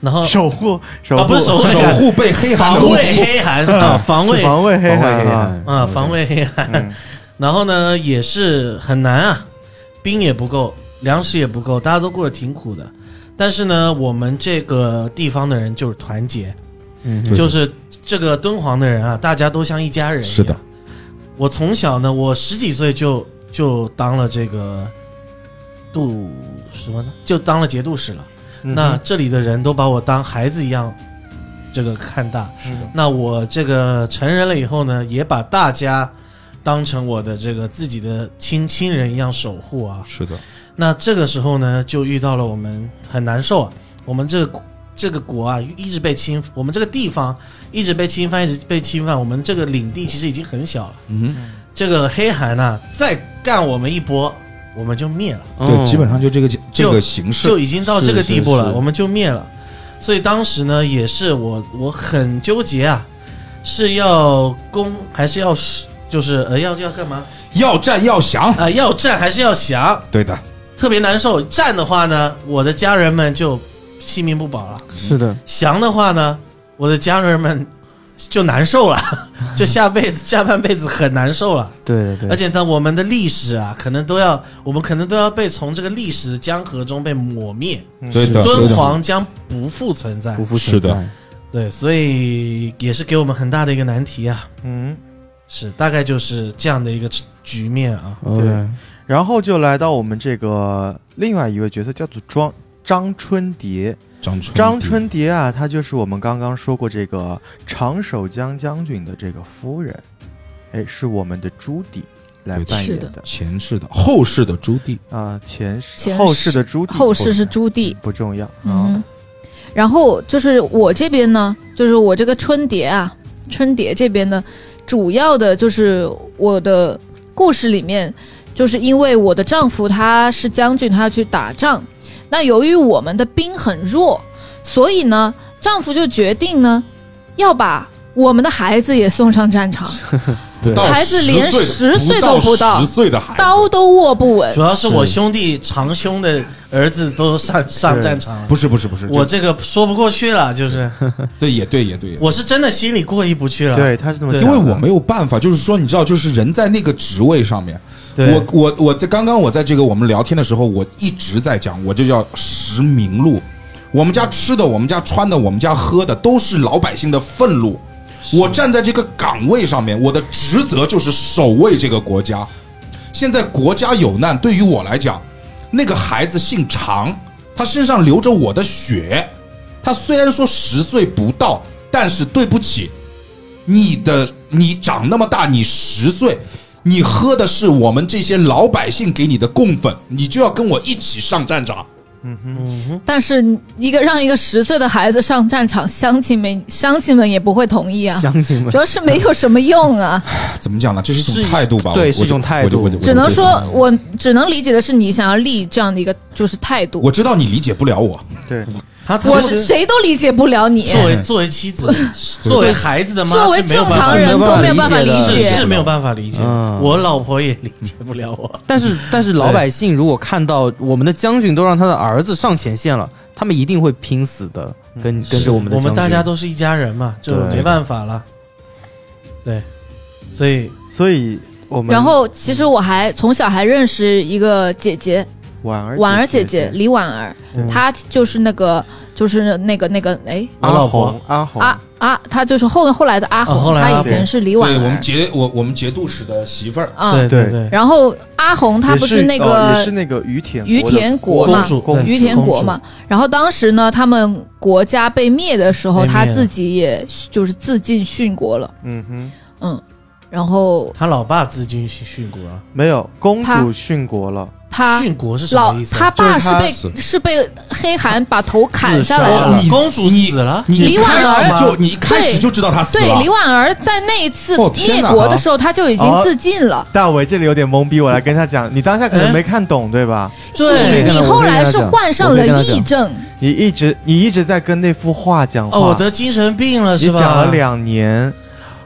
Speaker 7: 然后
Speaker 5: 守护守
Speaker 7: 啊
Speaker 5: 护
Speaker 7: 不是守护
Speaker 1: 守
Speaker 7: 黑韩
Speaker 1: 护被黑韩
Speaker 7: 防
Speaker 1: 攻
Speaker 7: 卫
Speaker 1: 击，
Speaker 7: 黑韩啊防卫
Speaker 5: 是防卫黑海啊，
Speaker 1: 嗯
Speaker 7: 啊防卫黑韩，
Speaker 5: 嗯
Speaker 7: 然后呢也是很难啊，兵也不够，粮食也不够，大家都过得挺苦的。但是呢，我们这个地方的人就是团结，
Speaker 1: 嗯对
Speaker 7: 就是这个敦煌的人啊，大家都像一家人一样。
Speaker 1: 是的，
Speaker 7: 我从小呢，我十几岁就就当了这个度什么呢？就当了节度使了。
Speaker 5: 嗯
Speaker 7: 那这里的人都把我当孩子一样，这个看大。
Speaker 5: 是的
Speaker 7: 那我这个成人了以后呢，也把大家当成我的这个自己的亲亲人一样守护啊。
Speaker 1: 是的，
Speaker 7: 那这个时候呢，就遇到了我们很难受啊，我们这个这个国啊一直被侵，我们这个地方一直被侵犯，一直被侵犯，我们这个领地其实已经很小了。
Speaker 1: 嗯，
Speaker 7: 这个黑韩呢、再干我们一波，我们就灭了，
Speaker 2: 嗯
Speaker 1: 对，基本
Speaker 2: 哦
Speaker 1: 上就这个这个形式
Speaker 7: 哦就，已经到这个地步
Speaker 2: 是
Speaker 7: 了，
Speaker 2: 是是
Speaker 7: 我们就灭了。所以当时呢，也是我我很纠结啊，是要攻还是要是就是呃要要干嘛
Speaker 1: 要战要降
Speaker 7: 啊、，要战还是要降？
Speaker 1: 对的，
Speaker 7: 特别难受。战的话呢，我的家人们就性命不保了；
Speaker 2: 是的，
Speaker 7: 降的话呢，我的家人们就难受了， 就下辈 子下半辈子很难受了。
Speaker 2: 对对
Speaker 7: 而
Speaker 2: 对，
Speaker 7: 且呢，我们的历史啊，可能都要，我们可能都要被从这个历史的江河中被抹灭，
Speaker 1: 对啊的，
Speaker 7: 敦煌将不复存在
Speaker 2: 不。复
Speaker 1: 是
Speaker 2: 存
Speaker 1: 的
Speaker 2: 在。
Speaker 7: 对，所以也是给我们很大的一个难题啊。
Speaker 5: 嗯，
Speaker 7: 是，大概就是这样的一个局面啊。
Speaker 2: OK，
Speaker 5: 然后就来到我们这个另外一位角色，叫做庄张春蝶。
Speaker 1: 张春
Speaker 5: 张春蝶啊，她就是我们刚刚说过这个长守江将军的这个夫人，哎，是我们的朱棣来
Speaker 1: 对
Speaker 5: 扮
Speaker 4: 是
Speaker 5: 演
Speaker 4: 的
Speaker 5: 的
Speaker 1: 前世的后世的朱棣，
Speaker 5: 啊、前世
Speaker 4: 前
Speaker 5: 后世的朱棣，
Speaker 4: 后世是朱棣，
Speaker 5: 不重要啊，
Speaker 4: 嗯，然后就是我这边呢，就是我这个春蝶啊，春蝶这边呢，主要的就是我的故事里面，就是因为我的丈夫他是将军，他要去打仗，那由于我们的兵很弱，所以呢，丈夫就决定呢，要把我们的孩子也送上战场，
Speaker 2: 对
Speaker 1: 到
Speaker 4: 孩子连
Speaker 1: 10
Speaker 4: 10岁都不到
Speaker 1: 十岁的孩子，
Speaker 4: 刀都握不稳
Speaker 7: 主，要是我兄弟长兄的儿子都上上战场了，
Speaker 1: 不是不是不是，
Speaker 7: 我这个说不过去了，就是
Speaker 1: 对也对也对，也
Speaker 7: 我是真的心里过意不去了。
Speaker 5: 对，她是这么
Speaker 7: 对啊
Speaker 5: 想
Speaker 1: 因
Speaker 5: 的，
Speaker 1: 为我没有办法，就是说，你知道，就是人在那个职位上面，
Speaker 7: 对
Speaker 1: 我我我在刚刚我在这个我们聊天的时候，我一直在讲，我就叫实名录。我们家吃的、我们家穿的、我们家喝的，都是老百姓的愤怒。我站在这个岗位上面，我的职责就是守卫这个国家。现在国家有难，对于我来讲，那个孩子姓常，他身上流着我的血。他虽然说十岁不到，但是对不起，你的你长那么大，你十岁，你喝的是我们这些老百姓给你的供粉，你就要跟我一起上战场。
Speaker 4: 但是一个让一个十岁的孩子上战场，乡亲们乡亲们也不会同意啊。
Speaker 2: 乡亲们
Speaker 4: 主，要是没有什么用啊，
Speaker 1: 哎怎么讲呢？这是一种态度吧？
Speaker 2: 对
Speaker 1: 我
Speaker 2: 是一种态度
Speaker 1: 我就我就我就
Speaker 4: 只能说我只能理解的是你想要立这样的一个就是态度，
Speaker 1: 我知道你理解不了我，
Speaker 5: 对，
Speaker 7: 他他
Speaker 4: 我
Speaker 7: 是
Speaker 4: 谁都理解不了你，
Speaker 7: 作为作为妻子，作为孩子的妈，
Speaker 4: 作为
Speaker 7: 是没有
Speaker 4: 正
Speaker 7: 办法
Speaker 4: 常人都没有办法理
Speaker 7: 是
Speaker 4: 解
Speaker 7: 是。没有办法理解，
Speaker 2: 嗯
Speaker 7: 我老婆也理解不了我。
Speaker 2: 但是但是老百姓如果看到我们的将军都让他的儿子上前线了，他们一定会拼死的跟跟着我们的
Speaker 7: 我
Speaker 2: 将军。
Speaker 7: 们大家都是一家人嘛，就
Speaker 2: 对
Speaker 7: 没办法了。对，所以
Speaker 5: 所以我们
Speaker 4: 然后其实我还从小还认识一个姐姐，
Speaker 5: 婉儿
Speaker 4: 婉儿
Speaker 5: 姐
Speaker 4: 姐姐李婉儿
Speaker 5: 嗯，
Speaker 4: 她就是那个就是那个那个哎
Speaker 7: 我
Speaker 5: 阿
Speaker 7: 老婆
Speaker 5: 红，阿红，
Speaker 4: 啊啊，他就是后后来的阿红，
Speaker 7: 啊后来
Speaker 4: 他
Speaker 7: 阿
Speaker 4: 以
Speaker 7: 红
Speaker 4: 前是李
Speaker 1: 对
Speaker 4: 婉
Speaker 1: 我们
Speaker 4: 儿
Speaker 1: 节我我们节度使的媳妇儿，
Speaker 4: 啊。
Speaker 7: 对
Speaker 5: 对
Speaker 7: 对，
Speaker 4: 然后阿红她
Speaker 5: 也
Speaker 4: 不
Speaker 5: 是
Speaker 4: 那
Speaker 5: 哦
Speaker 4: 个
Speaker 5: 也是那个于田
Speaker 4: 于
Speaker 5: 国的
Speaker 4: 田国
Speaker 5: 公
Speaker 4: 嘛
Speaker 7: 公主
Speaker 5: 公
Speaker 7: 对
Speaker 4: 于田国嘛，然后当时呢，他们国家被灭的时候，
Speaker 7: 被灭
Speaker 4: 他自己也就是自尽殉国了，
Speaker 5: 嗯哼，
Speaker 4: 嗯，然后
Speaker 7: 他老爸自尽殉国啊，
Speaker 5: 没有公
Speaker 4: 她
Speaker 5: 主殉国了，
Speaker 4: 他
Speaker 7: 殉国是什
Speaker 4: 老
Speaker 7: 么意思啊？
Speaker 4: 他爸
Speaker 5: 就是他
Speaker 4: 被
Speaker 1: 死
Speaker 4: 是被黑韩把头砍下来
Speaker 7: 自
Speaker 4: 的
Speaker 7: 杀
Speaker 1: 了
Speaker 4: 了，
Speaker 1: 你
Speaker 7: 哦公主
Speaker 1: 你
Speaker 7: 死了，
Speaker 1: 你
Speaker 4: 李
Speaker 1: 一
Speaker 4: 婉
Speaker 1: 开
Speaker 4: 儿
Speaker 1: 始就你一开始
Speaker 4: 对
Speaker 1: 就知道他死
Speaker 4: 对，
Speaker 1: 了
Speaker 4: 李，婉儿在那一次
Speaker 1: 哦天
Speaker 4: 灭
Speaker 1: 哪
Speaker 4: 国的时候，他就已经自尽了。
Speaker 5: 大伟这里有点懵逼，我来跟他讲，你当下可能
Speaker 7: 哎
Speaker 5: 没看懂对吧？
Speaker 4: 嗯
Speaker 7: 对
Speaker 4: 你你后来是患上了
Speaker 2: 我可以跟他讲
Speaker 4: 癔症，
Speaker 5: 你一直你一直在跟那幅画讲话，
Speaker 7: 哦，我得精神病了
Speaker 5: 你
Speaker 7: 是吧？
Speaker 5: 讲了，两年，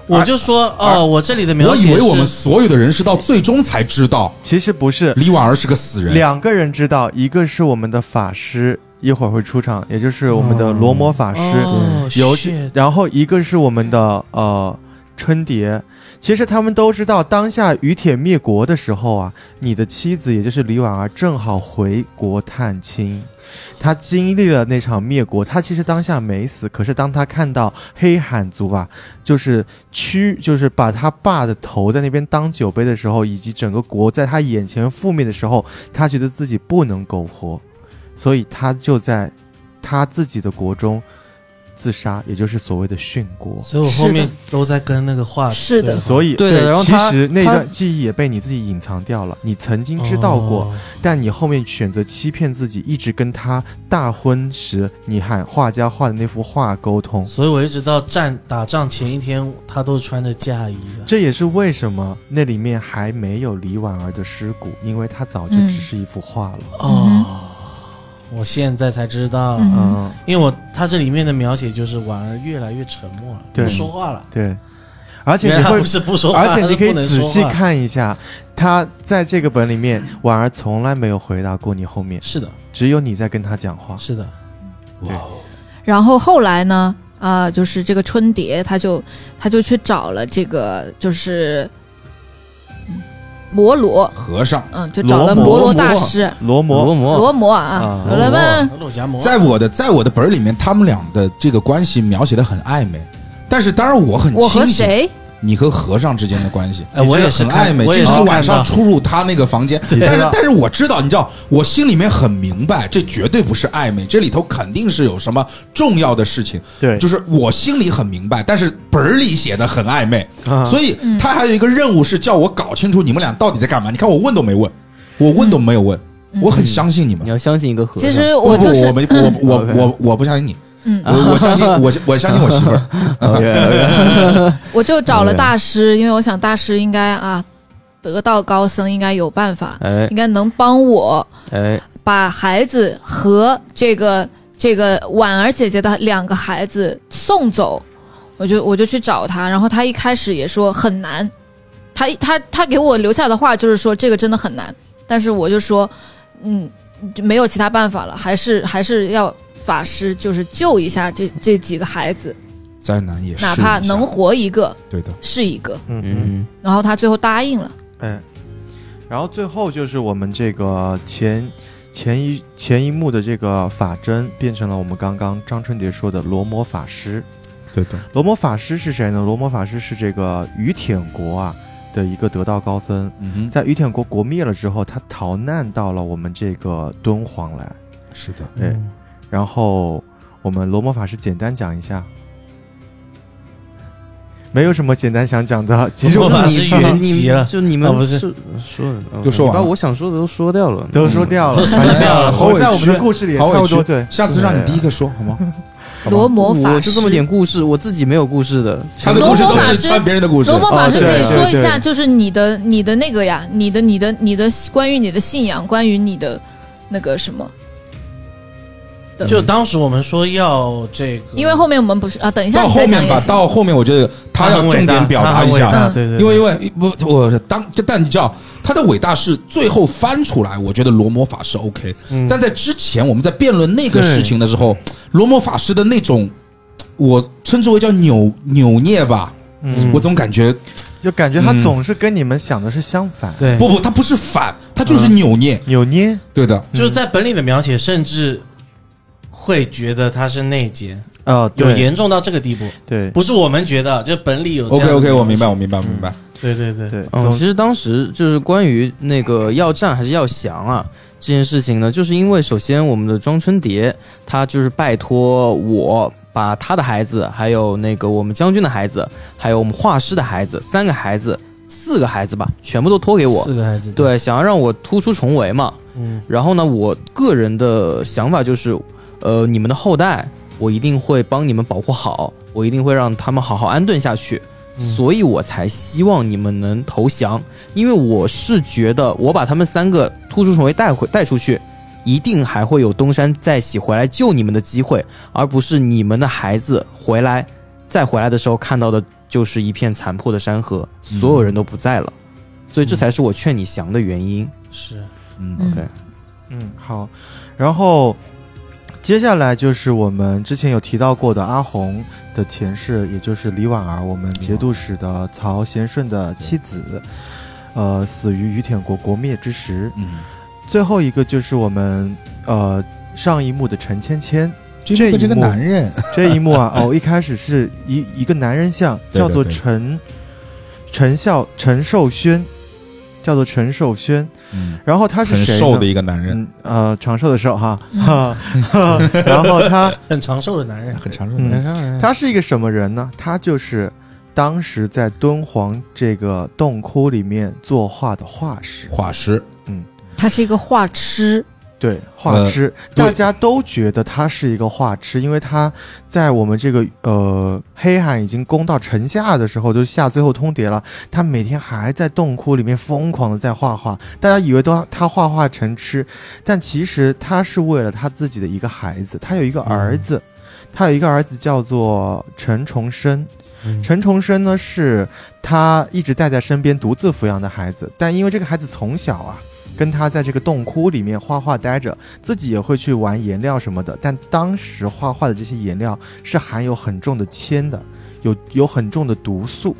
Speaker 7: 我就说哦，我这里的描
Speaker 1: 我以
Speaker 7: 写
Speaker 1: 为我们
Speaker 7: 是
Speaker 1: 所有的人是到最终才知道
Speaker 5: 其实不是，
Speaker 1: 李婉儿是个死人，
Speaker 5: 两个人知道，一个是我们的法师，一会儿会出场，也就是我们的罗摩法师，
Speaker 7: 哦
Speaker 5: 有
Speaker 7: shit
Speaker 5: 然后一个是我们的呃春蝶。其实他们都知道，当下于铁灭国的时候啊，你的妻子也就是李婉儿正好回国探亲，她经历了那场灭国，她其实当下没死，可是当她看到黑汉族啊，就是屈，就是把他爸的头在那边当酒杯的时候，以及整个国在他眼前覆灭的时候，他觉得自己不能苟活，所以他就在他自己的国中自杀，也就是所谓的殉国。
Speaker 7: 所以我后面都在跟那个画
Speaker 4: 是的
Speaker 5: 所以，
Speaker 2: 对然后
Speaker 5: 其
Speaker 2: 他
Speaker 5: 实那
Speaker 2: 他
Speaker 5: 段记忆也被你自己隐藏掉了，你曾经知道过，，
Speaker 2: 哦
Speaker 7: 哦
Speaker 5: 但你后面选择欺骗自己，一直跟他大婚时你喊画家画的那幅画沟通
Speaker 7: 对，所以我一直到战打仗前一天，他都穿着嫁衣的。
Speaker 5: 这也是为什么那里面还没有李婉儿的尸骨，因为她早就
Speaker 4: 嗯
Speaker 5: 只是一幅画了。
Speaker 7: 哦，我现在才知道，
Speaker 4: 嗯
Speaker 5: 嗯，
Speaker 7: 因为我他这里面的描写就是婉儿越来越沉默了，
Speaker 5: 对
Speaker 7: 不说话了。
Speaker 5: 对。而且
Speaker 7: 原来
Speaker 5: 你
Speaker 7: 她
Speaker 5: 会
Speaker 7: 啊不，是不说话，
Speaker 5: 而且你可以
Speaker 7: 她是不能
Speaker 5: 仔
Speaker 7: 说
Speaker 5: 细
Speaker 7: 话。
Speaker 5: 看一下，她在这个本里面，婉儿从来没有回答过你后面，
Speaker 7: 是的，
Speaker 5: 只有你在跟她讲话。
Speaker 7: 是的，
Speaker 4: 然后后来呢，啊、就是这个春蝶，他就他就去找了这个就是嗯摩罗，
Speaker 1: 和尚。
Speaker 4: 嗯，就找了
Speaker 5: 罗摩
Speaker 4: 摩罗大师
Speaker 5: 罗
Speaker 2: 罗
Speaker 5: 摩，
Speaker 2: 摩
Speaker 4: 罗摩啊
Speaker 5: 啊，
Speaker 4: 罗们
Speaker 7: 肉夹馍
Speaker 1: 在我的在我的本儿里面，他们俩的这个关系描写的很暧昧，但是当然我很
Speaker 4: 我和
Speaker 1: 清醒
Speaker 4: 谁？
Speaker 1: 你和和尚之间的关系，
Speaker 7: 哎
Speaker 1: 你
Speaker 7: 我
Speaker 1: 这个
Speaker 7: 也是
Speaker 1: 很
Speaker 7: 看
Speaker 1: 暧昧。
Speaker 7: 我也
Speaker 1: 这
Speaker 7: 是
Speaker 1: 是
Speaker 7: 看
Speaker 1: 晚
Speaker 7: 到
Speaker 1: 上出入他那个 房间，
Speaker 5: 对
Speaker 1: 但
Speaker 5: 知
Speaker 1: 是
Speaker 5: 道
Speaker 1: 但是我知道，你知道，我心里面很明白，这绝对不是暧昧，这里头肯定是有什么重要的事情。
Speaker 5: 对，
Speaker 1: 就是我心里很明白，但是本儿里写的很暧昧，
Speaker 5: 啊
Speaker 1: 所以他还有一个任务是叫我搞清楚你们俩到底在干嘛。你看我问都没问，我问都没有问，
Speaker 4: 嗯
Speaker 1: 我很相信你们
Speaker 2: 你。要相信一个和尚。
Speaker 4: 其实
Speaker 1: 不
Speaker 4: 我
Speaker 1: 不
Speaker 4: 就
Speaker 1: 我
Speaker 4: 是
Speaker 1: 没啊我 我
Speaker 2: OK
Speaker 1: 我我不相信你，
Speaker 7: 啊
Speaker 4: 嗯，
Speaker 1: 我我相信我我相信我媳妇 儿。
Speaker 4: 我就找了大师，因为我想大师应该啊，得道高僧应该有办法，
Speaker 2: 哎
Speaker 4: 应该能帮我
Speaker 2: 哎，
Speaker 4: 把孩子和这个这个婉儿姐姐的两个孩子送走，我就我就去找他，然后他一开始也说很难，他他他给我留下的话就是说这个真的很难，但是我就说，嗯，就没有其他办法了，还是 还是要法师就是救一下这这几个孩子，
Speaker 1: 灾难也是一
Speaker 4: 哪
Speaker 1: 下，
Speaker 4: 怕能活一个
Speaker 1: 对的，
Speaker 4: 是一个，
Speaker 5: 嗯嗯。
Speaker 2: 嗯，
Speaker 4: 然后他最后答应了，
Speaker 5: 嗯，然后最后就是我们这个前前一前一幕的这个法针变成了我们刚刚张春蝶说的罗摩法师。
Speaker 1: 对的。
Speaker 5: 罗摩法师是谁呢？罗摩法师是这个于舔国啊的一个得道高僧，
Speaker 1: 嗯哼，
Speaker 5: 在于舔国国灭了之后，他逃难到了我们这个敦煌来。
Speaker 1: 是的，
Speaker 5: 对，然后我们罗摩法师简单讲一下。没有什么简单想讲的，其实我
Speaker 7: 罗摩法
Speaker 5: 们
Speaker 7: 师原籍了
Speaker 2: 就你们
Speaker 7: 哦不是
Speaker 2: 就说了，
Speaker 1: 就说完了
Speaker 2: 把我想说的都说掉了，嗯
Speaker 5: 都说 掉了，
Speaker 7: 都说掉了
Speaker 1: 哎好委
Speaker 5: 活在我们
Speaker 1: 屈
Speaker 5: 的
Speaker 1: 啊
Speaker 5: 故事里也
Speaker 1: 好
Speaker 5: 差不
Speaker 1: 委屈
Speaker 5: 多，对，
Speaker 1: 下次让你第一个说好吗？好吧
Speaker 4: 罗摩法师
Speaker 2: 我就这么点故事，我自己没有故事的，
Speaker 1: 他的故事
Speaker 4: 罗
Speaker 1: 都
Speaker 4: 摩法
Speaker 1: 是
Speaker 4: 师
Speaker 1: 穿别人的故事
Speaker 4: 罗。摩法师可
Speaker 5: 哦对
Speaker 4: 以说一
Speaker 5: 对
Speaker 4: 下，
Speaker 5: 对
Speaker 4: 就是你的、你的那个呀，你的、你的、你的关于你的信仰，关于你的那个什么，的
Speaker 7: 就当时我们说要这个，
Speaker 4: 因为后面我们不是啊，等一下
Speaker 1: 到
Speaker 4: 你
Speaker 1: 后
Speaker 4: 再讲
Speaker 1: 面
Speaker 4: 也
Speaker 1: 吧，
Speaker 4: 行。
Speaker 1: 到后面我觉得他要
Speaker 7: 很伟
Speaker 1: 重
Speaker 7: 大
Speaker 1: 点表
Speaker 7: 他
Speaker 1: 达
Speaker 7: 很
Speaker 1: 一
Speaker 7: 伟
Speaker 1: 下，
Speaker 7: 大
Speaker 4: 嗯
Speaker 7: 对对，
Speaker 1: 因为因为不，我当但你知道他的伟大是最后翻出来，我觉得罗摩法师 OK，、
Speaker 5: 嗯
Speaker 1: 但在之前我们在辩论那个事情的时候，罗摩法师的那种，我称之为叫扭扭捏吧，
Speaker 5: 嗯
Speaker 1: 我总感觉
Speaker 5: 就感觉他总
Speaker 1: 嗯
Speaker 5: 是跟你们想的是相反，
Speaker 7: 对
Speaker 1: 不不，他不是反，他就是扭捏，
Speaker 5: 扭捏，
Speaker 1: 对的，
Speaker 7: 就是在本里的描写，甚至会觉得他是内奸，
Speaker 5: 呃，
Speaker 7: 有
Speaker 5: 对
Speaker 7: 严重到这个地步，
Speaker 5: 对
Speaker 7: 不是我们觉得，就本里有这
Speaker 1: OK
Speaker 7: 样的
Speaker 1: OK，
Speaker 7: 东西
Speaker 1: 我明白，我。明白，我明白。
Speaker 7: 对对对，
Speaker 5: 对，
Speaker 1: 哦
Speaker 2: 嗯，
Speaker 5: 总
Speaker 2: 其实当时就是关于那个要战还是要降啊这件事情呢，就是因为首先我们的庄春蝶，她就是拜托我把她的孩子，还有那个我们将军的孩子，还有我们画师的孩子，三个孩子，四个孩子吧，全部都托给我。
Speaker 7: 四个孩子，，
Speaker 2: 对，想要让我突出重围嘛。
Speaker 7: 嗯，
Speaker 2: 然后呢，我个人的想法就是，呃，你们的后代，我一定会帮你们保护好，我一定会让他们好好安顿下去，所以我才希望你们能投降，因为我是觉得我把他们三个突出重围带回带出去。一定还会有东山再起回来救你们的机会，而不是你们的孩子回来，再回来的时候看到的就是一片残破的山河，所有人都不在了，所以这才是我劝你降的原因。
Speaker 7: 是
Speaker 1: 嗯，
Speaker 4: 嗯
Speaker 2: OK，
Speaker 5: 嗯，好。然后接下来就是我们之前有提到过的阿红的前世，也就是李婉儿，我们节度使的曹贤顺的
Speaker 1: 嗯
Speaker 5: 妻子，呃，死于于舔国国灭之时。
Speaker 1: 嗯，
Speaker 5: 最后一个就是我们呃上一幕的陈芊芊，
Speaker 1: 这
Speaker 5: 这
Speaker 1: 个
Speaker 5: 一
Speaker 1: 这个
Speaker 5: 幕
Speaker 1: 男人，
Speaker 5: 这一幕啊， 哦，一开始是一一个男人像，
Speaker 1: 对
Speaker 5: 叫做
Speaker 1: 对对
Speaker 5: 陈陈孝陈寿轩，叫做陈寿轩。
Speaker 1: 嗯，
Speaker 5: 然后他是
Speaker 1: 很
Speaker 5: 谁呢？
Speaker 1: 瘦的一个男人，
Speaker 5: 嗯呃，长寿的寿哈，哈，然后他
Speaker 7: 很长寿的男人，
Speaker 1: 很长寿
Speaker 5: 嗯
Speaker 1: 的。
Speaker 5: 他是一个什么人呢？他就是当时在敦煌这个洞窟里面作画的画师，
Speaker 1: 画师，
Speaker 4: 他是一个画痴，
Speaker 5: 对，画师，
Speaker 1: 对
Speaker 5: 大家都觉得他是一个画痴，因为他在我们这个呃黑海已经攻到城下的时候，就下最后通牒了，他每天还在洞窟里面疯狂的在画画，大家以为都他画画成痴，但其实他是为了他自己的一个孩子，他有一个儿子，他有一个儿子叫做陈重生。陈重生呢，是他一直带在身边独自抚养的孩子，但因为这个孩子从小啊，跟他在这个洞窟里面画画待着，自己也会去玩颜料什么的。但当时画画的这些颜料是含有很重的铅的，有有很重的毒素，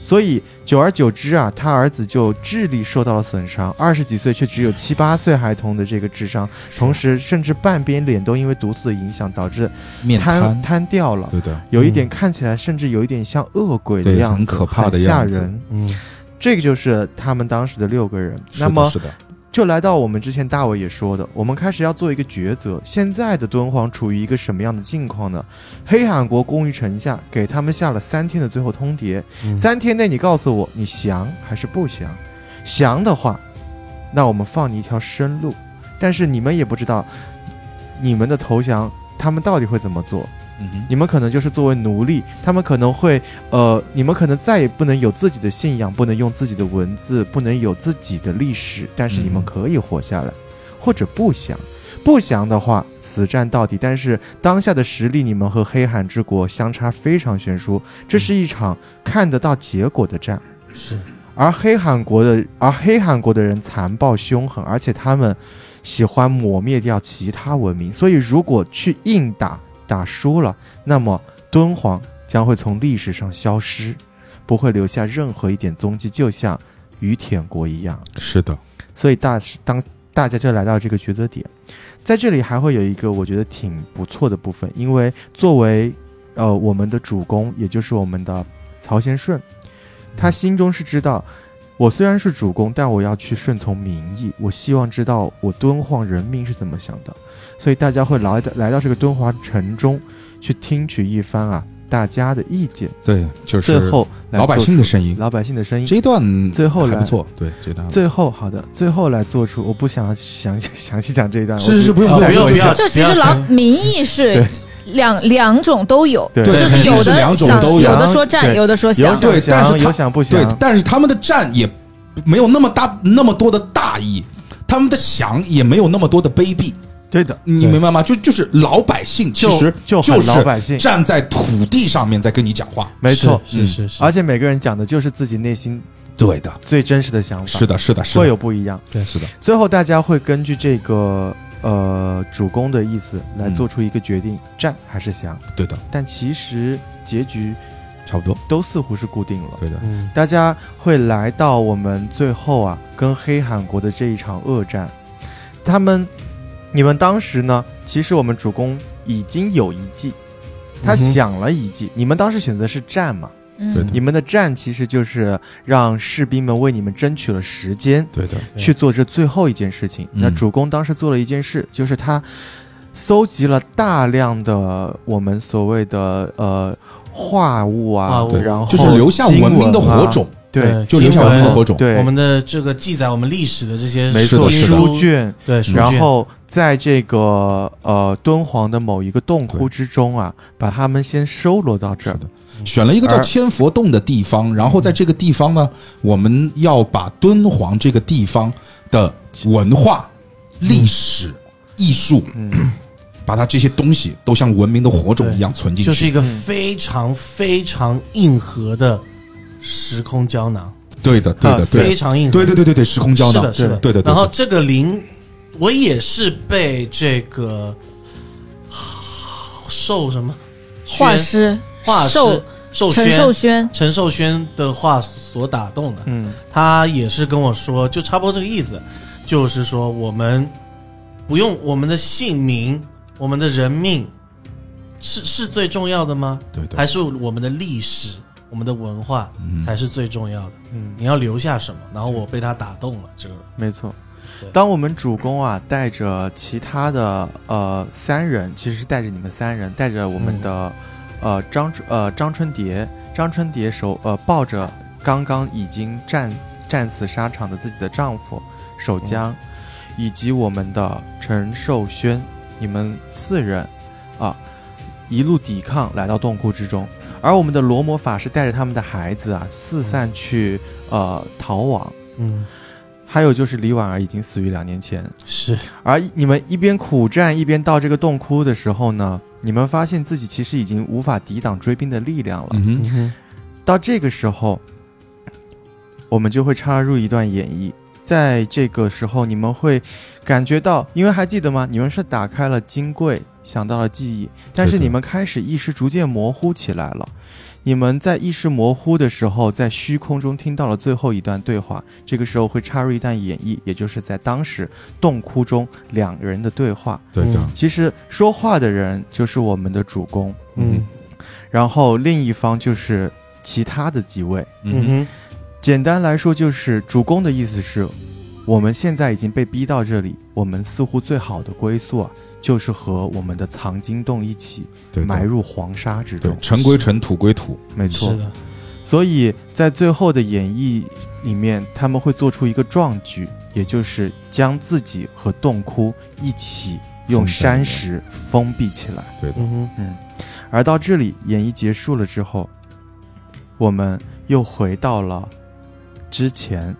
Speaker 5: 所以久而久之啊，他儿子就智力受到了损伤，二十几岁却只有七八岁孩童的这个智商，同时甚至半边脸都因为毒素的影响导致
Speaker 1: 面
Speaker 5: 瘫
Speaker 1: 瘫，
Speaker 5: 瘫掉了。
Speaker 1: 对的，
Speaker 5: 有一点看起来甚至有一点像恶鬼的
Speaker 1: 对
Speaker 5: 样子，
Speaker 1: 很可怕的
Speaker 5: 很吓
Speaker 1: 样子
Speaker 5: 人。
Speaker 7: 嗯，
Speaker 5: 这个就是他们当时的六个人。
Speaker 1: 是
Speaker 5: 那
Speaker 1: 的
Speaker 5: 么
Speaker 1: 是的，
Speaker 5: 就来到我们之前大伟也说的，我们开始要做一个抉择。现在的敦煌处于一个什么样的境况呢？黑海国攻于城下，给他们下了三天的最后通牒，三天内你告诉我你降还是不降。降的话，那我们放你一条生路。但是你们也不知道，你们的投降他们到底会怎么做。
Speaker 1: 嗯哼，
Speaker 5: 你们可能就是作为奴隶，他们可能会，呃，你们可能再也不能有自己的信仰，不能用自己的文字，不能有自己的历史，但是你们
Speaker 1: 嗯
Speaker 5: 可以活下来，或者不降。不降的话，死战到底。但是当下的实力，你们和黑海之国相差非常悬殊，这是一场看得到结果的战。
Speaker 7: 是
Speaker 5: 而黑韩国的，而黑韩国的人残暴凶狠，而且他们喜欢抹灭掉其他文明，所以如果去硬打打输了，那么敦煌将会从历史上消失，不会留下任何一点踪迹，就像于舔国一样。
Speaker 1: 是的，
Speaker 5: 所以大当大家就来到这个抉择点，在这里还会有一个我觉得挺不错的部分，因为作为呃我们的主公，也就是我们的曹贤顺，他心中是知道，我虽然是主公，但我要去顺从民意，我希望知道我敦煌人民是怎么想的，所以大家会来到来到这个敦煌城中去听取一番啊大家的意见，
Speaker 1: 对，就是嗯
Speaker 5: 最后来
Speaker 1: 老百
Speaker 5: 做
Speaker 1: 姓的
Speaker 5: 出
Speaker 1: 声音
Speaker 5: 老百姓的声音
Speaker 1: 这一段
Speaker 5: 最后
Speaker 1: 还
Speaker 5: 来
Speaker 1: 不错，对，这一段还不错
Speaker 5: 最后好的，最后来做出，我不想详细详细讲这一段，
Speaker 1: 是是是，
Speaker 5: 我
Speaker 1: 不用
Speaker 7: 哦
Speaker 1: 用
Speaker 7: 不用
Speaker 1: 我
Speaker 7: 不要
Speaker 4: 就其实老民意是
Speaker 5: 对
Speaker 4: 两两种都有，
Speaker 5: 对
Speaker 4: 就
Speaker 1: 对
Speaker 4: 是
Speaker 1: 肯定
Speaker 4: 有
Speaker 1: 是
Speaker 4: 的
Speaker 1: 两种
Speaker 4: 想
Speaker 1: 都
Speaker 5: 有
Speaker 4: 有的说战，
Speaker 5: 对
Speaker 4: 有的说
Speaker 5: 有
Speaker 4: 降，
Speaker 5: 想
Speaker 1: 对但是他
Speaker 5: 降，有想不
Speaker 1: 对
Speaker 5: 降，，
Speaker 1: 但是他们的战也没有那么大那么多的大义，他们的想也没有那么多的卑鄙，
Speaker 5: 对的，嗯
Speaker 1: 你明白吗？就就是老百姓嗯其实
Speaker 5: 就就
Speaker 1: 就
Speaker 5: 很
Speaker 1: 是
Speaker 5: 老百姓
Speaker 1: 站在土地上面在跟你讲话，
Speaker 5: 没错，
Speaker 7: 是是是，
Speaker 5: 而且每个人讲的就是自己内心
Speaker 1: 对的，
Speaker 5: 最真实的想法，
Speaker 1: 是的，是的，是
Speaker 5: 会
Speaker 1: 的，
Speaker 5: 有不一样。
Speaker 1: 对，是的，
Speaker 5: 最后大家会根据这个呃主公的意思来做出一个决定，战还是降，
Speaker 1: 对的，
Speaker 5: 但其实结局
Speaker 1: 差不多，
Speaker 5: 都似乎是固定了。
Speaker 1: 对的，
Speaker 7: 嗯
Speaker 5: 大家会来到我们最后啊，跟黑韩国的这一场恶战。他们，你们当时呢，其实我们主公已经有一
Speaker 1: 嗯
Speaker 5: 计，他想了一计。你们当时选择是战嘛？
Speaker 1: 对
Speaker 4: 嗯
Speaker 1: 的
Speaker 5: 你们的战其实就是让士兵们为你们争取了时间，
Speaker 1: 对的，
Speaker 7: 对
Speaker 5: 去做这最后一件事情。
Speaker 1: 嗯
Speaker 5: 那主公当时做了一件事，就是他搜集了大量的我们所谓的呃化物啊
Speaker 7: 化，物
Speaker 1: 对，
Speaker 5: 然后
Speaker 1: 就是留下文明的火种，
Speaker 5: 经文啊，
Speaker 7: 呃
Speaker 1: 就留下文明的火种，
Speaker 5: 对
Speaker 7: 我
Speaker 5: 对，
Speaker 7: 们的这个记载我们历史的这些
Speaker 5: 没
Speaker 1: 是
Speaker 5: 错，
Speaker 1: 的
Speaker 7: 经
Speaker 1: 是的
Speaker 5: 书
Speaker 7: 书，
Speaker 5: 卷。
Speaker 7: 对，书卷
Speaker 5: 然后在这个呃敦煌的某一个洞窟之中啊，把他们先收罗到这
Speaker 1: 是
Speaker 5: 儿
Speaker 1: 的。选了一个叫
Speaker 5: 而
Speaker 1: 千佛洞的地方，然后在这个地方呢，我们要把敦煌这个地方的文化、历史、艺术，
Speaker 5: 嗯，
Speaker 1: 把它这些东西都像文明的火种一样存进
Speaker 7: 就是
Speaker 1: 去。
Speaker 7: 一个
Speaker 5: 嗯
Speaker 7: 非常非常硬核的时空胶囊，
Speaker 1: 对的，对的，对
Speaker 7: 非
Speaker 1: 的，
Speaker 7: 常硬核，
Speaker 1: 对对对对对，时空胶
Speaker 7: 是
Speaker 1: 囊
Speaker 7: 的，，是的，
Speaker 1: 对的，对
Speaker 7: 然后
Speaker 1: 的，
Speaker 7: 这个灵，我也是被这个受什么
Speaker 4: 画
Speaker 7: 轩
Speaker 4: 师
Speaker 7: 画师
Speaker 4: 受
Speaker 7: 受
Speaker 4: 陈
Speaker 7: 轩
Speaker 4: 寿轩，
Speaker 7: 陈寿轩的话所打动的。
Speaker 5: 嗯，
Speaker 7: 他也是跟我说，就差不多这个意思，就是说我们不用我们的姓名，我们的人命是是最重要的吗？
Speaker 1: 对的，
Speaker 7: 还是我们的历史、我们的文化
Speaker 1: 嗯
Speaker 7: 才是最重要的？
Speaker 5: 嗯
Speaker 7: 你要留下什么？然后我被他打动了，这个
Speaker 5: 没错
Speaker 7: 对。
Speaker 5: 当我们主公啊带着其他的呃三人，其实是带着你们三人，带着我们的、呃张春呃张春蝶，张春蝶手呃抱着刚刚已经战战死沙场的自己的丈夫守江，以及我们的陈寿轩，你们四人啊一路抵抗来到洞窟之中，而我们的罗摩法师带着他们的孩子啊四散去呃逃亡。
Speaker 7: 嗯
Speaker 5: 还有就是李婉儿已经死于两年前，
Speaker 7: 是
Speaker 5: 而你们一边苦战一边到这个洞窟的时候呢，你们发现自己其实已经无法抵挡追兵的力量了。
Speaker 1: 嗯哼，
Speaker 5: 到这个时候，我们就会插入一段演绎。在这个时候，你们会感觉到，因为还记得吗？你们是打开了金柜，想到了记忆，但是
Speaker 1: 对的
Speaker 5: 你们开始意识逐渐模糊起来了。你们在意识模糊的时候，在虚空中听到了最后一段对话。这个时候会插入一段演绎，也就是在当时洞窟中两人的对话。
Speaker 1: 对的，
Speaker 5: 其实说话的人就是我们的主公，
Speaker 1: 嗯
Speaker 5: 然后另一方就是其他的几位。
Speaker 1: 嗯哼，
Speaker 5: 简单来说，就是主公的意思是，我们现在已经被逼到这里，我们似乎最好的归宿啊，就是和我们的藏经洞一起
Speaker 1: 对
Speaker 5: 埋
Speaker 1: 的，
Speaker 5: 入黄沙之
Speaker 1: 对
Speaker 5: 中，。
Speaker 1: 尘归尘，土归土，
Speaker 5: 没
Speaker 7: 是
Speaker 5: 错。
Speaker 7: 的，
Speaker 5: 所以在最后的演绎里面，他们会做出一个壮举，也就是将自己和洞窟一起用
Speaker 1: 封在里
Speaker 5: 山
Speaker 1: 面
Speaker 5: 石封闭起来。
Speaker 1: 对的，
Speaker 7: 嗯
Speaker 5: 嗯，而到这里演绎结束了之后，我们又回到了之前，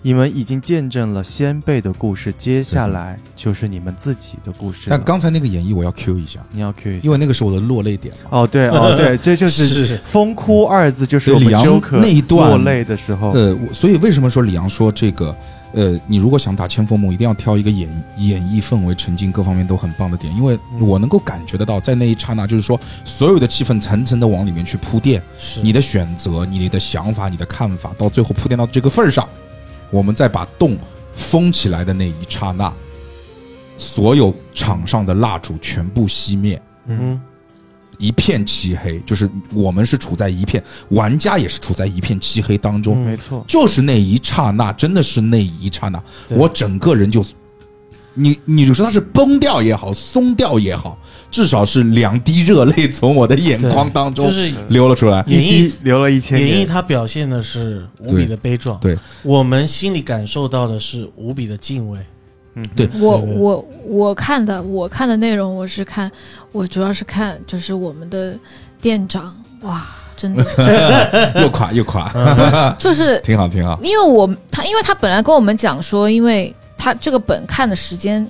Speaker 5: 你们已经见证了先辈的故事，接下来就是你们自己的故事了。
Speaker 1: 但刚才那个演绎我要 Q 一下，
Speaker 5: 你要 Q 一下
Speaker 1: 因，为那个是我的落泪点嘛。
Speaker 5: 哦对哦对，这就是
Speaker 7: 是
Speaker 5: “风哭”二字，就是
Speaker 1: 对
Speaker 5: 我们
Speaker 1: 李阳
Speaker 5: Joker
Speaker 1: 那一段
Speaker 5: 落泪的时候，
Speaker 1: 呃，我所以为什么说李阳说这个？呃，你如果想打千佛梦，一定要挑一个演演绎氛围、沉浸各方面都很棒的点，因为我能够感觉得到，在那一刹那，就是说所有的气氛层层的往里面去铺垫，
Speaker 7: 是
Speaker 1: 你的选择、你的想法、你的看法，到最后铺垫到这个份儿上，我们再把洞封起来的那一刹那，所有场上的蜡烛全部熄灭，
Speaker 7: 嗯
Speaker 1: 一片漆黑，就是我们是处在一片，玩家也是处在一片漆黑当中，
Speaker 5: 没错，
Speaker 1: 就是那一刹那，真的是那一刹那，
Speaker 7: 对
Speaker 1: 我整个人就，你你就说它是崩掉也好，松掉也好，至少是两滴热泪从我的眼眶当中
Speaker 7: 就是
Speaker 1: 流了出 来。
Speaker 7: 演绎
Speaker 5: 一滴流了一千
Speaker 7: 演绎
Speaker 5: 年，
Speaker 7: 他表现的是无比的悲壮，
Speaker 1: 对对
Speaker 7: 我们心里感受到的是无比的敬畏。
Speaker 5: 嗯哼
Speaker 1: 对
Speaker 4: 我
Speaker 7: 对对
Speaker 4: 我我看的我看的内容，我是看我主要是看就是我们的店长，哇，真的
Speaker 1: 又垮又垮，
Speaker 7: 嗯
Speaker 4: 就是
Speaker 1: 挺好挺好。
Speaker 4: 因为我他因为他本来跟我们讲说，因为他这个本看的时间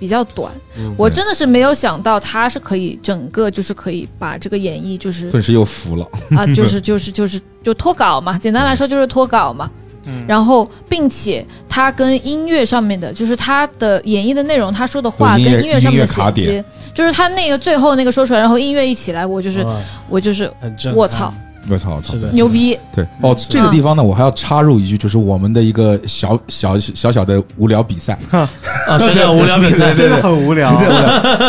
Speaker 4: 比较短，
Speaker 1: 嗯
Speaker 4: 我真的是没有想到他是可以整个就是可以把这个演绎就是
Speaker 1: 顿时又服了，
Speaker 4: 啊，就是就是就是就脱稿
Speaker 1: 嗯
Speaker 4: 嘛，简单来说就是脱稿嘛。
Speaker 5: 嗯
Speaker 4: 然后，并且他跟音乐上面的，就是他的演绎的内容，他说的话
Speaker 1: 对
Speaker 4: 跟
Speaker 1: 音乐
Speaker 4: 音乐上面的
Speaker 1: 音乐卡
Speaker 4: 衔
Speaker 1: 点哦
Speaker 4: 接，就是他那个最后那个说出来，然后音乐一起来，我就是
Speaker 7: 哇
Speaker 1: 哎
Speaker 4: 我就是
Speaker 7: 很震撼
Speaker 4: 卧槽，
Speaker 1: 我操，操
Speaker 7: 是的
Speaker 4: 牛逼，
Speaker 1: 对哦，这个地方呢，我还要插入一句，就是我们的一个小小小小的无聊比赛，
Speaker 7: 啊，小小无聊比赛，
Speaker 5: 真的很无聊。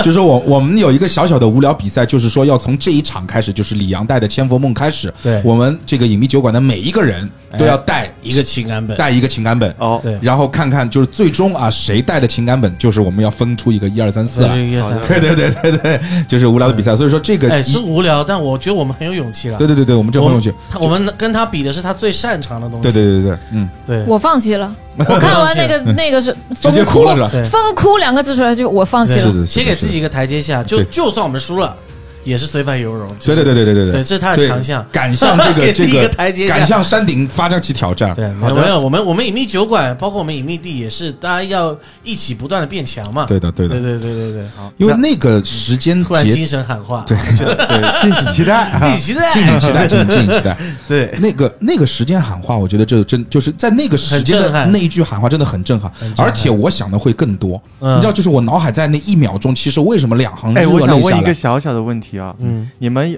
Speaker 1: 就是我我们有一个小小的无聊比赛，就是说要从这一场开始，就是李阳带的《千佛梦》开始，
Speaker 7: 对
Speaker 1: 我们这个隐秘酒馆的每一个人都要带
Speaker 7: 一个情感本，
Speaker 1: 带一个情感本，
Speaker 5: 哦，
Speaker 7: 对，
Speaker 1: 然后看看就是最终啊谁带的情感本，就是我们要分出一个一二三四
Speaker 7: 这
Speaker 1: 来。
Speaker 7: 是一个
Speaker 5: 好的
Speaker 7: 三
Speaker 1: 对对对对对，就是无聊的比赛，所以说这个
Speaker 7: 哎，
Speaker 1: 一
Speaker 7: 是无聊，但我觉得我们很有勇气了。
Speaker 1: 对对对对，我们这
Speaker 7: 我
Speaker 1: 很有
Speaker 7: 们
Speaker 1: 趣，
Speaker 7: 他我们跟他比的是他最擅长的东西。
Speaker 1: 对对对对，嗯，
Speaker 7: 对，
Speaker 4: 我放 弃了。我看完那个那个是
Speaker 1: 直接
Speaker 4: 疯
Speaker 1: 哭
Speaker 4: 哭
Speaker 1: 了是吧？
Speaker 7: 对
Speaker 4: 疯哭两个字出来就我放弃
Speaker 1: 是
Speaker 4: 了
Speaker 1: 的。是的
Speaker 7: 先给自己一个台阶下，就
Speaker 1: 对
Speaker 7: 就算我们输了，也是随败犹荣。就
Speaker 1: 对对
Speaker 7: 是
Speaker 1: 对对对对
Speaker 7: 对，这是他的
Speaker 1: 对
Speaker 7: 强项。
Speaker 1: 敢向这个
Speaker 7: 给
Speaker 1: 这
Speaker 7: 自己一个台阶下
Speaker 1: 敢向山顶发起挑战。
Speaker 7: 对，没有没有，我们我们隐秘酒馆，包括我们隐秘地，也是大家要一起不断的变强嘛。
Speaker 1: 对的对
Speaker 7: 对
Speaker 1: 的，
Speaker 7: 对对对对，
Speaker 1: 因为那个时间
Speaker 7: 突然
Speaker 1: 节
Speaker 7: 精神喊话，
Speaker 1: 对，
Speaker 5: 对，敬请期待。
Speaker 7: 敬请期待，
Speaker 1: 敬请期待，敬请敬请期待。
Speaker 7: 对，
Speaker 1: 那个那个时间喊话，我觉得这真就是在那个时间
Speaker 7: 很震
Speaker 1: 的
Speaker 7: 撼
Speaker 1: 那一句喊话真的很震撼，
Speaker 7: 很震撼
Speaker 1: 而且我想的会更多。
Speaker 7: 嗯
Speaker 1: 你知道，就是我脑海在那一秒钟，其实为什么两行
Speaker 5: 哎，
Speaker 1: 热
Speaker 5: 我想
Speaker 1: 泪
Speaker 5: 问
Speaker 1: 下
Speaker 5: 一个
Speaker 1: 来？
Speaker 5: 小小的问题啊，
Speaker 7: 嗯，
Speaker 5: 你们有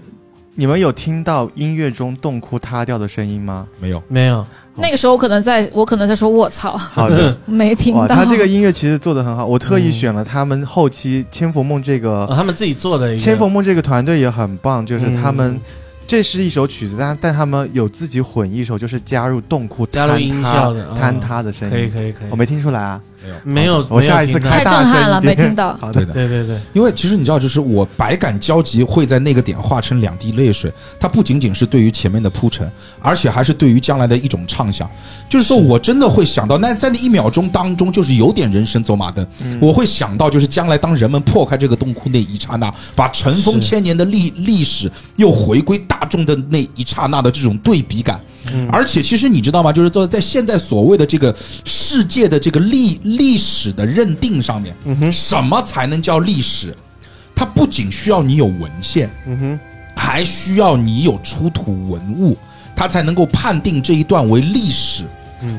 Speaker 5: 你们有听到音乐中洞窟塌掉的声音吗？
Speaker 1: 没有，
Speaker 7: 没有，
Speaker 4: 那个时候我可能在，我可能在说我操，
Speaker 5: 好的，
Speaker 4: 没听
Speaker 5: 哇，
Speaker 4: 到。
Speaker 5: 他这个音乐其实做的很好，我特意
Speaker 7: 嗯
Speaker 5: 选了他们后期《千佛梦》这 个
Speaker 7: 哦他们自己做的一个
Speaker 5: 千佛梦这个团队也很棒，就是他们、
Speaker 7: 嗯
Speaker 5: 这是一首曲子，但但他们有自己混一首，就是加入洞窟
Speaker 7: 加入
Speaker 5: 坍
Speaker 7: 音
Speaker 5: 塌
Speaker 7: 效的嗯
Speaker 5: 坍塌的声
Speaker 7: 可以
Speaker 5: 音。
Speaker 7: 可以可以
Speaker 5: 我，没听出来啊，
Speaker 7: 没有，
Speaker 5: 我下
Speaker 7: 没
Speaker 5: 一
Speaker 7: 有
Speaker 5: 次
Speaker 7: 听到
Speaker 5: 开大
Speaker 4: 太
Speaker 5: 声
Speaker 4: 震撼了
Speaker 5: 一点
Speaker 4: 没听到
Speaker 5: 好
Speaker 1: 对
Speaker 5: 的，
Speaker 1: 的。
Speaker 7: 对对对，
Speaker 1: 因为其实你知道，就是我百感交集，会在那个点化成两滴泪水。它不仅仅是对于前面的铺陈，而且还是对于将来的一种畅想。就是说我真的会想到，那在那一秒钟当中，就是有点人生走马灯。我会想到，就是将来当人们破开这个洞窟那一刹那，把尘封
Speaker 7: 是
Speaker 1: 千年的历历史又回归大众的那一刹那的这种对比感。而且，其实你知道吗？就是在在现在所谓的这个世界的这个历历史的认定上面，什么才能叫历史？它不仅需要你有文献，嗯哼，还需要你有出土文物，它才能够判定这一段为历史。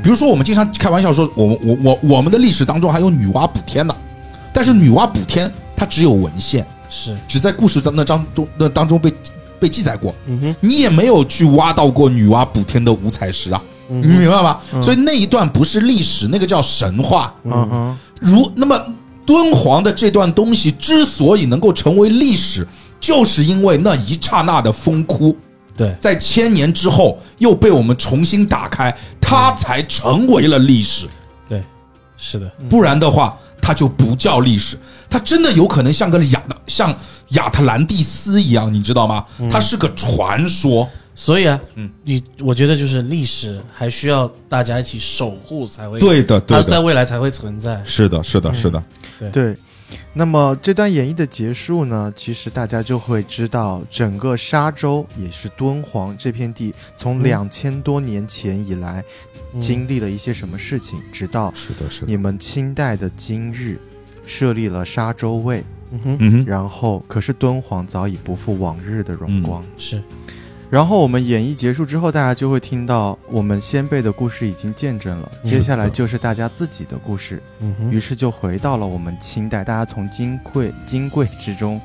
Speaker 1: 比如说，我们经常开玩笑说，我们我我我们的历史当中还有女娲补天呢，但是女娲补天它只有文献，
Speaker 7: 是
Speaker 1: 只在故事的那章中那当中被被记载过。
Speaker 5: 嗯
Speaker 1: 你也没有去挖到过女娲补天的五彩石啊，
Speaker 5: 嗯
Speaker 1: 你明白吧？所以那一段不是历史，那个叫神话。
Speaker 5: 嗯哼，
Speaker 1: 如那么敦煌的这段东西之所以能够成为历史，就是因为那一刹那的风窟。
Speaker 7: 对
Speaker 1: 在千年之后又被我们重新打开，它才成为了历史。
Speaker 7: 对，是的，
Speaker 1: 不然的话，它就不叫历史，它真的有可能像个亚的像亚特兰蒂斯一样，你知道吗？
Speaker 5: 嗯
Speaker 1: 它是个传说。
Speaker 7: 所以啊，
Speaker 1: 嗯
Speaker 7: 你我觉得就是历史还需要大家一起守护才会，
Speaker 1: 对的，对
Speaker 7: 它在
Speaker 1: 的，
Speaker 7: 未来才会存在。
Speaker 1: 是的，是的，是的。
Speaker 5: 嗯对。那么这段演绎的结束呢，其实大家就会知道，整个沙洲也是敦煌这片地从
Speaker 7: 嗯
Speaker 5: 两千多年前以来、
Speaker 7: 嗯
Speaker 5: 经历了一些什么事情，直到
Speaker 1: 是的，是。
Speaker 5: 你们清代的今日设立了沙洲卫，
Speaker 7: 嗯哼，
Speaker 1: 嗯哼，
Speaker 5: 然后，可是敦煌早已不复往日的荣光。
Speaker 7: 是
Speaker 5: 然后我们演绎结束之后，大家就会听到我们先辈的故事已经见证了，
Speaker 7: 嗯
Speaker 5: 接下来就是大家自己的故事。
Speaker 7: 嗯哼
Speaker 5: 于是就回到了我们清代，大家从金匮金匮之中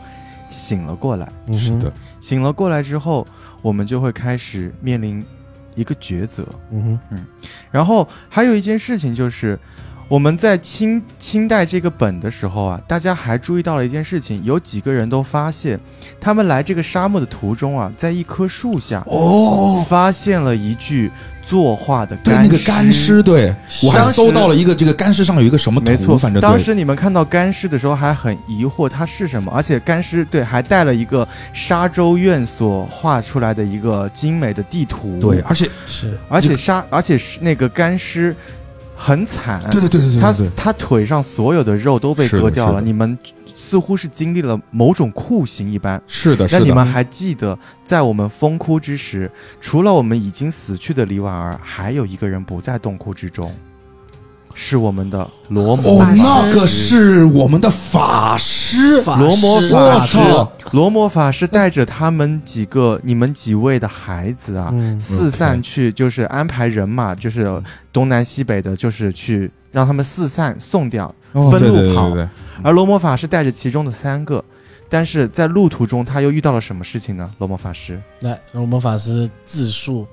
Speaker 5: 醒了过来。
Speaker 7: 嗯哼
Speaker 1: 是的，
Speaker 5: 醒了过来之后，我们就会开始面临一个抉择。
Speaker 7: 嗯哼，
Speaker 5: 然后还有一件事情就是，我们在清清代这个本的时候啊，大家还注意到了一件事情，有几个人都发现，他们来这个沙漠的途中啊，在一棵树下
Speaker 1: 哦，
Speaker 5: 发现了一具作画的
Speaker 1: 对，
Speaker 5: 干
Speaker 1: 那个干尸，对我还
Speaker 5: 当时
Speaker 1: 搜到了一个这个干尸上有一个什么
Speaker 5: 没
Speaker 1: 图，
Speaker 5: 错，
Speaker 1: 反正
Speaker 5: 当
Speaker 1: 对，
Speaker 5: 时你们看到干尸的时候还很疑惑它是什么，而且干尸对还带了一个沙洲院所画出来的一个精美的地图，
Speaker 1: 对，，而且
Speaker 7: 是
Speaker 5: 而且沙而且是那个干尸很惨，
Speaker 1: 对对对对对
Speaker 5: 他
Speaker 1: 对对，
Speaker 5: 他腿上所有的肉都被
Speaker 1: 是的
Speaker 5: 割掉
Speaker 1: 是
Speaker 5: 了，
Speaker 1: 的
Speaker 5: 你们似乎是经历了某种酷刑一般。
Speaker 1: 是的，
Speaker 5: 那
Speaker 1: 是
Speaker 5: 你
Speaker 1: 的，
Speaker 5: 们还记得，在我们风窟之时，除了我们已经死去的李婉儿，还有一个人不在洞窟之中，是我们的罗摩
Speaker 1: 哦
Speaker 5: 法，师。
Speaker 1: 那个是我们的法师，
Speaker 5: 罗摩
Speaker 1: 我
Speaker 5: 法师
Speaker 1: 操，哦
Speaker 5: 罗摩法师带着他们几个、你们几位的孩子啊，
Speaker 7: 嗯
Speaker 5: 四散去，就是安排人马，就是东南西北的，就是去让他们四散送掉，
Speaker 1: 哦
Speaker 5: 分
Speaker 1: 对
Speaker 5: 路
Speaker 1: 对对
Speaker 5: 跑。
Speaker 1: 对对
Speaker 5: 而罗摩法师带着其中的三个，但是在路途中他又遇到了什么事情呢？罗摩法师，
Speaker 7: 来，让我们法师自述。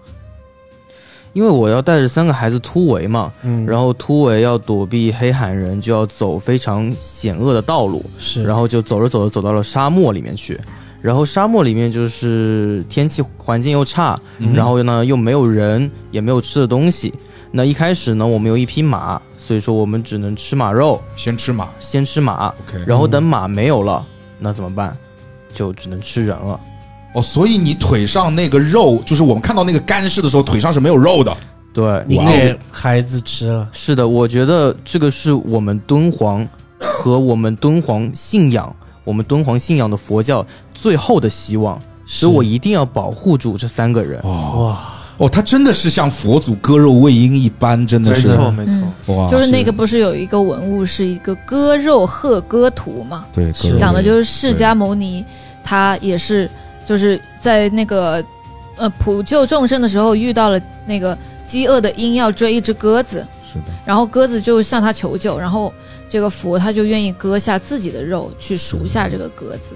Speaker 2: 因为我要带着三个孩子突围嘛，
Speaker 7: 嗯
Speaker 2: 然后突围要躲避黑海人，就要走非常险恶的道路，
Speaker 7: 是，
Speaker 2: 然后就走着走着走到了沙漠里面去。然后沙漠里面就是天气环境又差，
Speaker 7: 嗯
Speaker 2: 然后呢又没有人，也没有吃的东西。那一开始呢，我们有一匹马，所以说我们只能吃马肉，
Speaker 1: 先吃马
Speaker 2: 先吃马，
Speaker 7: 嗯
Speaker 1: ，OK。
Speaker 2: 然后等马没有了，那怎么办？就只能吃人了。
Speaker 1: 哦，所以你腿上那个肉，就是我们看到那个干尸的时候，腿上是没有肉的。
Speaker 2: 对，
Speaker 7: 你
Speaker 1: 哇哦
Speaker 7: 给孩子吃了，
Speaker 2: 是的，我觉得这个是我们敦煌和我们敦煌信仰，我们敦煌信仰的佛教最后的希望，所以我一定要保护住这三个人。
Speaker 7: 哇，
Speaker 1: 哦，他真的是像佛祖割肉喂鹰一般，真的
Speaker 5: 没
Speaker 1: 是
Speaker 5: 错没错
Speaker 4: 嗯，
Speaker 1: 哇，
Speaker 4: 就是那个不是有一个文物是一个割肉鹤歌图嘛，
Speaker 1: 对，
Speaker 7: 是
Speaker 1: 割肉
Speaker 4: 讲的
Speaker 1: 喂
Speaker 4: 就是释迦牟尼，他也是就是在那个呃普救众生的时候遇到了那个饥饿的鹰要追一只鸽子，
Speaker 1: 是的，
Speaker 4: 然后鸽子就向他求救，然后这个佛他就愿意割下自己的肉去赎下这个鸽子。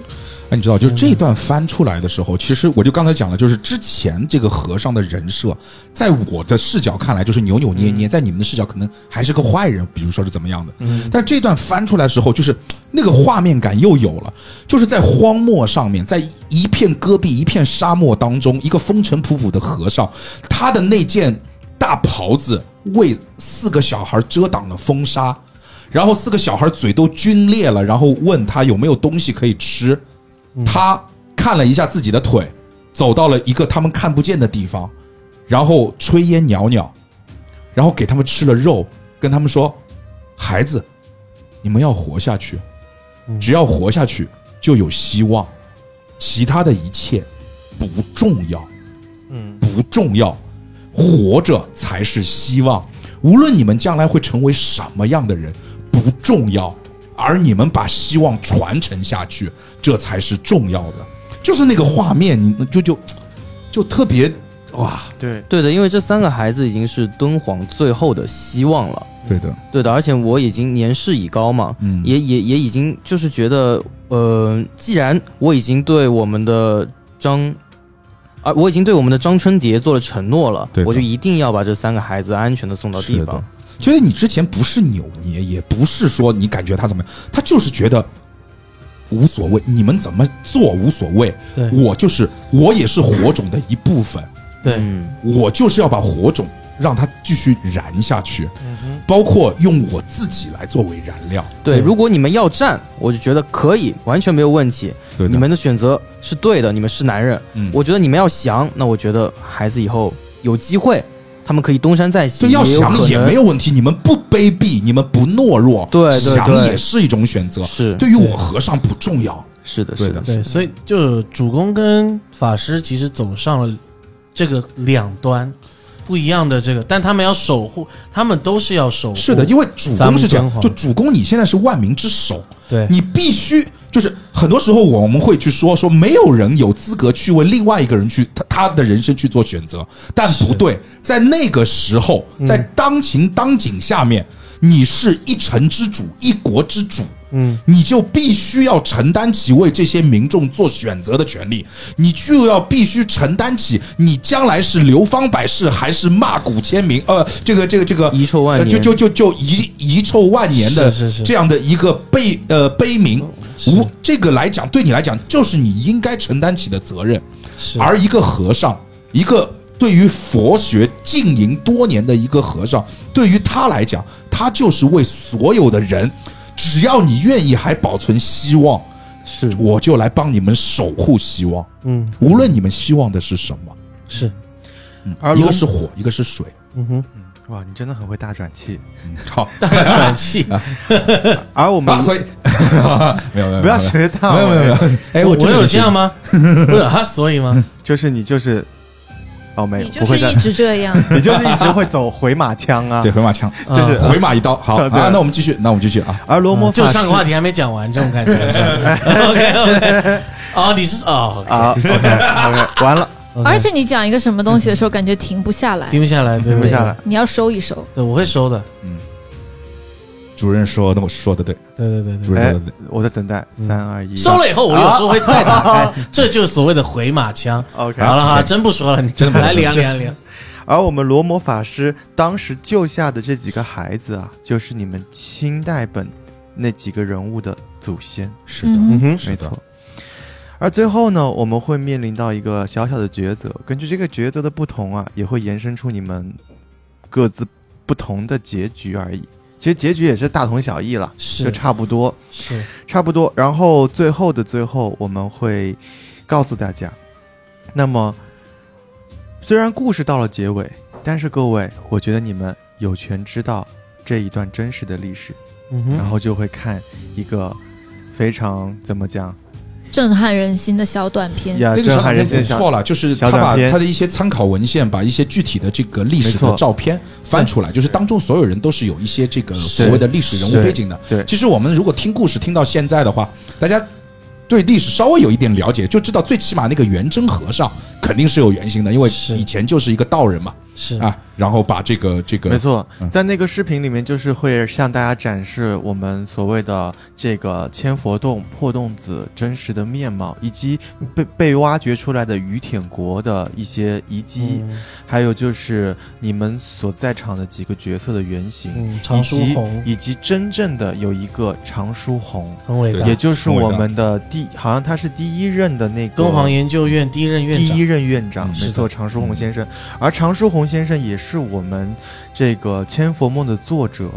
Speaker 1: 哎，你知道，就这一段翻出来的时候，其实我就刚才讲了，就是之前这个和尚的人设，在我的视角看来就是扭扭捏捏，在你们的视角可能还是个坏人，比如说是怎么样的。但这段翻出来的时候，就是那个画面感又有了，就是在荒漠上面，在一片戈壁、一片沙漠当中，一个风尘仆仆的和尚，他的那件大袍子为四个小孩遮挡了风沙。然后四个小孩嘴都皲裂了，然后问他有没有东西可以吃，他看了一下自己的腿，走到了一个他们看不见的地方，然后炊烟袅袅，然后给他们吃了肉，跟他们说：“孩子，你们要活下去，只要活下去就有希望，其他的一切不重要，嗯，不重要，活着才是希望。无论你们将来会成为什么样的人，不重要。”而你们把希望传承下去，这才是重要的。就是那个画面，你就就就特别哇，
Speaker 5: 对，
Speaker 2: 对的，因为这三个孩子已经是敦煌最后的希望了。
Speaker 1: 对的，
Speaker 2: 对的，而且我已经年事已高嘛，
Speaker 1: 嗯
Speaker 2: 也也也已经就是觉得，呃，既然我已经对我们的张，啊，我已经对我们的张春蝶做了承诺了
Speaker 1: 对，的
Speaker 2: 我就一定要把这三个孩子安全的送到地
Speaker 1: 是
Speaker 2: 方
Speaker 1: 的。就是你之前不是扭捏，也不是说你感觉他怎么样，他就是觉得无所谓，你们怎么做无所谓，
Speaker 7: 对
Speaker 1: 我就是我也是火种的一部分，
Speaker 7: 对，
Speaker 2: 嗯，
Speaker 1: 我就是要把火种让它继续燃下去，包括用我自己来作为燃料。
Speaker 2: 对，
Speaker 7: 对
Speaker 2: 如果你们要战，我就觉得可以，完全没有问题。
Speaker 1: 对
Speaker 2: 你们的选择是对的，你们是男人，
Speaker 1: 嗯
Speaker 2: 我觉得你们要降，那我觉得孩子以后有机会，他们可以东山再
Speaker 1: 所
Speaker 2: 起，
Speaker 1: 以要
Speaker 2: 也有
Speaker 1: 想
Speaker 2: 可
Speaker 1: 也
Speaker 2: 能
Speaker 1: 没有问题，你们不卑鄙，你们不懦弱，
Speaker 2: 对对
Speaker 1: 想
Speaker 2: 对
Speaker 1: 也是一种选择。
Speaker 2: 是
Speaker 1: 对于我和尚不重要，
Speaker 2: 是的，
Speaker 1: 对
Speaker 2: 是
Speaker 1: 的
Speaker 2: 的，
Speaker 7: 对，所以就主公跟法师其实走上了这个两端不一样的这个，但他们要守护，他们都是要守护。
Speaker 1: 是的，因为主公是这样，
Speaker 7: 咱们敦煌
Speaker 1: 就主公你现在是万民之首，
Speaker 7: 对
Speaker 1: 你必须就是很多时候我们会去说说，没有人有资格去为另外一个人去他他的人生去做选择，但不对，在那个时候，在当情当景下面，你是一城之主，一国之主。嗯，你就必须要承担起为这些民众做选择的权利，你就要必须承担起你将来是流芳百世还是骂古千民，呃，这个这个这个
Speaker 2: 遗臭万
Speaker 1: 呃就
Speaker 2: 年
Speaker 1: 就就就遗遗臭万年的
Speaker 7: 是是是
Speaker 1: 这样的一个悲呃悲鸣，
Speaker 7: 是
Speaker 1: 无这个来讲，对你来讲就是你应该承担起的责任。
Speaker 7: 是
Speaker 1: 而一个和尚，一个对于佛学经营多年的一个和尚，对于他来讲，他就是为所有的人，只要你愿意还保存希望，
Speaker 2: 是
Speaker 1: 我就来帮你们守护希望。
Speaker 7: 嗯
Speaker 1: 无论你们希望的是什么，嗯
Speaker 7: 是
Speaker 5: 而
Speaker 1: 一
Speaker 5: 罗
Speaker 1: 个是火，一个是水。
Speaker 5: 哇，你真的很会大转气。
Speaker 1: 嗯好，
Speaker 7: 喘气。
Speaker 5: 而我们
Speaker 1: 啊， 所以 没有没有
Speaker 5: 不要
Speaker 1: 没有
Speaker 5: 学啊到，
Speaker 1: 没有没有没有，哎，我真
Speaker 7: 我
Speaker 1: 的
Speaker 7: 有
Speaker 1: 是
Speaker 7: 这样 吗？我有啊，所以吗？
Speaker 5: 就是你就是哦，没有，
Speaker 4: 你
Speaker 5: 不
Speaker 4: 就
Speaker 5: 会
Speaker 4: 是
Speaker 5: 的
Speaker 4: 一，直这样，
Speaker 5: 你就是一直会走回马枪啊
Speaker 1: 对，嗯回马枪，
Speaker 5: 就是
Speaker 1: 回马一刀。好
Speaker 5: 对
Speaker 1: 啊，那我们继续，那我们继续啊。
Speaker 5: 而罗摩
Speaker 7: 就
Speaker 5: 法师
Speaker 7: 上个话题还没讲完，这种感觉是。OK OK，哦，你是哦，
Speaker 5: 啊，OK OK，完了，
Speaker 7: OK，
Speaker 4: 而且你讲一个什么东西的时候，感觉停不下来
Speaker 7: 停，不下来，对
Speaker 5: 停
Speaker 7: 对
Speaker 5: 不
Speaker 7: 对
Speaker 5: 下来。
Speaker 4: 你要收一收。
Speaker 7: 对，我会收的。
Speaker 1: 主任说那我说的对，
Speaker 7: 对对对
Speaker 1: 主
Speaker 7: 对，
Speaker 1: 任说的对，
Speaker 5: 哎
Speaker 1: 嗯
Speaker 5: 我在等待，三二一，
Speaker 7: 收了以后我有时候会再打开，这就是所谓的回马枪。
Speaker 5: OK，
Speaker 7: 好了哈，真不说了，你
Speaker 1: 真的不说了
Speaker 7: 来凉凉凉。
Speaker 5: 而我们罗摩法师当时救下的这几个孩子啊，就是你们清代本那几个人物的祖先，
Speaker 1: 是的，
Speaker 4: 嗯哼，
Speaker 5: 哼
Speaker 1: 是
Speaker 5: 没
Speaker 1: 的
Speaker 5: 错。而最后呢，我们会面临到一个小小的抉择，根据这个抉择的不同啊，也会延伸出你们各自不同的结局而已。其实结局也是大同小异了，
Speaker 7: 是
Speaker 5: 就差不多。
Speaker 7: 是，
Speaker 5: 差不多。然后最后的最后，我们会告诉大家。那么，虽然故事到了结尾，但是各位，我觉得你们有权知道这一段真实的历史，
Speaker 7: 嗯哼
Speaker 5: 然后就会看一个非常怎么讲
Speaker 4: 震撼人心的小短片。
Speaker 5: 呀，
Speaker 1: 那个小
Speaker 5: 震撼
Speaker 1: 短
Speaker 5: 人
Speaker 1: 片
Speaker 5: 心的
Speaker 1: 不
Speaker 5: 想
Speaker 1: 错了，就是
Speaker 5: 小
Speaker 1: 他
Speaker 5: 短
Speaker 1: 把
Speaker 5: 片
Speaker 1: 他的一些参考文献，把一些具体的这个历史
Speaker 5: 没
Speaker 1: 的
Speaker 5: 错
Speaker 1: 照片翻出来，就是当中所有人都是有一些这个所谓的历史人
Speaker 5: 对
Speaker 1: 物背景的。
Speaker 5: 对
Speaker 1: 其实我们如果听故事听到现在的话，大家对历史稍微有一点了解，就知道最起码那个元贞和尚肯定是有原型的，因为
Speaker 7: 是
Speaker 1: 以前就是一个道人嘛，
Speaker 7: 是嗯
Speaker 1: 啊，然后把这个这
Speaker 5: 没
Speaker 1: 个
Speaker 5: 错
Speaker 1: 嗯，
Speaker 5: 在那个视频里面，就是会向大家展示我们所谓的这个千佛洞、破洞子真实的面貌，以及被被挖掘出来的于舔国的一些遗迹，
Speaker 7: 嗯
Speaker 5: 还有就是你们所在场的几个角色的原型，
Speaker 7: 嗯，
Speaker 5: 以
Speaker 7: 常书
Speaker 5: 及
Speaker 7: 红
Speaker 5: 以及真正的有一个常书红，
Speaker 7: 很伟大
Speaker 5: 也，就是
Speaker 1: 很伟大
Speaker 5: 我们的第，好像他是第一任的那个
Speaker 7: 敦煌研究院第一任院
Speaker 5: 第
Speaker 7: 长
Speaker 5: 一，任院长，
Speaker 7: 嗯是
Speaker 5: 没
Speaker 7: 的
Speaker 5: 错，常书鸿先生。而常书鸿先生也是我们这个《千佛梦》的作者，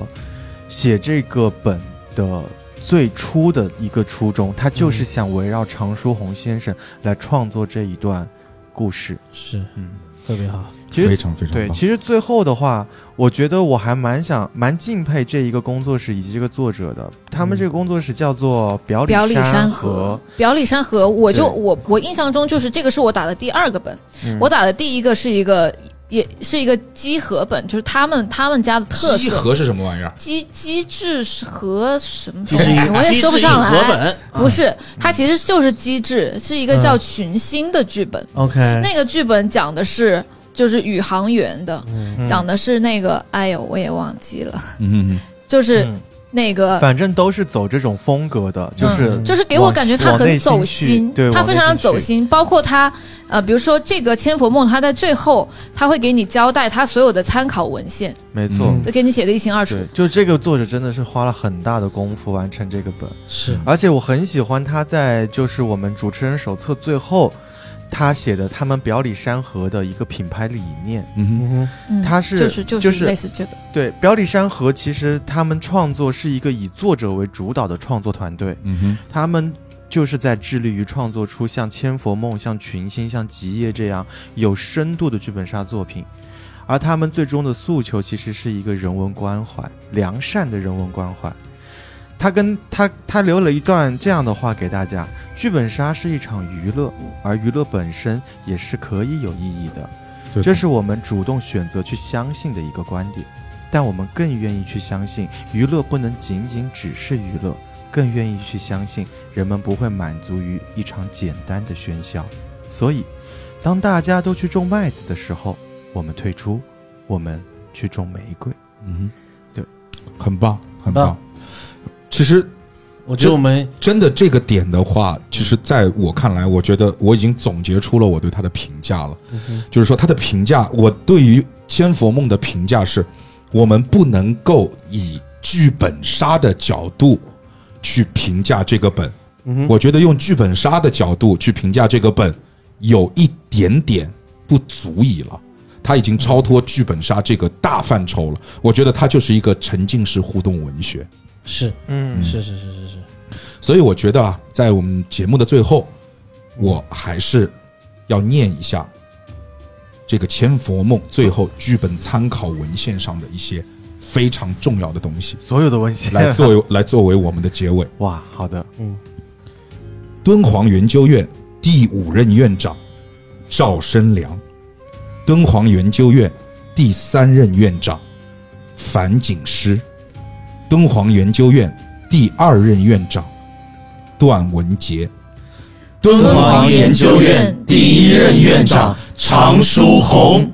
Speaker 5: 写这个本的最初的一个初衷，他就是
Speaker 7: 嗯
Speaker 5: 想围绕常书鸿先生来创作这一段故事。
Speaker 7: 是
Speaker 5: 嗯，
Speaker 7: 特别
Speaker 4: 哎
Speaker 7: 好。
Speaker 5: 其
Speaker 1: 非
Speaker 5: 实
Speaker 1: 常非常
Speaker 5: 对，
Speaker 1: 棒
Speaker 5: 其实最后的话，我觉得我还蛮想蛮敬佩这一个工作室以及这个作者的。他
Speaker 7: 嗯
Speaker 5: 们这个工作室叫做表
Speaker 4: 表里
Speaker 5: 山
Speaker 4: 山河，表里山河，我就
Speaker 5: 对
Speaker 4: 我我印象中就是这个是我打的第二个本，
Speaker 5: 嗯
Speaker 4: 我打的第一个是一个也是一个鸡盒本，就是他们他们家的特
Speaker 1: 鸡
Speaker 4: 色。
Speaker 1: 盒是什么玩意儿？
Speaker 4: 鸡机制和什么
Speaker 7: 机制
Speaker 4: 东西
Speaker 7: 一，
Speaker 4: 我也
Speaker 7: 机
Speaker 4: 说不
Speaker 7: 制一
Speaker 4: 上
Speaker 7: 合
Speaker 4: 来。
Speaker 7: 本
Speaker 4: 不是，它其实就是机制，是一个
Speaker 7: 嗯
Speaker 4: 叫《群星》的剧本。
Speaker 7: ，OK，
Speaker 4: 那个剧本讲的是就是宇航员的，
Speaker 5: 嗯
Speaker 4: 讲的是那个，哎呦，我也忘记了，
Speaker 1: 嗯，
Speaker 4: 就是
Speaker 5: 嗯
Speaker 4: 那个
Speaker 5: 反正都是走这种风格的，就是。
Speaker 7: 嗯
Speaker 4: 就是给我感觉他
Speaker 5: 往内
Speaker 4: 很
Speaker 5: 心
Speaker 4: 走
Speaker 5: 去
Speaker 4: 心
Speaker 5: 对，
Speaker 4: 他
Speaker 5: 往
Speaker 4: 非
Speaker 5: 内
Speaker 4: 常
Speaker 5: 心
Speaker 4: 走
Speaker 5: 去
Speaker 4: 心。包括他呃，比如说这个《千佛梦》，他在最后他会给你交代他所有的参考文献，
Speaker 5: 没错，
Speaker 7: 嗯
Speaker 4: 都给你写的一清二楚
Speaker 5: 对。，就这个作者真的是花了很大的功夫完成这个本，
Speaker 7: 是
Speaker 5: 而且我很喜欢他在就是我们主持人手册最后。他写的他们表里山河的一个品牌理念，
Speaker 1: 嗯哼，
Speaker 7: 嗯
Speaker 4: 嗯，
Speaker 5: 他是
Speaker 4: 就是就
Speaker 5: 就是
Speaker 4: 是类似这个，
Speaker 5: 对表里山河，其实他们创作是一个以作者为主导的创作团队，
Speaker 1: 嗯哼，
Speaker 5: 他们就是在致力于创作出像《千佛梦》、像《群星》、像《极夜》这样有深度的剧本杀作品，而他们最终的诉求其实是一个人文关怀，良善的人文关怀。他跟他他留了一段这样的话给大家：剧本杀是一场娱乐，而娱乐本身也是可以有意义的。
Speaker 1: 对
Speaker 5: 这是我们主动选择去相信的一个观点，但我们更愿意去相信娱乐不能仅仅只是娱乐，更愿意去相信人们不会满足于一场简单的喧嚣。所以，当大家都去种麦子的时候，我们退出，我们去种玫瑰。
Speaker 1: 嗯哼，
Speaker 5: 对，
Speaker 1: 很棒，很
Speaker 7: 棒
Speaker 1: 棒。其实
Speaker 7: 我觉得我们
Speaker 1: 真的这个点的话，其实在我看来，我觉得我已经总结出了我对他的评价了。就是说，他的评价，我对于《千佛梦》的评价是，我们不能够以剧本杀的角度去评价这个本。我觉得用剧本杀的角度去评价这个本，有一点点不足以了。它已经超脱剧本杀这个大范畴了，我觉得它就是一个沉浸式互动文学。
Speaker 7: 是
Speaker 5: 嗯
Speaker 7: 是是是是是，
Speaker 1: 所以我觉得啊，在我们节目的最后，我还是要念一下这个《千佛梦》最后剧本参考文献上的一些非常重要的东西，
Speaker 5: 所有的文献
Speaker 1: 来作为 来作为我们的结尾。
Speaker 5: 哇，好的，
Speaker 7: 嗯，
Speaker 1: 敦煌研究院第五任院长赵申良，敦煌研究院第三任院长樊锦诗，敦煌研究院第二任院长段文杰，敦
Speaker 4: 敦煌研究院第一任院
Speaker 7: 长常书鸿。